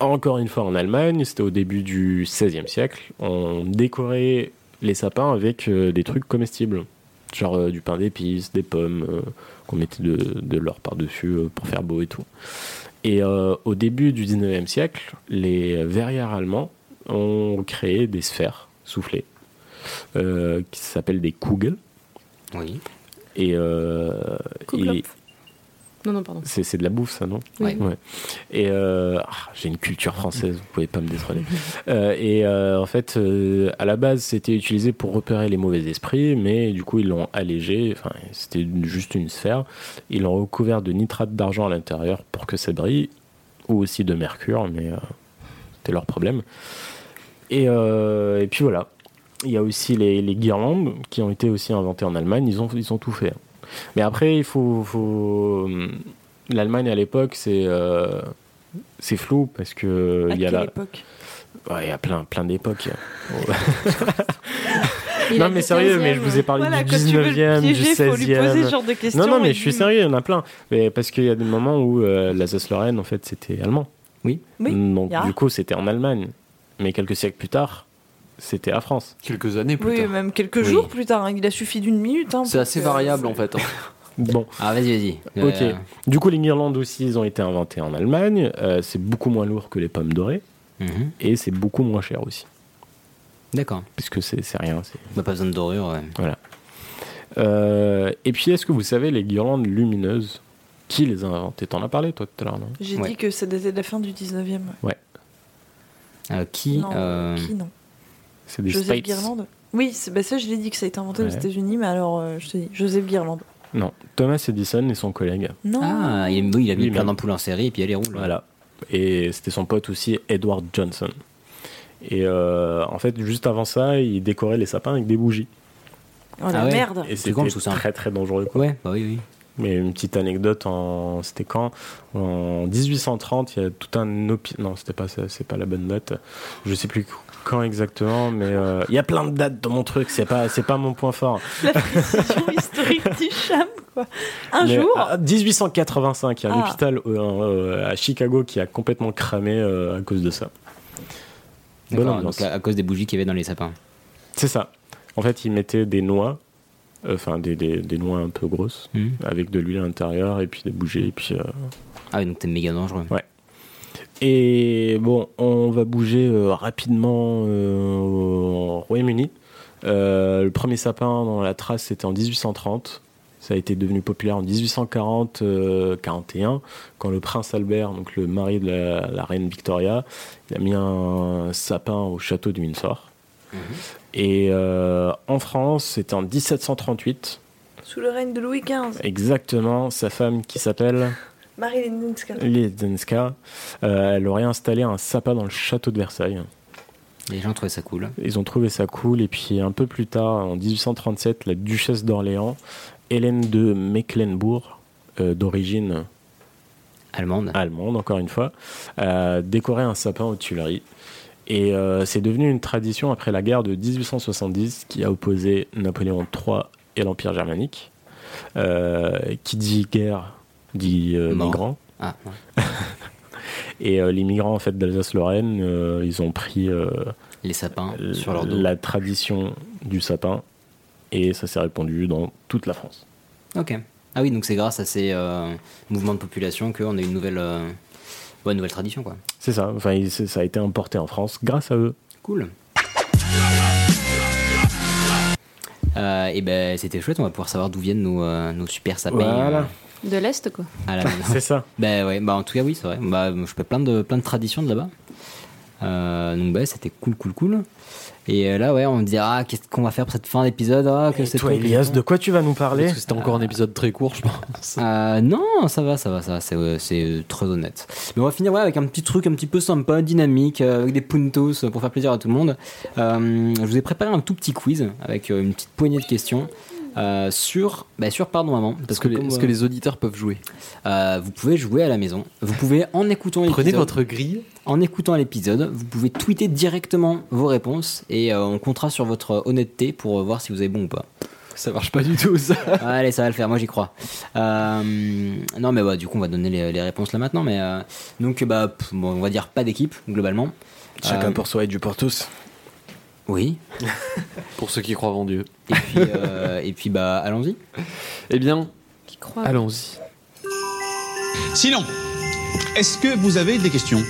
Speaker 6: Encore une fois en Allemagne, c'était au début du XVIe siècle, on décorait les sapins avec euh, des trucs comestibles, genre euh, du pain d'épices, des pommes, euh, qu'on mettait de, de l'or par-dessus euh, pour faire beau et tout. Et euh, au début du 19e siècle, les verrières allemands ont créé des sphères soufflées euh, qui s'appellent des Kugel.
Speaker 1: Oui.
Speaker 6: Et, euh,
Speaker 7: Kugelhopf.
Speaker 6: et-
Speaker 7: Non, non, pardon.
Speaker 6: c'est c'est de la bouffe, ça, non
Speaker 7: Oui.
Speaker 6: Ouais. Et euh, ah, j'ai une culture française, vous pouvez pas me détrôner. Euh, et euh, en fait, euh, à la base, c'était utilisé pour repérer les mauvais esprits, mais du coup, ils l'ont allégé. Enfin, c'était une- juste une sphère. Ils l'ont recouvert de nitrate d'argent à l'intérieur pour que ça brille, ou aussi de mercure, mais euh, c'était leur problème. Et, euh, et puis voilà. Il y a aussi les, les guirlandes qui ont été aussi inventées en Allemagne. Ils ont, ils ont tout fait. hein. Mais après, il faut- faut euh, L'Allemagne à l'époque, c'est euh, c'est flou parce que
Speaker 3: À
Speaker 6: il y a
Speaker 3: quelle
Speaker 6: la-
Speaker 3: époque
Speaker 6: Ouais, il y a plein plein d'époques.
Speaker 7: Il a
Speaker 6: non
Speaker 7: dit
Speaker 6: mais sérieux, mais je vous ai
Speaker 7: 15e.
Speaker 6: parlé
Speaker 3: Voilà,
Speaker 6: du
Speaker 3: quand tu veux le
Speaker 6: 19e, du
Speaker 3: piéger, faut lui poser
Speaker 6: 16e.
Speaker 3: ce genre de questions.
Speaker 6: Non non, mais
Speaker 3: et
Speaker 6: je suis
Speaker 3: lui-
Speaker 6: sérieux, il y en a plein. Mais parce qu'il y a des moments où euh, l'Alsace-Lorraine en fait, c'était allemand.
Speaker 1: Oui.
Speaker 3: Oui,
Speaker 6: Donc
Speaker 3: ya.
Speaker 6: du coup, c'était en Allemagne. Mais quelques siècles plus tard, c'était à France.
Speaker 10: Quelques années plus
Speaker 3: Oui,
Speaker 10: tard.
Speaker 3: même quelques
Speaker 6: Oui.
Speaker 3: jours plus tard. hein. Il a suffi d'une minute. hein,
Speaker 10: C'est
Speaker 3: pour
Speaker 10: assez
Speaker 3: que-
Speaker 10: variable en fait. hein.
Speaker 6: Bon,
Speaker 1: Ah, vas-y, vas-y.
Speaker 6: Ok. du coup, les guirlandes aussi, ils ont été inventés en Allemagne. Euh, c'est beaucoup moins lourd que les pommes dorées
Speaker 1: Mhm.
Speaker 6: et c'est beaucoup moins cher aussi,
Speaker 1: D'accord.
Speaker 6: puisque c'est c'est rien. c'est-
Speaker 1: Bah, pas besoin de dorure. ouais.
Speaker 6: Euh, et puis, est-ce que vous savez les guirlandes lumineuses Qui les a inventées T'en as parlé, toi, tout à l'heure, non
Speaker 3: J'ai
Speaker 1: Ouais.
Speaker 3: dit que ça datait de la fin du 19e.
Speaker 1: Euh, qui
Speaker 3: non,
Speaker 1: euh,
Speaker 3: qui non
Speaker 6: C'est Hmm. des
Speaker 3: Joseph
Speaker 6: spikes.
Speaker 3: Guirlande Oui, c'est- bah ça je l'ai dit que ça a été inventé aux
Speaker 6: Ouais.
Speaker 3: États-Unis, mais alors euh, je te dis, Joseph Guirlande.
Speaker 6: Non, Thomas Edison et son collègue.
Speaker 3: Non
Speaker 1: Ah, il, oui, il a mis
Speaker 6: Lui-même.
Speaker 1: plein d'ampoules en série et puis elle les roule.
Speaker 6: Voilà. Et c'était son pote aussi, Edward Johnson. Et euh, en fait, juste avant ça, il décorait les sapins avec des bougies.
Speaker 3: Oh la
Speaker 1: Ah ouais.
Speaker 3: merde
Speaker 6: Et
Speaker 1: con,
Speaker 6: c'était
Speaker 1: tout ça.
Speaker 6: très très dangereux. quoi.
Speaker 1: Ouais, bah oui, oui.
Speaker 6: Mais une petite anecdote, en... c'était quand En 1830, il y a tout un... opi- Non, c'était pas ça, c'est pas la bonne date. Je sais plus quand exactement, mais euh, il y a plein de dates dans mon truc, c'est pas, c'est pas mon point fort.
Speaker 3: La précision historique du cham, quoi. Un
Speaker 6: Mais,
Speaker 3: jour
Speaker 6: ah, 1885, il y a un
Speaker 3: Ah.
Speaker 6: hôpital euh, euh, à Chicago qui a complètement cramé euh, à cause de ça. Bonne
Speaker 1: D'accord,
Speaker 6: ambiance.
Speaker 1: donc à, à cause des bougies qu'il y avait dans les sapins.
Speaker 6: C'est ça. En fait, ils mettaient des noix, euh, enfin des, des, des noix un peu grosses,
Speaker 1: Mhm.
Speaker 6: avec de l'huile à l'intérieur et puis des bougies. Et, puis, euh,
Speaker 1: Ah, ouais, donc t'es méga dangereux.
Speaker 6: et bon, on va bouger euh, rapidement euh, au Royaume-Uni. Euh, le premier sapin dans la trace, c'était en 1830. Ça a été devenu populaire en 1840-41, quand le prince Albert, donc le mari de la, la reine Victoria, il a mis un sapin au château de Windsor. Et euh, en France, c'était en 1738,
Speaker 3: sous le règne de Louis XV,
Speaker 6: exactement, sa femme qui s'appelle
Speaker 3: Marie-Hélène Nitzka.
Speaker 6: Liedzenska, euh, elle aurait installé un sapin dans le château de Versailles.
Speaker 1: Les gens trouvaient ça cool.
Speaker 6: Ils ont trouvé ça cool. Et puis un peu plus tard, en 1837, la duchesse d'Orléans, Hélène de Mecklenburg, euh, d'origine
Speaker 1: Allemande.
Speaker 6: allemande encore une fois, a décoré un sapin aux Tuileries. Et euh, c'est devenu une tradition après la guerre de 1870 qui a opposé Napoléon III et l'Empire germanique. Euh, qui dit guerre dit euh,
Speaker 1: Mort.
Speaker 6: migrants.
Speaker 1: Ah, ouais.
Speaker 6: Et euh, les migrants en fait d'Alsace-Lorraine, euh, ils ont pris euh,
Speaker 1: les sapins
Speaker 6: l-
Speaker 1: sur leur dos.
Speaker 6: Euh, la tradition du sapin et ça s'est répandu dans toute la France.
Speaker 1: Ok. Ah oui, donc c'est grâce à ces euh, mouvements de population qu'on a une nouvelle, euh, ouais, nouvelle tradition, quoi.
Speaker 6: C'est ça. Enfin, il- c'est- ça a été importé en France grâce à eux.
Speaker 1: Cool. et ben c'était chouette, on va pouvoir savoir d'où viennent nos, euh, nos super sapins.
Speaker 6: Voilà.
Speaker 1: euh,
Speaker 7: De l'Est, quoi.
Speaker 1: à la maison.
Speaker 6: C'est ça.
Speaker 1: Ben ouais, bah en tout cas oui, c'est vrai. Bah, je fais plein de, plein de traditions de là-bas. Euh, donc bah c'était cool, cool, cool. Et euh, là ouais, on me dira ah, qu'est-ce qu'on va faire pour cette fin d'épisode ah, que
Speaker 6: Et
Speaker 1: c'est
Speaker 6: toi,
Speaker 1: trop-
Speaker 6: Elias, de quoi tu vas nous parler
Speaker 10: Parce que c'était encore un épisode très court, je pense.
Speaker 1: Euh, non, ça va, ça va, ça va, c'est euh, c'est, euh, très honnête. Mais on va finir ouais, avec un petit truc un petit peu sympa, dynamique, euh, avec des puntos euh, pour faire plaisir à tout le monde. Euh, je vous ai préparé un tout petit quiz avec euh, une petite poignée de questions euh, sur, bah, sur Pardon Maman. Parce
Speaker 10: Est-ce que, les,
Speaker 1: comme,
Speaker 10: est-ce
Speaker 1: euh,
Speaker 10: que les auditeurs peuvent jouer
Speaker 1: euh, vous pouvez jouer à la maison, vous pouvez en écoutant
Speaker 10: Prenez
Speaker 1: l'épisode-
Speaker 10: votre grille.
Speaker 1: en écoutant l'épisode, vous pouvez tweeter directement vos réponses et euh, on comptera sur votre honnêteté pour euh, voir si vous avez bon ou pas.
Speaker 5: Ça marche pas du tout, ça.
Speaker 1: Allez, ça va le faire, moi j'y crois. Euh, non, mais bah, du coup, on va donner les, les réponses là maintenant. Mais euh, donc, bah, pff, bon, on va dire pas d'équipe globalement.
Speaker 6: Chacun
Speaker 1: Euh,
Speaker 6: pour soi et du pour tous.
Speaker 1: Oui.
Speaker 5: Pour ceux qui croient en Dieu.
Speaker 1: Et puis, euh, et puis bah, allons-y.
Speaker 5: Eh bien,
Speaker 7: Qui croit
Speaker 5: allons-y.
Speaker 11: Sinon, est-ce que vous avez des questions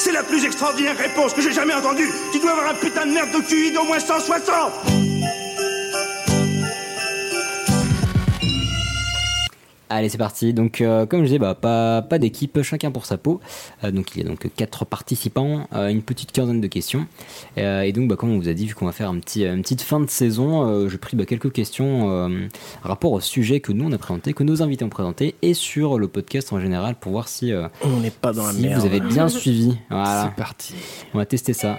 Speaker 4: C'est la plus extraordinaire réponse que j'ai jamais entendue. Tu dois avoir un putain de merde de QI d'au moins 160.
Speaker 1: Allez, c'est parti. Donc, euh, comme je disais, bah, pas, pas d'équipe, chacun pour sa peau. Euh, donc, il y a donc quatre participants, euh, une petite quinzaine de questions. Euh, et donc, bah, comme on vous a dit, vu qu'on va faire un petit, une petite fin de saison, euh, j'ai pris bah, quelques questions euh, rapport au sujet que nous on a présenté, que nos invités ont présenté, et sur le podcast en général pour voir si, euh,
Speaker 6: On n'est pas dans la
Speaker 1: si
Speaker 6: merde.
Speaker 1: vous avez bien suivi. Voilà.
Speaker 5: C'est parti.
Speaker 1: On va tester ça.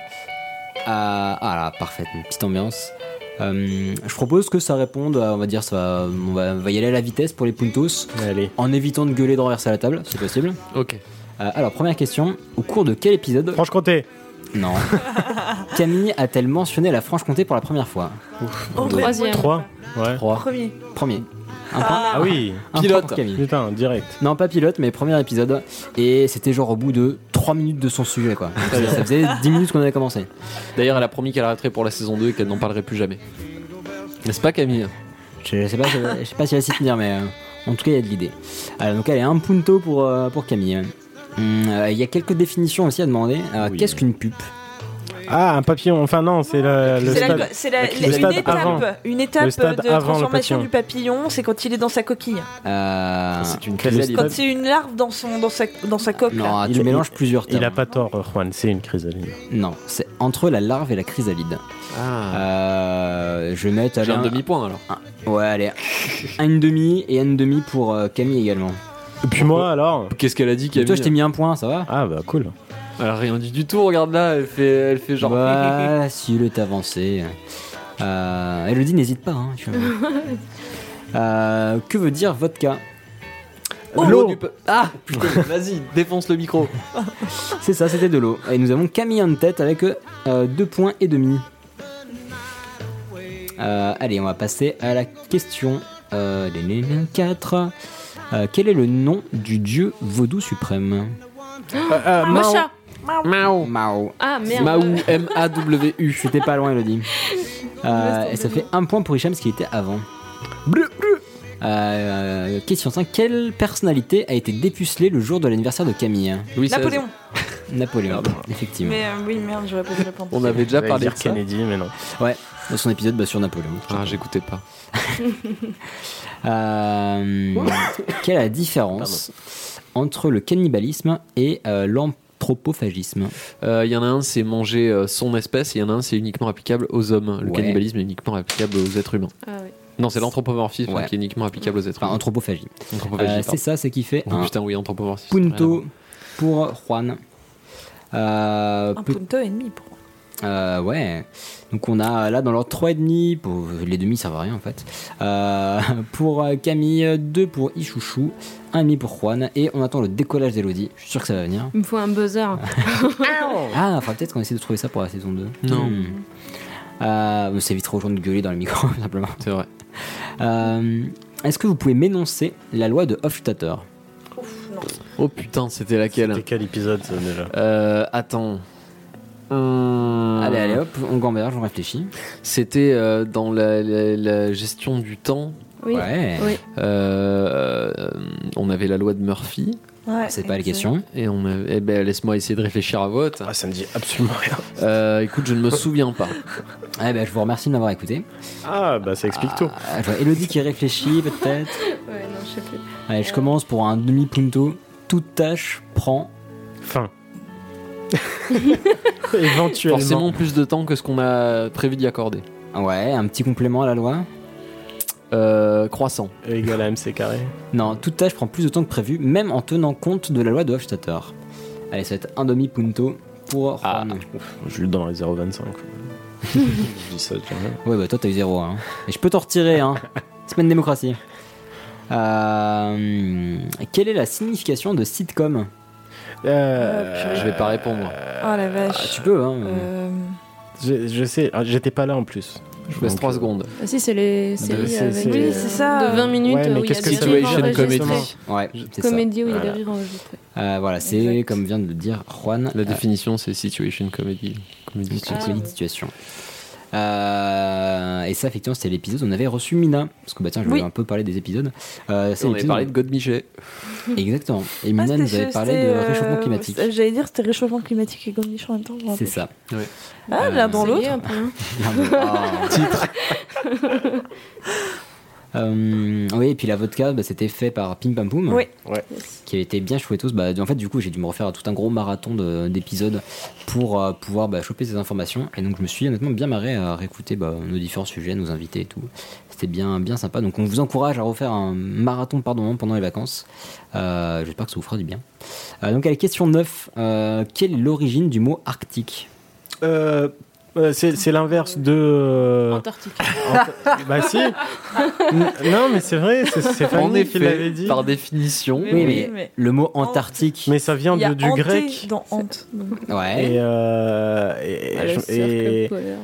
Speaker 1: Ah, ah là, parfaite, une petite ambiance. Euh, je propose que ça réponde, à, on va dire, ça va- on, va, on va y aller à la vitesse pour les puntos,
Speaker 6: Allez.
Speaker 1: en évitant de gueuler de renverser la table, c'est possible.
Speaker 5: Ok.
Speaker 1: Euh, alors, première question, au cours de quel épisode
Speaker 6: Franche-Comté.
Speaker 1: Non. Camille a-t-elle mentionné la Franche-Comté pour la première fois
Speaker 7: Au troisième.
Speaker 6: 3 Ouais.
Speaker 1: 3.
Speaker 10: Premier.
Speaker 1: Premier. Un point,
Speaker 6: Ah oui.
Speaker 1: un point
Speaker 5: Pilote.
Speaker 1: pour Camille.
Speaker 6: Putain, direct.
Speaker 1: Non, pas pilote, mais premier épisode. Et c'était genre au bout de 3 minutes de son sujet, quoi. Donc, ça faisait 10 minutes qu'on avait commencé.
Speaker 5: D'ailleurs, elle a promis qu'elle arrêterait pour la saison 2 et qu'elle n'en parlerait plus jamais. N'est-ce pas, Camille
Speaker 1: Je sais pas, je, je sais pas si elle sait tenir, mais euh, en tout cas, il y a de l'idée. Alors, donc, allez, un punto pour, euh, pour Camille. Hum, euh, Il y a quelques définitions aussi à demander. Euh,
Speaker 6: Oui.
Speaker 1: Qu'est-ce qu'une pupe
Speaker 6: Ah, un papillon. Enfin, non, c'est le, le
Speaker 10: C'est la-
Speaker 6: stade.
Speaker 10: c'est la-
Speaker 6: Le
Speaker 10: une
Speaker 6: stade
Speaker 10: étape,
Speaker 6: avant.
Speaker 10: une étape euh,
Speaker 6: Le stade
Speaker 10: de
Speaker 6: avant le
Speaker 10: transformation
Speaker 6: papillon.
Speaker 10: du papillon, c'est quand il est dans sa coquille.
Speaker 1: Euh,
Speaker 5: C'est une
Speaker 6: Le
Speaker 5: chrysalide.
Speaker 6: stade-
Speaker 10: Quand c'est une larve dans, son, dans, sa, dans sa coque. là.
Speaker 1: Non,
Speaker 6: Il-
Speaker 1: tu
Speaker 6: il-
Speaker 1: mélanges plusieurs termes.
Speaker 6: Il a pas tort, euh, Juan, c'est une chrysalide.
Speaker 1: Non, c'est entre la larve et la chrysalide.
Speaker 5: Ah.
Speaker 1: Euh, je vais mettre
Speaker 5: J'ai
Speaker 1: allez,
Speaker 5: un demi-point alors.
Speaker 1: un- Ouais, allez. un une demi et une demi pour euh, Camille également.
Speaker 6: Et puis moi, alors
Speaker 5: Qu'est-ce qu'elle a dit, Camille
Speaker 1: Toi, je t'ai mis un point, ça va
Speaker 6: Ah, bah cool.
Speaker 5: Elle a rien dit du tout, regarde là, elle fait, elle fait genre. euh,
Speaker 1: Bah, si le avancé. Euh, Elodie, n'hésite pas. hein, tu vois. Euh, que veut dire vodka
Speaker 5: Oh,
Speaker 6: L'eau.
Speaker 5: du peu- Ah putain, vas-y, défonce le micro.
Speaker 1: C'est ça, c'était de l'eau. Et nous avons Camille en tête avec euh, deux points et demi. Euh, allez, on va passer à la question euh, 4. Euh, quel est le nom du dieu vaudou suprême
Speaker 7: Macha
Speaker 5: Euh, Mao.
Speaker 1: Mao.
Speaker 7: Ah merde.
Speaker 5: Maou, M-A-W-U.
Speaker 1: C'était pas loin, Elodie. Euh,
Speaker 7: Laisse
Speaker 1: et ça
Speaker 7: tomber.
Speaker 1: fait un point pour Hicham, ce qui était avant. Euh, question 5. Quelle personnalité a été dépucelée le jour de l'anniversaire de Camille
Speaker 5: Louis XVI.
Speaker 10: Napoléon.
Speaker 1: Napoléon, effectivement.
Speaker 10: Mais euh, oui, merde, j'aurais pas dû le prendre.
Speaker 5: On avait déjà
Speaker 6: J'allais
Speaker 5: parlé de
Speaker 6: dire
Speaker 5: ça.
Speaker 6: Kennedy, mais non.
Speaker 1: Dans son épisode bah, sur Napoléon.
Speaker 5: Ah, j'écoutais pas.
Speaker 1: Euh, quelle est la différence entre le cannibalisme et euh, l'anthropophagisme
Speaker 5: Euh, Il y en a un, c'est manger euh, son espèce, et il y en a un, c'est uniquement applicable aux hommes. Le
Speaker 1: Ouais.
Speaker 5: cannibalisme est uniquement applicable aux êtres humains.
Speaker 7: Ah oui.
Speaker 5: Non, c'est l'anthropomorphisme
Speaker 1: Ouais.
Speaker 5: qui est uniquement applicable aux êtres
Speaker 1: Enfin,
Speaker 5: humains.
Speaker 1: anthropophagie.
Speaker 5: Anthropophagie,
Speaker 1: Euh, c'est
Speaker 5: pardon.
Speaker 1: ça, c'est qui fait
Speaker 5: Oh,
Speaker 1: un
Speaker 5: putain, oui, anthropomorphisme.
Speaker 1: punto pour Juan. Euh,
Speaker 10: Un
Speaker 1: peut-
Speaker 10: punto et demi pour moi.
Speaker 1: euh, ouais. Donc on a là dans l'ordre 3,5. Pour... Les demi servent à rien en fait. Euh, pour euh, Camille, 2 pour Ichouchou, 1,5 pour Juan. Et on attend le décollage d'Elodie. Je suis sûr que ça va venir.
Speaker 7: Il me faut un buzzer.
Speaker 1: Ah, enfin peut-être qu'on essaie de trouver ça pour la saison 2.
Speaker 5: Non.
Speaker 1: Hmm. Euh, ça évitera aux gens de gueuler dans le micro, simplement.
Speaker 5: C'est vrai.
Speaker 1: Euh, Est-ce que vous pouvez m'énoncer la loi de Hofstadter
Speaker 5: Oh putain, c'était laquelle
Speaker 6: C'était quel épisode, ça, déjà
Speaker 5: Euh, Attends. Hum,
Speaker 1: Allez, allez, hop, on gamberge, on réfléchit.
Speaker 5: C'était euh, dans la, la- la gestion du temps.
Speaker 7: Oui.
Speaker 1: Ouais,
Speaker 7: Oui.
Speaker 5: euh, euh, on avait la loi de Murphy
Speaker 10: Ouais,
Speaker 1: c'est pas la
Speaker 10: exact.
Speaker 1: question.
Speaker 5: et on avait, eh ben, laisse-moi essayer de réfléchir à vote.
Speaker 6: Ah, ça me dit absolument rien.
Speaker 5: Euh, écoute, je ne me souviens pas.
Speaker 1: Eh ben, je vous remercie de m'avoir écouté.
Speaker 6: Ah, bah ça explique tout.
Speaker 1: Ah, je vois Elodie qui réfléchit, peut-être.
Speaker 7: Ouais, non, je sais plus.
Speaker 1: Allez, je commence pour un demi-punto. Toute tâche prend.
Speaker 6: Fin. Éventuellement.
Speaker 5: Forcément plus de temps que ce qu'on a prévu d'y accorder.
Speaker 1: Ouais, un petit complément à la loi.
Speaker 5: Euh, croissant.
Speaker 6: E égale à MC carré.
Speaker 1: Non, toute tâche prend plus de temps que prévu, même en tenant compte de la loi de Hofstadter. Allez, ça va être un demi-punto pour
Speaker 6: Ah,
Speaker 1: Juan.
Speaker 6: ouf, je le donne à 0,25. quoi. je dis ça, tu vois.
Speaker 1: Ouais, bah toi t'as eu zéro. Hein. Et je peux t'en retirer. Hein. Semaine démocratie. Euh, quelle est la signification de sitcom
Speaker 6: Euh,
Speaker 5: Je vais pas répondre.
Speaker 10: Oh la
Speaker 1: Ah,
Speaker 10: vache.
Speaker 1: Tu peux, hein.
Speaker 10: Euh,
Speaker 6: Je, je sais, ah, j'étais pas là en plus.
Speaker 5: Je vous laisse
Speaker 1: euh,
Speaker 5: 3 secondes.
Speaker 7: Ah si, c'est les
Speaker 5: Ah bah,
Speaker 7: séries
Speaker 5: c'est-
Speaker 7: avec
Speaker 5: c'est-
Speaker 7: des-
Speaker 5: Oui, c'est
Speaker 3: ça.
Speaker 7: de 20 minutes euh,
Speaker 5: Ouais, mais
Speaker 7: où il y a
Speaker 5: qu'est-ce
Speaker 7: des
Speaker 5: que
Speaker 7: rires
Speaker 5: Situation
Speaker 7: enregistrés.
Speaker 5: comedy.
Speaker 1: euh, Ouais, c'est ça.
Speaker 7: Comédie où il y a
Speaker 1: Voilà.
Speaker 7: des rires enregistrés.
Speaker 1: Euh, voilà, c'est comme vient de le dire Juan,
Speaker 5: La définition, c'est situation comedy. Comedy
Speaker 1: euh. C'est une
Speaker 5: situation.
Speaker 1: comédie de situation. Euh, et ça, effectivement, c'était l'épisode où on avait reçu Mina. Parce que, bah tiens, je
Speaker 3: Oui.
Speaker 1: voulais un peu parler des épisodes. Euh, c'est
Speaker 5: On avait
Speaker 1: l'épisode
Speaker 5: parlé
Speaker 1: où-
Speaker 5: de God Miché.
Speaker 1: Exactement. Et
Speaker 3: Ah,
Speaker 1: Mina nous
Speaker 3: c'était-
Speaker 1: avait parlé
Speaker 3: c'était,
Speaker 1: de réchauffement
Speaker 3: euh,
Speaker 1: climatique.
Speaker 3: c'est- J'allais dire c'était réchauffement climatique et gomiche en même temps. je me
Speaker 1: C'est
Speaker 3: rappelle.
Speaker 1: ça.
Speaker 3: Ah, l'un dans
Speaker 7: C'est lié
Speaker 3: l'autre.
Speaker 7: un peu, hein.
Speaker 1: ah, Titre. Euh, oui, et puis la vodka, bah, c'était fait par Pim Pam Poum.
Speaker 3: Oui.
Speaker 6: Ouais.
Speaker 1: qui avait été bien chouettos. Bah, en fait, du coup, j'ai dû me refaire tout un gros marathon de- d'épisodes pour euh, pouvoir bah, choper ces informations. Et donc, je me suis honnêtement bien marré à réécouter bah, nos différents sujets, nos invités et tout. C'était bien, bien sympa. Donc, on vous encourage à refaire un marathon par moment pendant les vacances. Euh, J'espère que ça vous fera du bien. Euh, donc, à la question 9, euh, quelle est l'origine du mot arctique
Speaker 6: Euh, euh, c'est c'est l'inverse de. euh,
Speaker 7: Antarctique.
Speaker 6: Ant- bah si N- Non, mais c'est vrai, c'est- c'est
Speaker 5: En
Speaker 6: Fanny qui l'avait
Speaker 5: effet,
Speaker 6: dit.
Speaker 5: par définition,
Speaker 3: Oui,
Speaker 1: mais,
Speaker 3: mais-
Speaker 1: le mot Antarctique.
Speaker 6: Mais ça vient
Speaker 3: Il y a
Speaker 6: de- du
Speaker 3: hanté
Speaker 6: grec.
Speaker 3: dans hante.
Speaker 1: Ouais.
Speaker 6: Et. euh, et-
Speaker 7: Ah, le
Speaker 6: je- et-
Speaker 7: cercle polaire.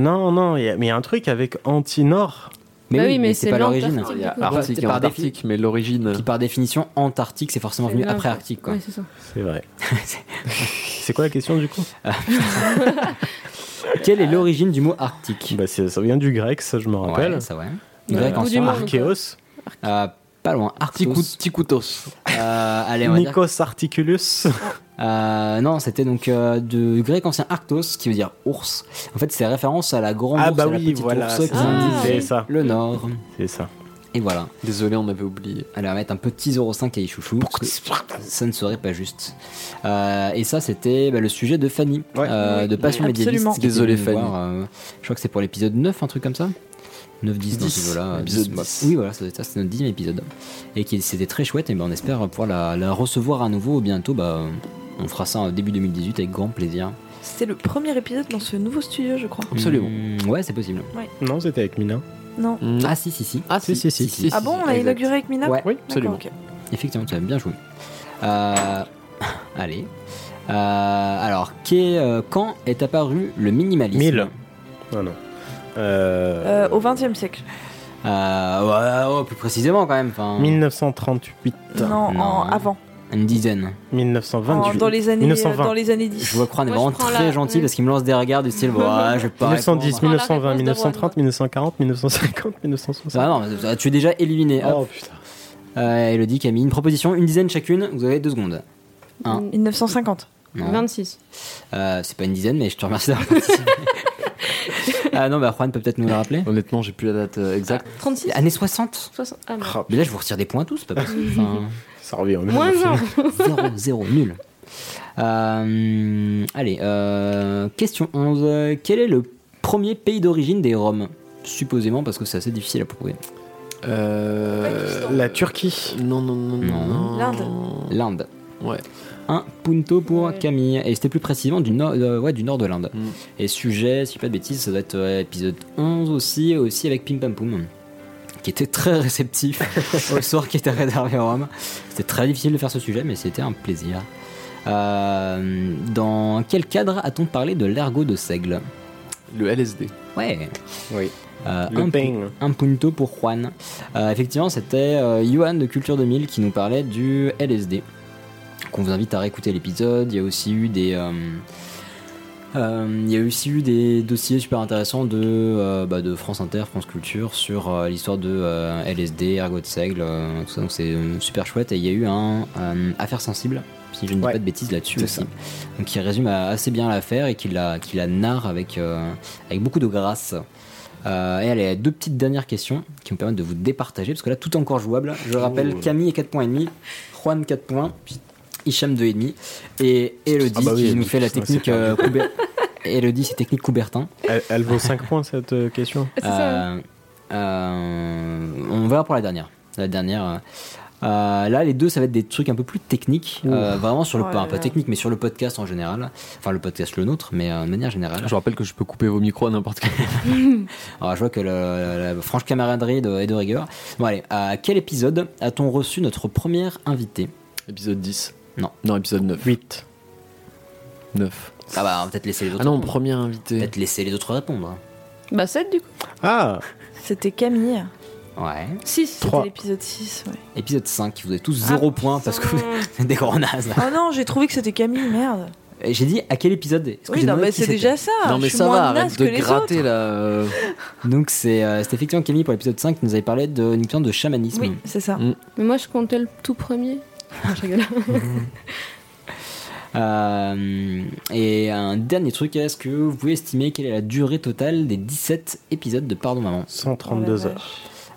Speaker 6: Non, non, il y a- mais il y a un truc avec anti-nord.
Speaker 1: Mais
Speaker 7: Bah
Speaker 1: oui, mais c'est pas l'origine.
Speaker 7: l'Antarctique,
Speaker 5: il y a
Speaker 7: du coup.
Speaker 5: Arctique
Speaker 1: c'est
Speaker 5: et
Speaker 1: par
Speaker 5: Antarctique, mais l'origine.
Speaker 1: Qui par définition, Antarctique, c'est forcément
Speaker 7: C'est
Speaker 1: venu
Speaker 7: l'Antarctique.
Speaker 1: après Arctique. Quoi.
Speaker 7: Ouais, c'est ça.
Speaker 6: C'est vrai. c'est quoi la question du coup
Speaker 1: Quelle
Speaker 7: Ah
Speaker 1: est l'origine du mot arctique
Speaker 6: bah, c'est- Ça vient du grec, ça je me rappelle. Euh,
Speaker 1: Ouais, ça ouais.
Speaker 7: Ouais.
Speaker 1: Grec en
Speaker 7: Bout du
Speaker 1: soi.
Speaker 7: monde.
Speaker 6: Archéos,
Speaker 1: Euh, pas loin, Arctos.
Speaker 5: Ticoutos.
Speaker 1: Euh, allez, on va dire.
Speaker 6: Nikos Articulus.
Speaker 1: Euh, non, c'était donc euh, du grec ancien Arctos, qui veut dire ours. En fait, c'est référence à la grande
Speaker 6: Ah
Speaker 1: ours,
Speaker 6: bah
Speaker 1: à la
Speaker 6: oui,
Speaker 1: petite
Speaker 6: voilà,
Speaker 1: ours
Speaker 6: c'est
Speaker 1: qui
Speaker 7: ça.
Speaker 1: indique
Speaker 7: Ah,
Speaker 6: C'est
Speaker 7: oui.
Speaker 6: ça,
Speaker 1: le nord.
Speaker 6: c'est ça.
Speaker 1: Et voilà.
Speaker 5: Désolé, on avait oublié.
Speaker 1: Allez, on va mettre un petit 0,5 à Ichouchou. parce que ça ne serait pas juste. Euh, et ça, c'était bah, le sujet de Fanny,
Speaker 6: Ouais.
Speaker 1: euh, de Passion
Speaker 3: Oui,
Speaker 1: médiéviste.
Speaker 3: absolument.
Speaker 1: qui était
Speaker 5: Désolé,
Speaker 1: venue nous
Speaker 5: Fanny.
Speaker 1: voir, euh, je crois que c'est pour l'épisode 9, un truc comme ça 9, 10, dans ce niveau-là.
Speaker 5: Épisode
Speaker 1: 10, bah,
Speaker 5: 10.
Speaker 1: Oui, voilà, ça doit être ça, c'était notre dixième épisode. Et qui- c'était très chouette, et ben, on espère pouvoir la, la recevoir à nouveau bientôt. Bah, euh, on fera ça euh, début 2018 avec grand plaisir.
Speaker 3: C'était le premier épisode dans ce nouveau studio, je crois.
Speaker 5: Absolument.
Speaker 1: Mm, ouais, c'est possible.
Speaker 6: Non, c'était avec Mina.
Speaker 3: Non.
Speaker 1: Ah, si, si, si.
Speaker 5: Ah, si, si, si, si.
Speaker 3: Ah bon, on l'a
Speaker 5: exact.
Speaker 3: inauguré avec Mina
Speaker 1: Ouais.
Speaker 5: Oui,
Speaker 3: D'accord,
Speaker 5: absolument.
Speaker 3: ok.
Speaker 1: Effectivement, tu as bien joué. Euh, allez. Euh, alors, qu'est- euh, quand est apparu le minimalisme
Speaker 6: Mille. Non, non.
Speaker 3: Euh,
Speaker 6: Euh,
Speaker 3: au XXe siècle.
Speaker 1: Euh, ouais, ouais, Plus précisément, quand même. Enfin,
Speaker 6: 1938,
Speaker 3: Non, en-
Speaker 1: Non.
Speaker 3: avant.
Speaker 1: Une dizaine.
Speaker 3: En-
Speaker 1: Oh,
Speaker 6: 1928.
Speaker 3: dans les années,
Speaker 6: 1920.
Speaker 3: euh, dans les années
Speaker 1: Je
Speaker 3: 10.
Speaker 1: vois Croix est
Speaker 7: Moi,
Speaker 1: vraiment
Speaker 7: je prends
Speaker 1: très
Speaker 7: la-
Speaker 1: gentil
Speaker 7: oui.
Speaker 1: parce qu'il me lance des regards du style, bah, je vais pas.
Speaker 6: 1910,
Speaker 1: répondre.
Speaker 7: répondre.
Speaker 6: 1920,
Speaker 7: Prends la réponse
Speaker 6: 1930, 1940, 1950, 1960.
Speaker 1: Ah non, ça- tu es déjà éliminé. Hop.
Speaker 6: Oh putain.
Speaker 1: Euh, Elodie, Camille, une proposition, une dizaine chacune, vous avez deux secondes. Un.
Speaker 3: 1950.
Speaker 1: Non.
Speaker 7: 26.
Speaker 1: Euh, c'est pas une dizaine, mais je te remercie d'avoir participé. ah non, bah Juan peut peut-être nous le rappeler.
Speaker 5: Honnêtement, j'ai plus la date euh, exacte.
Speaker 7: 36
Speaker 1: Années 60
Speaker 7: 60. Ah, merde.
Speaker 6: Ah,
Speaker 1: Mais là, je vous retire des points tous, c'est pas possible. Enfin,
Speaker 6: Ça revient au même.
Speaker 7: Moins un.
Speaker 1: 0, 0, nul. Euh, allez, euh, question 11. Euh, Quel est le premier pays d'origine des Roms Supposément, parce que c'est assez difficile à prouver.
Speaker 5: Euh,
Speaker 6: La Turquie.
Speaker 5: Non, non, non, Ah. non. non.
Speaker 3: L'Inde.
Speaker 1: L'Inde.
Speaker 5: Ouais.
Speaker 1: Un punto pour
Speaker 7: Ouais.
Speaker 1: Camille. Et c'était plus précisément du nord, euh, ouais, du nord de l'Inde.
Speaker 5: Mm.
Speaker 1: Et sujet, si je dis pas de bêtises, ça doit être euh, épisode 11 aussi, aussi avec Pim Pam Poum. Qui était très réceptif au sort qui était réservé aux Roms. C'était très difficile de faire ce sujet, mais c'était un plaisir. Euh, dans quel cadre a-t-on parlé de l'ergot de seigle
Speaker 5: Le LSD.
Speaker 1: Ouais.
Speaker 6: Oui.
Speaker 1: Euh,
Speaker 6: Le
Speaker 1: un,
Speaker 6: peigne.
Speaker 1: un punto pour Juan. Euh, effectivement, c'était euh, Johan de Culture 2000 qui nous parlait du LSD. Qu'on vous invite à réécouter l'épisode. Il y a aussi eu des. euh, euh, il y a aussi eu des dossiers super intéressants de, euh, bah, de France Inter, France Culture sur euh, l'histoire de euh, LSD, Ergot de Seigle, euh, tout ça. Donc c'est euh, super chouette. Et il y a eu un euh, Affaire Sensible, si je ne dis
Speaker 6: Ouais.
Speaker 1: pas de bêtises là-dessus
Speaker 6: C'est
Speaker 1: aussi. Donc qui résume euh, assez bien l'affaire et qui la, qui la narre avec, euh, avec beaucoup de grâce. Euh, et allez, deux petites dernières questions qui me permettent de vous départager, parce que là tout est encore jouable. Je rappelle,
Speaker 6: Ouh.
Speaker 1: Camille est 4 points et demi, Juan 4 points, Hicham 2,5 et demi, et Elodie
Speaker 6: Ah bah oui,
Speaker 1: qui nous
Speaker 6: Elodie,
Speaker 1: fait la
Speaker 6: putain,
Speaker 1: technique
Speaker 6: c'est perdu.
Speaker 1: euh, Couber- Elodie, c'est technique Coubertin.
Speaker 6: Elle, elle vaut 5 points cette euh, question.
Speaker 7: C'est ça.
Speaker 1: Euh, euh, on verra pour la dernière. La dernière. euh, euh, là, les deux, ça va être des trucs un peu plus techniques, euh, vraiment sur le
Speaker 3: Oh
Speaker 1: pas,
Speaker 3: là
Speaker 1: pas
Speaker 3: là.
Speaker 1: technique, mais sur le podcast en général. Enfin, le podcast le nôtre, mais euh, de manière générale.
Speaker 5: Je rappelle que je peux couper vos micros à n'importe quel
Speaker 1: Alors, je vois que le- la, la franche camaraderie de- est de rigueur. Bon, allez, à quel épisode a-t-on reçu notre première invitée
Speaker 5: Épisode 10.
Speaker 1: Non.
Speaker 5: Non, épisode 9.
Speaker 6: 8.
Speaker 5: 9.
Speaker 1: Ah bah, on va peut-être laisser les autres.
Speaker 5: Ah non,
Speaker 1: répondre.
Speaker 5: premier invité.
Speaker 1: Peut-être laisser les autres répondre.
Speaker 7: Bah 7 du coup.
Speaker 6: Ah
Speaker 3: C'était Camille.
Speaker 1: Ouais.
Speaker 7: 6,
Speaker 3: C'était l'épisode 6, ouais.
Speaker 1: Épisode 5, vous avez
Speaker 3: Ah
Speaker 1: tous 0 points parce que vous êtes des gros nazes. là.
Speaker 3: Oh non, j'ai trouvé que c'était Camille, merde.
Speaker 1: Et J'ai dit à quel épisode Est-ce que
Speaker 3: Oui,
Speaker 1: j'ai
Speaker 3: non,
Speaker 1: demandé
Speaker 3: mais
Speaker 1: qui
Speaker 3: c'est
Speaker 1: c'était
Speaker 3: déjà ça.
Speaker 5: non mais
Speaker 3: Ah, je suis
Speaker 5: ça
Speaker 3: moins
Speaker 5: va,
Speaker 3: naze
Speaker 5: arrête
Speaker 3: que
Speaker 5: de
Speaker 3: les
Speaker 5: gratter
Speaker 3: autres.
Speaker 5: là. euh.
Speaker 1: Donc c'est euh, c'était effectivement Camille pour l'épisode 5 qui nous avait parlé de, uniquement de chamanisme.
Speaker 3: Oui, c'est ça.
Speaker 7: Mais moi je comptais le tout premier. Non, je rigole.
Speaker 1: Euh, et un dernier truc, est-ce que vous pouvez estimer quelle est la durée totale des 17 épisodes de Pardon Maman
Speaker 6: 132
Speaker 3: Oh la
Speaker 6: heures.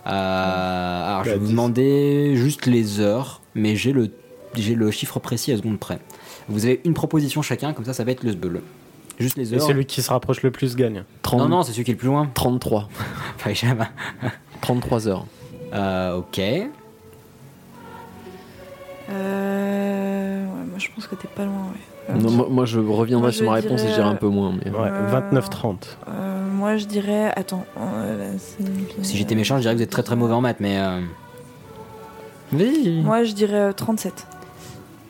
Speaker 1: Euh, Alors je
Speaker 6: Bah,
Speaker 1: vais vous
Speaker 6: 10.
Speaker 1: demander juste les heures, mais j'ai le, j'ai le chiffre précis à seconde près. Vous avez une proposition chacun, comme ça ça va être le sbeul. Juste les
Speaker 6: Et
Speaker 1: heures.
Speaker 6: celui qui se rapproche le plus gagne.
Speaker 5: 30
Speaker 1: Non, non, c'est celui qui est le plus loin.
Speaker 5: 33.
Speaker 1: Enfin, j'aime.
Speaker 5: 33 heures.
Speaker 1: Euh, ok.
Speaker 3: Euh, ouais, moi, je pense que t'es pas loin, ouais. Euh,
Speaker 5: Non, moi, moi, je reviendrai
Speaker 3: Moi,
Speaker 5: sur
Speaker 3: je
Speaker 5: ma réponse et
Speaker 3: dirais,
Speaker 5: je dirai
Speaker 3: euh,
Speaker 5: un peu moins. Mais...
Speaker 6: Ouais,
Speaker 3: Euh,
Speaker 6: 29-30.
Speaker 3: euh, moi, je dirais. Attends. euh, là, c'est-
Speaker 1: Si j'étais méchant, je dirais que vous êtes très très mauvais en maths, mais. euh, Oui.
Speaker 3: Moi, je dirais euh, 37.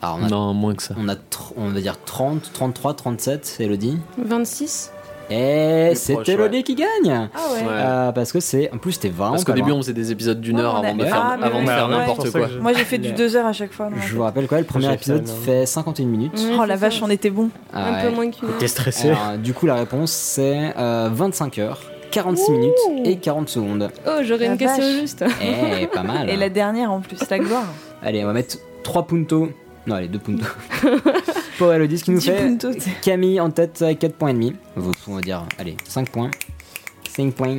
Speaker 1: Alors, on
Speaker 3: euh,
Speaker 1: a,
Speaker 5: Non, moins que ça.
Speaker 1: on a tr- on va dire 30, 33, 37, c'est Elodie.
Speaker 7: 26.
Speaker 1: Et c'est
Speaker 5: proche,
Speaker 1: Elodie
Speaker 5: ouais.
Speaker 1: qui gagne
Speaker 3: Ah ouais.
Speaker 5: Ouais.
Speaker 1: Euh, bah Parce que c'est. En plus, c'était vraiment.
Speaker 5: Parce qu'au
Speaker 1: pas
Speaker 5: début,
Speaker 1: loin.
Speaker 5: on faisait des épisodes d'une
Speaker 3: Ouais,
Speaker 5: heure
Speaker 3: on
Speaker 5: avant de
Speaker 3: a-
Speaker 5: faire,
Speaker 3: Ah, mais
Speaker 5: avant de
Speaker 3: ouais,
Speaker 5: faire
Speaker 3: ouais,
Speaker 5: n'importe
Speaker 6: c'est
Speaker 5: quoi.
Speaker 6: pour ça que
Speaker 3: Moi, j'ai fait du
Speaker 1: Le-
Speaker 3: 2 heures à chaque fois. non,
Speaker 1: hein. Je
Speaker 3: attends.
Speaker 1: vous rappelle quoi, le premier
Speaker 6: J'ai
Speaker 1: épisode
Speaker 6: fait un-
Speaker 1: fait 51 minutes.
Speaker 7: Ouais,
Speaker 3: Oh
Speaker 7: c'est
Speaker 3: la
Speaker 7: ça.
Speaker 3: vache, on était bon.
Speaker 7: Mmh, Un
Speaker 1: Ah ouais.
Speaker 7: peu moins qu'une heure.
Speaker 6: T'es stressé
Speaker 1: Alors, du coup, la réponse c'est euh, 25 heures, 46 minutes et 40 secondes.
Speaker 7: Oh, j'aurais
Speaker 3: La
Speaker 7: une question
Speaker 3: vache.
Speaker 7: juste.
Speaker 1: Eh, pas mal.
Speaker 3: Et la dernière en plus, la gloire.
Speaker 1: Allez, on va mettre 3 puntos. Non, allez, 2 puntos. Pour Elodie, ce qui nous
Speaker 3: 10
Speaker 1: fait
Speaker 3: puntos, c'est-
Speaker 1: Camille en tête avec 4 points et demi. Vous- On va dire, allez, 5 points. 5 points.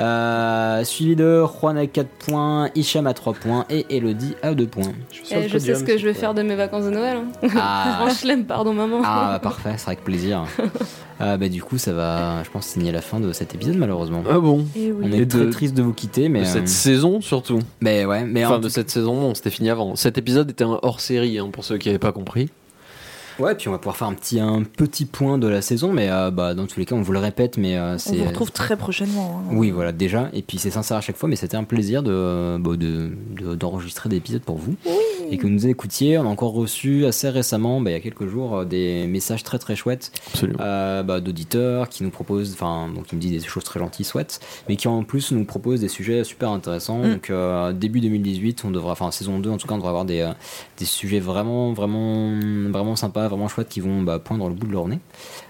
Speaker 1: Euh, suivi de Juan à 4 points, Hicham à 3 points et Elodie à 2 points.
Speaker 6: suis sur
Speaker 7: Eh,
Speaker 6: le
Speaker 7: je sais
Speaker 6: podium,
Speaker 7: ce que
Speaker 6: c'est
Speaker 7: je vais
Speaker 6: pas-
Speaker 7: faire de mes vacances de Noël. hein.
Speaker 1: Ah,
Speaker 7: En chelem, pardon maman.
Speaker 1: ah, bah, parfait, c'est avec plaisir. Euh, bah, du coup, ça va, je pense, signer la fin de cet épisode malheureusement.
Speaker 5: Ah bon
Speaker 3: Eh oui.
Speaker 1: On est
Speaker 5: Et
Speaker 1: très
Speaker 5: de-
Speaker 1: triste de vous quitter, mais.
Speaker 5: De
Speaker 1: euh,
Speaker 5: cette saison surtout.
Speaker 1: Mais ouais, mais
Speaker 5: Enfin,
Speaker 1: en-
Speaker 5: de cette saison, non, c'était fini avant. Cet épisode était un hors série, pour ceux qui n'avaient pas compris.
Speaker 1: ouais, puis on va pouvoir faire un petit, un petit point de la saison, mais euh, bah, dans tous les cas, on vous le répète, mais euh,
Speaker 3: On
Speaker 1: c'est.
Speaker 3: vous retrouve très prochainement. hein.
Speaker 1: Oui, voilà, déjà. Et puis c'est sincère à chaque fois, mais c'était un plaisir de, euh, bah, de- de- d'enregistrer des épisodes pour vous et que vous nous écoutiez. On a encore reçu assez récemment, bah, il y a quelques jours, euh, des messages très très chouettes
Speaker 5: Absolument.
Speaker 1: euh, bah, d'auditeurs qui nous proposent, enfin, donc qui me disent des choses très gentilles, soit, mais qui en plus nous proposent des sujets super intéressants.
Speaker 3: Mm.
Speaker 1: Donc, euh, début 2018, on devra, enfin, saison 2, en tout cas, on devra avoir des, euh, des sujets vraiment, vraiment, vraiment sympas, vraiment chouettes qui vont bah, poindre le bout de leur nez.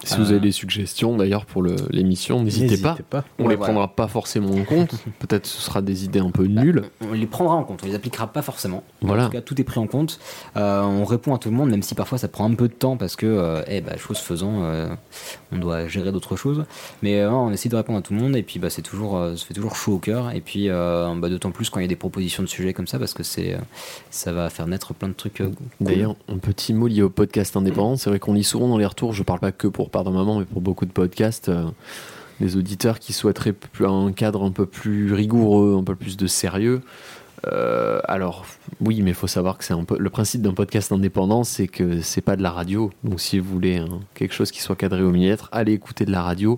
Speaker 5: Si vous avez des suggestions d'ailleurs pour le- l'émission, n'hésitez pas. On
Speaker 1: Ouais,
Speaker 5: les
Speaker 1: voilà.
Speaker 5: prendra pas forcément en compte. Peut-être ce sera des idées un peu nulles.
Speaker 1: On les prendra en compte, on les appliquera pas forcément. En
Speaker 5: Voilà.
Speaker 1: tout cas, tout est pris en compte. Euh, on répond à tout le monde, même si parfois ça prend un peu de temps parce que, euh, eh bah, chose faisant, euh, on doit gérer d'autres choses. Mais euh, non, on essaie de répondre à tout le monde et puis bah, c'est toujours, euh, ça fait toujours chaud au cœur. Et puis euh, bah, d'autant plus quand il y a des propositions de sujets comme ça parce que c'est, euh, ça va faire naître plein de trucs.
Speaker 7: Mm.
Speaker 1: euh, cool.
Speaker 5: D'ailleurs, un petit mot lié au podcast indépendant. C'est vrai qu'on lit souvent dans les retours, je parle pas que pour Pardon Maman, mais pour beaucoup de podcasts, euh, des auditeurs qui souhaiteraient plus- un cadre un peu plus rigoureux, un peu plus de sérieux. Euh, alors, oui, mais il faut savoir que c'est un peu. Le principe d'un podcast indépendant, c'est que c'est pas de la radio. Donc, si vous voulez hein, quelque chose qui soit cadré au millimètre, allez écouter de la radio.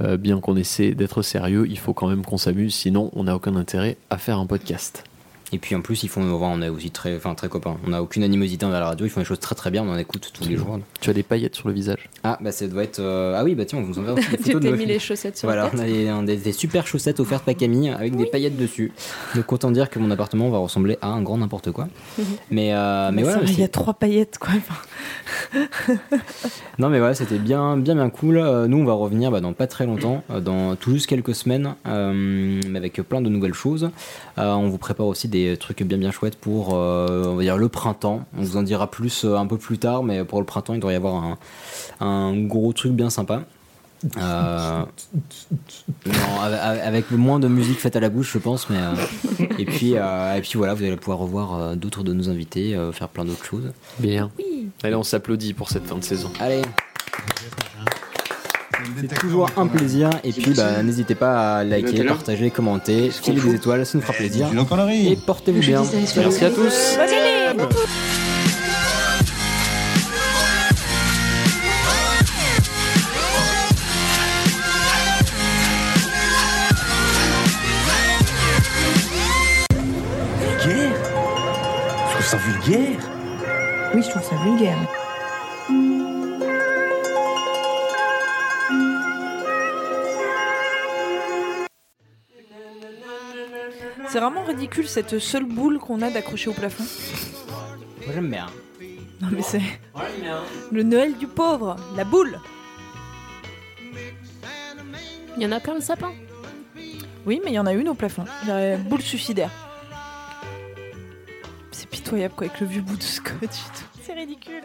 Speaker 5: Euh, bien qu'on essaie d'être sérieux, il faut quand même qu'on s'amuse, sinon, on n'a aucun intérêt à faire un podcast.
Speaker 1: Et puis en plus, ils font, on est aussi très, enfin très copains. On n'a aucune animosité envers la radio. Ils font des choses très très bien. On en écoute tous les jours.
Speaker 5: Tu as des paillettes sur le visage.
Speaker 1: Ah bah ça doit être. euh, Ah oui, bah tiens, on vous enverra aussi des
Speaker 7: tu
Speaker 1: photos de
Speaker 7: t'es
Speaker 1: nos-
Speaker 7: mis les chaussettes sur
Speaker 1: Voilà,
Speaker 7: la
Speaker 1: on a,
Speaker 7: tête.
Speaker 1: des, on a des super chaussettes offertes par Camille avec des paillettes dessus. Donc autant dire que mon appartement va ressembler à un grand n'importe quoi. Mais, euh, mais
Speaker 3: Ah, Mais
Speaker 1: voilà,
Speaker 3: ça va, il y a
Speaker 1: c'est-
Speaker 3: trois paillettes quoi. Enfin,
Speaker 1: non mais voilà, c'était bien, bien, bien cool. Euh, nous, on va revenir bah, dans pas très longtemps, euh, dans tout juste quelques semaines, euh, mais avec plein de nouvelles choses. Euh, on vous prépare aussi des trucs bien, bien chouettes pour, euh, on va dire, le printemps. On vous en dira plus euh, un peu plus tard, mais pour le printemps, il doit y avoir un, un gros truc bien sympa. Euh, non, ave- ave- avec moins de musique faite à la bouche, je pense, mais euh, et puis euh, et puis voilà, vous allez pouvoir revoir euh, d'autres de nos invités, euh, faire plein d'autres choses.
Speaker 5: Bien. Allez, on s'applaudit pour cette fin de saison.
Speaker 1: Allez. C'est toujours un plaisir et puis bah, n'hésitez pas à liker, partager, commenter, filer des étoiles, ça nous fera plaisir.
Speaker 4: Une
Speaker 1: Et
Speaker 4: connerie.
Speaker 1: portez-vous bien.
Speaker 5: Merci à tous.
Speaker 10: Vulgaire Je trouve ça vulgaire
Speaker 3: oui, je trouve ça vulgaire. C'est vraiment ridicule cette seule boule qu'on a d'accrocher au plafond.
Speaker 1: Moi j'aime bien.
Speaker 3: Non mais c'est le Noël du pauvre, la boule.
Speaker 12: Il y en a plein le sapin.
Speaker 3: Oui, mais il y en a une au plafond. La boule suicidaire. C'est pitoyable quoi avec le vieux bout de scotch et tout. C'est ridicule.